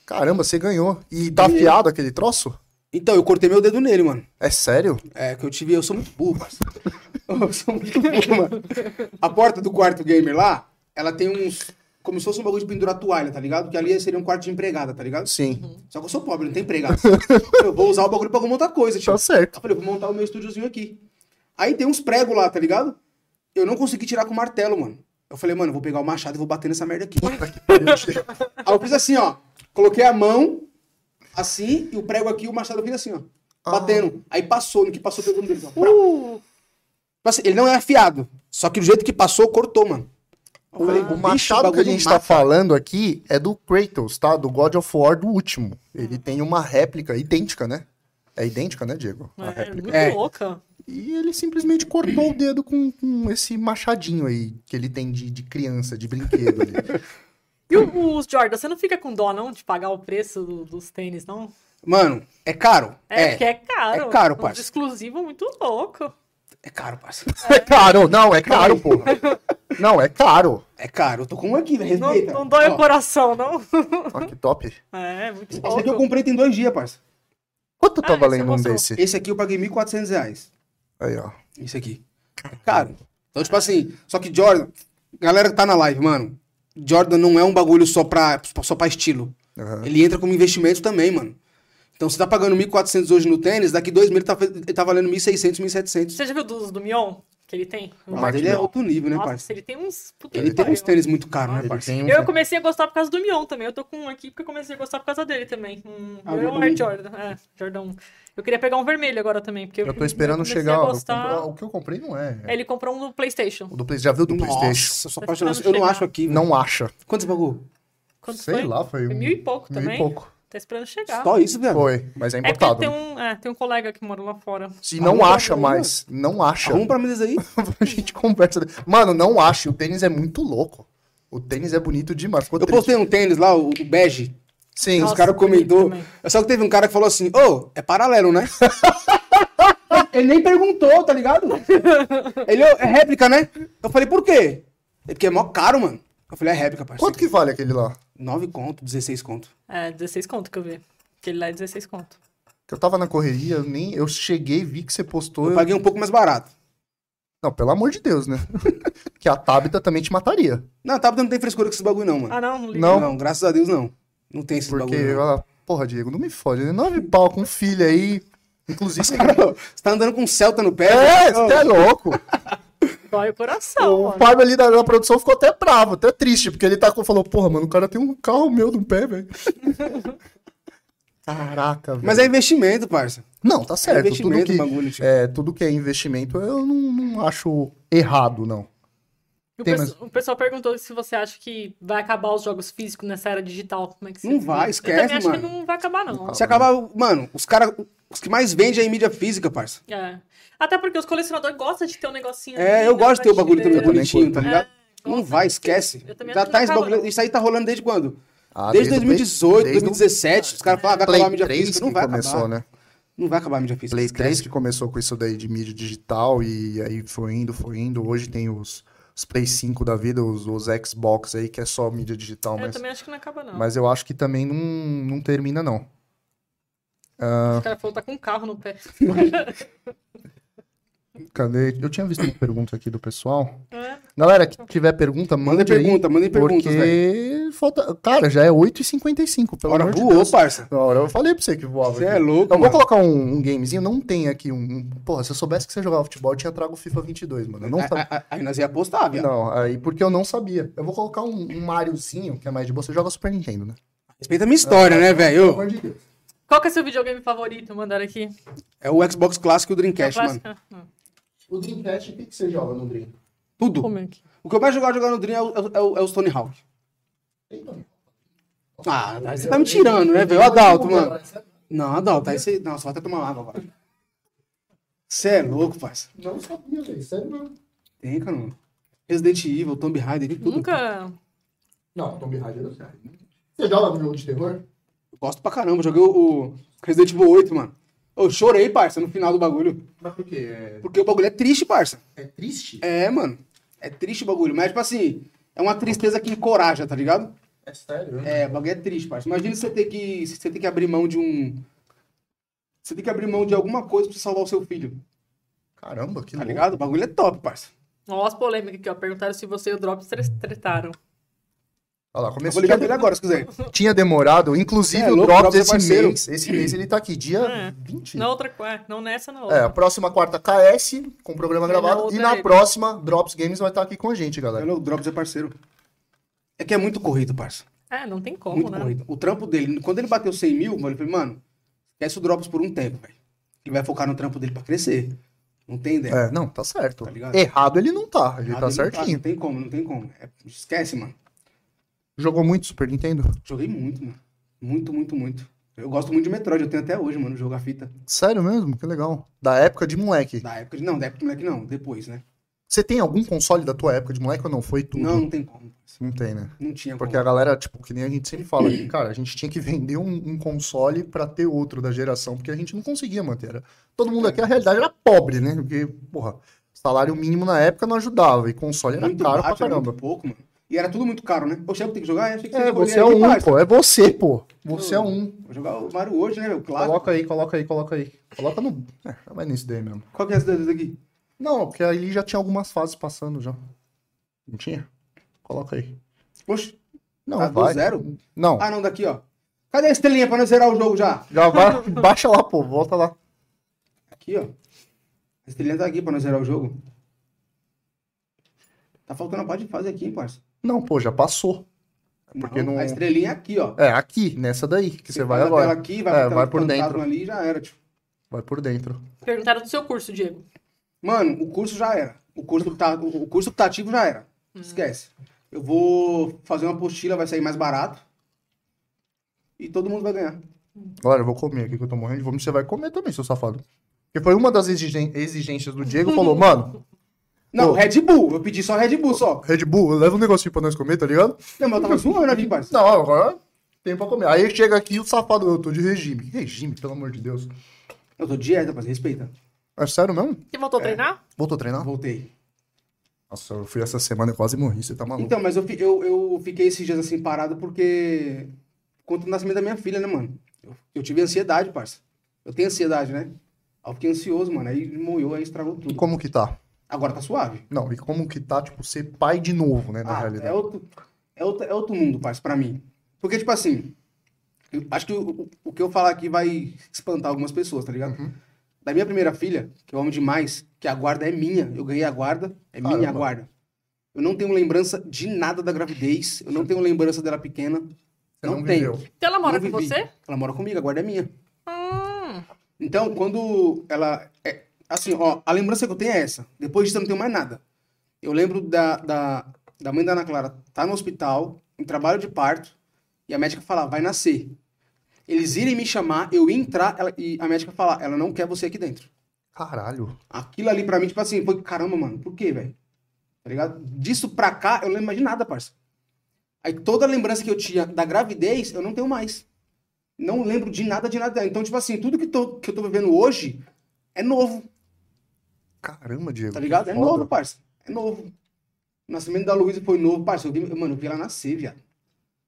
Caramba, você ganhou. E tá afiado aquele troço? Então, eu cortei meu dedo nele, mano. É sério? É, que eu tive. Eu sou muito burro, parceiro. Eu sou muito burro, mano. A porta do quarto gamer lá, ela tem uns. Como se fosse um bagulho de pendurar toalha, tá ligado? Que ali seria um quarto de empregada, tá ligado? Sim. Só que eu sou pobre, não tem empregada. eu vou usar o bagulho pra alguma outra coisa, tipo. Tá certo. Eu falei, eu vou montar o meu estúdiozinho aqui. Aí tem uns pregos lá, tá ligado? Eu não consegui tirar com o martelo, mano. Eu falei, mano, eu vou pegar o machado e vou bater nessa merda aqui. Aí eu fiz assim, ó. Coloquei a mão, assim, e o prego aqui, o machado eu fiz assim, Ah. ó. Batendo. Aí passou, no que passou pegou no dedo. ó. Uh, Tipo assim, ele não é afiado. Só que do jeito que passou, cortou, mano. Eu falei, O "Bicho, machado que a bagulho gente tá mata." falando aqui é do Kratos, tá? Do God of War do último. Ele tem uma réplica idêntica, né? É idêntica, né, Diego? A é réplica. muito É. louca. E ele simplesmente cortou o dedo com, com esse machadinho aí que ele tem de, de criança, de brinquedo ali. E o- os Jordan, você não fica com dó, não, de pagar o preço do- dos tênis, não? Mano, é caro. É, É, porque é caro. É caro, Uns parça. exclusivo muito louco. é caro, parça. É caro, não, é caro, porra. Não, é caro. É caro. Eu tô com um aqui, velho. Não, Respeita. não dói Ó, o coração, não. Olha que top. É, muito Esse aqui eu louco. comprei tem dois dias, parça. Quanto tá Ah, esse valendo eu um posso- desse? Esse aqui eu paguei 1.400 reais. Aí, ó. Isso aqui. É caro. Então, tipo assim, só que Jordan, galera que tá na live, mano, Jordan não é um bagulho só pra, só pra estilo. Aham. Ele entra como investimento também, mano. Então você tá pagando 1.400 hoje no tênis, daqui dois meses ele tá, fe- ele tá valendo 1.600, 1.700. Você já viu dos do Mion que ele tem? Não, Mas ele é outro nível, né, Nossa, parceiro? ele tem uns. Puta Ele que tem uns pariu. tênis muito caros, né, Ele parceiro? tem um- Ah, Eu comecei a gostar por causa do Mion também. Eu tô com um aqui porque eu comecei a gostar por causa dele também. Um, Ah, eu Jordan Air um. Jordan. É, Jordan um. Eu queria pegar um vermelho agora também. Porque Eu tô esperando comecei chegar. um. A ó, eu gostar... compro- ó, O que eu comprei não é. Ele comprou um no PlayStation. O do Play- Já viu o do PlayStation? Nossa, eu sou apaixonado. Tá Eu não chegar. acho aqui. velho. Não acha. Quanto você pagou? Quanto Sei foi? lá, foi um. Foi mil e pouco mil também. e pouco. Tá esperando chegar. Só isso, velho? Foi, mas é É que importado. né? tem um, é, tem um colega que mora lá fora. Se não Arruma acha pra mim, mais, não acha. Arruma pra mim isso aí. a gente conversa. de- Mano, não acha. O tênis é muito louco. O tênis é bonito demais. Ficou Eu triste. postei um tênis lá, o o bege. Sim, Os Nossa, caras bonito comentou. também. Só que teve um cara que falou assim, ô, é paralelo, né? Ele nem perguntou, tá ligado? Ele, "Ô, é réplica, né? Eu falei, por quê? É porque é mó caro, mano. Eu falei, é réplica, parceiro. quanto que vale aquele lá? 9 conto, 16 conto. É, 16 conto que eu vi. Aquele lá é 16 conto. Que eu tava na correria, eu nem eu cheguei, vi que você postou. Eu eu- paguei um pouco mais barato. Não, pelo amor de Deus, né? que a Tabita também te mataria. Não, a Tabata não tem frescura com esses bagulho não, mano. Ah, não, não liga. Não. graças a Deus não. Não tem esses Porque bagulho não. ela, porra, Diego, não me fode, né? Nove pau com filha aí. Inclusive, Os cara, você tá andando com um Celta no pé. É, velho. você é louco. Dói o coração, O mano. Fábio ali da, da produção ficou até bravo, até triste, porque ele tá com- falou, porra, mano, o cara tem um carro meu no pé, velho. Caraca, velho. Mas é investimento, parça. Não, tá certo. tudo, investimento que, o bagulho, tipo. é, tudo que é investimento eu não, não acho errado, não. E O, Tem perso- o pessoal perguntou se você acha que vai acabar os jogos físicos nessa era digital. Como é que você Não vê? vai, Eu esquece, também acho que mano. não vai acabar, não. Se acabar, mano, os caras. Os que mais vendem é em mídia física, parça. É. Até porque os colecionadores gostam de ter um negocinho. É, ali, eu né, gosto de ter o na bagulho também prateleira. bonitinho, tá É, ligado? gosto. Não vai, esquece. Eu também Já acho que tá não esse acaba, bagulho- não. Isso aí tá rolando desde quando? Ah, desde o Play- 2018, desde o 2017. Os caras falam, ah, vai acabar a Play mídia 3 física. Não que vai começou, acabar. né? Não vai acabar a mídia física. Play esquece. 3 que começou com isso daí de mídia digital e aí foi indo, foi indo. Hoje tem os, os Play 5 da vida, os, os Xbox aí, que é só mídia digital, Eu mas, também acho que não acaba, não. mas eu acho que também não, não termina, não. O cara falou tá com um carro no pé. Cadê? Eu tinha visto uma pergunta aqui do pessoal. É. Galera, que tiver pergunta, manda Mandem pergunta, mandem perguntas, velho. Porque falta. Cara, já é 8h55, pelo Hora amor de voou, parça. Deus. Agora eu falei pra você que voava. Você aqui. é louco, Então, vou mano. colocar um, um gamezinho. Não tem aqui um, um- Porra, se eu soubesse que você jogava futebol, eu tinha trago o FIFA 22, mano. Eu não sabia. A- a- Aí nós ia apostar, viado. Não, aí porque eu não sabia. Eu vou colocar um, um Mariozinho, que é mais de boa. Você joga Super Nintendo, né? Respeita a minha história, né, Pelo velho? amor de Deus. Qual que é seu videogame favorito? Mandaram aqui. É o Xbox clássico e o Que é Dreamcast, mano. clássica? Não. O Dreamcast, o que, que você joga no Dream? Tudo. Como é que? O que eu mais jogava jogar no Dream é o, é o- é o Stone Hawk. Ah, tá- você tá me tirando, né, velho? Ô, Adalto, mano. Não, Adalto, aí você. Não, só vai até tomar uma água agora. Você é louco, parça. Não sabia, velho. Sério mesmo. Tem, cara. mano. Resident Evil, Tomb Raider, tem tudo. Nunca. Não, Tomb Raider eu sei. né? Você joga no jogo de terror? Eu gosto pra caramba. Joguei o, o Resident Evil 8, mano. Eu chorei, parça, no final do bagulho. Mas por quê? Porque o bagulho é triste, parça. É, é triste? É, mano. É triste o bagulho. Mas, tipo assim, é uma tristeza que encoraja, tá ligado? É sério? É, o bagulho é triste, parça. Imagina você ter que. Você ter que abrir mão de um. Você tem que abrir mão de alguma coisa pra você salvar o seu filho. Caramba, que Tá louco. ligado? O bagulho é top, parça. Ó, as polêmicas aqui, ó. Perguntaram se você e o Drops tre- tretaram. Olha lá, Eu começou. vou ligar pra ele agora, se quiser. Tinha demorado, inclusive É, o louco, Drops Drops é esse parceiro. mês. Esse mês ele tá aqui, dia É. 20. Na outra. é, não nessa, na É, outra. a próxima quarta KS, com o programa É, na gravado. E outra na ele. próxima, Drops Games vai estar aqui com a gente, galera. Olha, O Drops é parceiro. É que é muito corrido, parça. É, não tem como, muito né? corrido. O trampo dele, quando ele bateu 100 mil, mano, eu falei, mano, esquece o Drops por um tempo, velho. Ele vai focar no trampo dele pra crescer. Não tem ideia. É, não, tá certo. Tá ligado? Errado ele não tá, ele Ah, tá dele não certinho. Não tem como, não tem como. É, esquece, mano. Jogou muito Super Nintendo? Joguei muito, mano. Muito, muito, muito. Eu gosto muito de Metroid, eu tenho até hoje, mano, jogar fita. Sério mesmo? Que legal. Da época de moleque. Da época de. Não, da época de moleque não, depois, né? Você tem algum console da tua época de moleque ou não? Foi tudo? Não, não tem como. Não tem, né? Não tinha Porque a como. galera, tipo, que nem a gente sempre fala, que, cara, a gente tinha que vender um, um console pra ter outro da geração, porque a gente não conseguia manter. Era- Todo mundo aqui, a realidade era pobre, né? Porque, porra, salário mínimo na época não ajudava, e console era Muito caro baixo, pra era caramba. muito pouco, mano. E era tudo muito caro, né? Poxa, eu tenho que jogar? Eu achei que É, escolhia você é aí, Hum, um, parça. pô. É você, pô. Você é um. Vou jogar o Mario hoje, né, meu? Claro. Coloca aí, coloca aí, coloca aí. Coloca no. É, vai nesse daí mesmo. Qual que é essa daqui? Não, porque ali já tinha algumas fases passando já. Não tinha? Coloca aí. Poxa, Não, Tá do vai. zero? Não. Ah, não, daqui, ó. Cadê a estrelinha pra nós zerar o jogo já? Já vai, baixa lá, pô, volta lá. Aqui, ó. A estrelinha tá aqui pra nós zerar o jogo. Tá faltando a parte de fase aqui, hein, parça. Não, pô, já passou. Porque não- A estrelinha é aqui, ó. É, aqui, nessa daí, que você, vai faz a tela agora. Aqui, vai, É, pra tela vai do por fantasma dentro. Ali, já era, tipo. Vai por dentro. Perguntaram do seu curso, Diego. Mano, o curso já era. O curso que tá, o o curso que tá ativo já era. Esquece. Eu vou fazer uma apostila, vai sair mais barato. E todo mundo vai ganhar. Olha, eu vou comer aqui que eu tô morrendo de fome. Você vai comer também, seu safado. Porque foi uma das exigen- exigências do Diego. Falou, mano, Não, Ô. Red Bull. Eu pedi só Red Bull, só. Red Bull, leva um negocinho pra nós comer, tá ligado? Não, mas eu tava zoando aqui, parça. Não, agora tem pra comer. Aí chega aqui o safado, eu tô de regime. Que regime, pelo amor de Deus. Eu tô dieta, parça. Respeita. É sério mesmo? Você voltou a É. treinar? Voltou a treinar? Voltei. Nossa, eu fui essa semana e quase morri, você tá maluco. Então, mas eu, fi- eu, eu fiquei esses dias assim parado porque. Conta o nascimento da minha filha, né, mano? Eu, eu tive ansiedade, parça. Eu tenho ansiedade, né? Aí eu fiquei ansioso, mano. Aí moiou, aí estragou E tudo. como que tá? Agora tá suave. Não, e como que tá, tipo, ser pai de novo, né, na Ah, realidade? é outro, é outro, é outro mundo, parça, pra mim. Porque, tipo assim, eu acho que o, o- o que eu falar aqui vai espantar algumas pessoas, tá ligado? Uhum. Da minha primeira filha, que eu amo demais, que a guarda é minha, eu ganhei a guarda, é minha a Caramba. guarda. Eu não tenho lembrança de nada da gravidez, eu não tenho lembrança dela pequena. Você não não tenho. viveu. Então ela mora Não com vivi. você? Ela mora comigo, a guarda é minha. Hum. Então, quando ela. é, assim, ó, a lembrança que eu tenho é essa. Depois disso, eu não tenho mais nada. Eu lembro da, da, da mãe da Ana Clara tá no hospital, em trabalho de parto, e a médica falar, vai nascer. Eles irem me chamar, eu entrar, ela- e a médica falar, ela não quer você aqui dentro. Caralho. Aquilo ali pra mim, tipo assim, foi caramba, mano, por quê, velho? Tá ligado? Disso pra cá, eu não lembro mais de nada, parça. Aí toda a lembrança que eu tinha da gravidez, eu não tenho mais. Não lembro de nada, de nada. Então, tipo assim, tudo que, tô, que eu tô vivendo hoje é novo, Caramba, Diego. tá ligado? que É foda. novo, parça. É novo. O nascimento da Luísa foi novo, parça. Eu vi, mano, eu vi ela nascer, viado.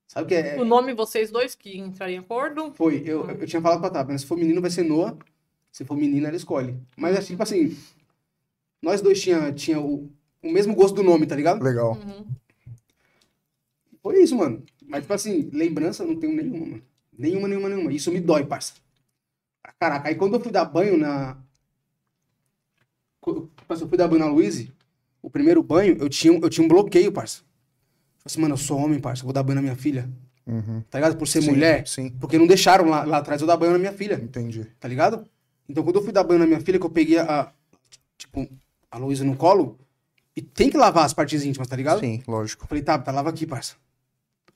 Sabe o que é? O nome vocês dois que entrarem em acordo. Foi, eu, eu tinha falado pra Tata, né? se for menino vai ser Noah, se for menina ela escolhe. Mas assim, tipo assim, nós dois tinha, tinha o, o mesmo gosto do nome, tá ligado? Legal. Uhum. Foi isso, mano. Mas tipo assim, lembrança eu não tenho nenhuma, mano. Nenhuma, nenhuma, nenhuma. Isso me dói, parça. Pra Caraca, aí quando eu fui dar banho na... Quando- Parça, eu fui dar banho na Luíse, o primeiro banho, eu tinha, um- eu tinha um bloqueio, parça. Falei assim, mano, eu sou homem, parça, eu vou dar banho na minha filha. Uhum. Tá ligado? Por ser Sim, mulher. Sim, Porque não deixaram lá, lá atrás eu dar banho na minha filha. entendi. tá ligado? Então, quando eu fui dar banho na minha filha, que eu peguei a, tipo, a Luísa no colo, e tem que lavar as partes íntimas, tá ligado? Sim, lógico. Eu falei, tá, tá, lava aqui, parça.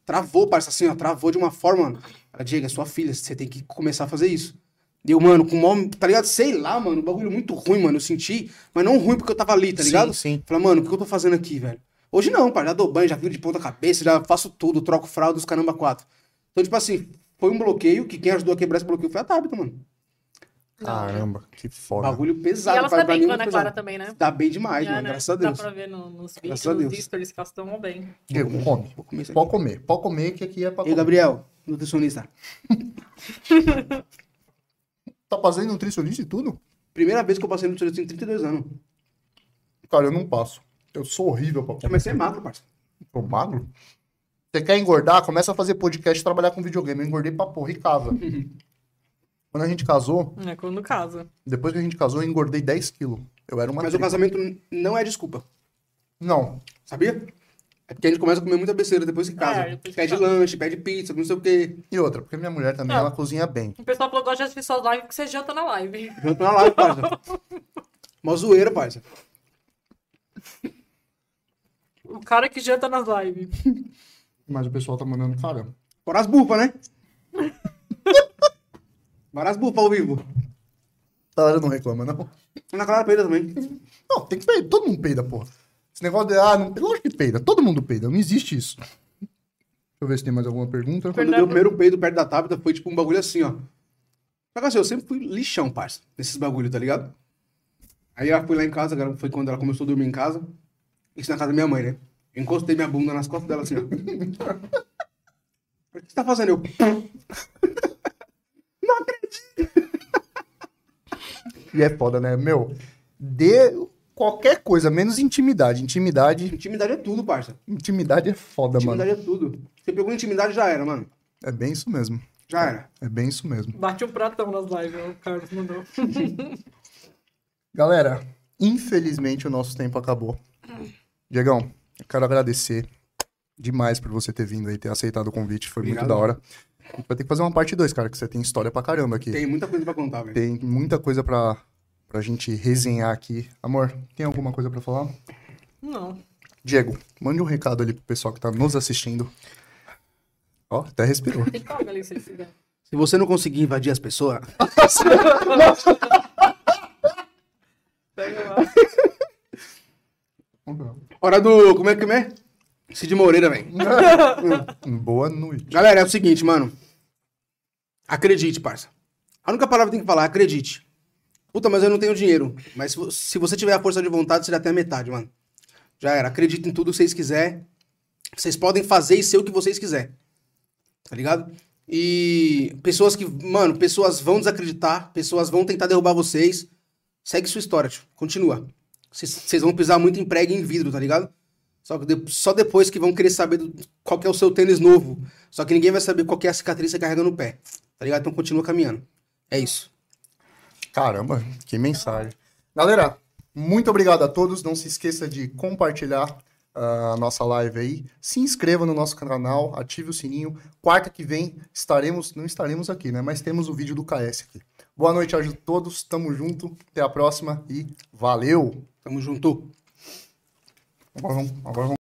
Travou, parça, assim, ó, travou de uma forma, mano. Ela, Diego, é sua filha, você tem que começar a fazer isso. Deu, mano, com o maior, tá ligado? Sei lá, mano, um bagulho muito ruim, mano, eu senti, mas não ruim porque eu tava ali, tá Sim, ligado? sim. Falei, mano, o que eu tô fazendo aqui, velho? Hoje não, parça, já dou banho, já viro de ponta cabeça, já faço tudo, troco fralda, os caramba quatro. Então, tipo assim, foi um bloqueio, que quem ajudou a quebrar esse bloqueio foi a Tabita, mano. Caramba, que foda. é Bagulho E pesado. ela pra- tá pra bem mim, com a Ana muito Clara pesado. também, né? Tá bem demais, Já, mano. né? Graças a Deus. Dá pra ver no- nos vídeos, Graças a nos Deus. stories que elas estão bem. Diego, come. Vou comer isso aqui. Pode comer, pode comer que aqui é pra E comer. Gabriel, nutricionista. Tá fazendo nutricionista e tudo? Primeira vez que eu passei no nutricionista em 32 anos. Cara, eu não passo. Eu sou horrível pra É, comer. mas você é magro, parça. Tô magro? Você quer engordar? Começa a fazer podcast e trabalhar com videogame. Eu engordei pra porra e casa. Quando a gente casou, É quando casa. depois que a gente casou, eu engordei 10 quilos. Eu era uma. Mas o tripa. casamento n- não é desculpa. Não, Sabia? É porque a gente começa a comer muita besteira depois que casa. É, depois que pede casa. lanche, pede pizza, não sei o quê. e outra, porque minha mulher também, Ah. ela cozinha bem. O pessoal falou que gosta de assistir suas lives porque você janta na live. Junto na live, parça. Mó zoeira, parça. O cara que janta nas lives. Mas o pessoal tá mandando, cara, Fora as bufas, né? Fora as bufas ao vivo. a galera não reclama, não. Ana Clara Pereira também. Não, tem que peidar. Todo mundo peida, porra. Esse negócio de, ah, não, lógico que peida. Todo mundo peida. Não existe isso. Deixa eu ver se tem mais alguma pergunta. Quando eu dei o primeiro peido perto da Tabita, foi tipo um bagulho assim, ó. Só que assim, eu sempre fui lixão, parça, nesses bagulho, tá ligado? Aí ela foi lá em casa, cara, foi quando ela começou a dormir em casa. Isso na casa da minha mãe, né? Eu encostei minha bunda nas costas dela assim, ó. O que você tá fazendo? Eu. "Pum." Não acredito. E é foda, né? Meu, dê qualquer coisa, menos intimidade. Intimidade, Intimidade é tudo, parça. intimidade é foda, mano. Intimidade é tudo. Você pegou intimidade já era, mano. É bem isso mesmo. Já era. É bem isso mesmo. Bate um pratão nas lives, o Carlos mandou. Galera, infelizmente o nosso tempo acabou. Diegão, eu quero agradecer demais por você ter vindo aí, ter aceitado o convite. Foi Obrigado. muito da hora. A gente vai ter que fazer uma parte 2, cara, que você tem história pra caramba aqui. Tem muita coisa pra contar, velho. Tem muita coisa pra, pra gente resenhar aqui. Amor, tem alguma coisa pra falar? Não. Diego, mande um recado ali pro pessoal que tá nos assistindo. Ó, até respirou. Tem coca ali, se ele quiser. Se você não conseguir invadir as pessoas, Pega lá. hora do. Como é que é? Cid Moreira, velho. Boa noite. Galera, é o seguinte, mano. Acredite, parça. A única palavra que tem que falar, é acredite. Puta, mas eu não tenho dinheiro. Mas se vo- se você tiver a força de vontade, você já tem a metade, mano. Já era. Acredita em tudo que vocês quiserem. Vocês podem fazer e ser o que vocês quiserem. Tá ligado? E pessoas que, mano, pessoas vão desacreditar, pessoas vão tentar derrubar vocês. Segue sua história, tio. Continua. Vocês- Vocês vão pisar muito em prego e em vidro, tá ligado? Só, que de- só depois que vão querer saber do- qual que é o seu tênis novo. Só que ninguém vai saber qual que é a cicatriz que você carrega no pé. Tá ligado? Então continua caminhando. É isso. Caramba, que mensagem. Galera, muito obrigado a todos. Não se esqueça de compartilhar ah, a nossa live aí. Se inscreva no nosso canal, ative o sininho. Quarta que vem estaremos, não estaremos aqui, né? Mas temos o vídeo do KS aqui. Boa noite a todos, tamo junto, até a próxima e valeu! Tamo junto. Agora vamos, agora vamos.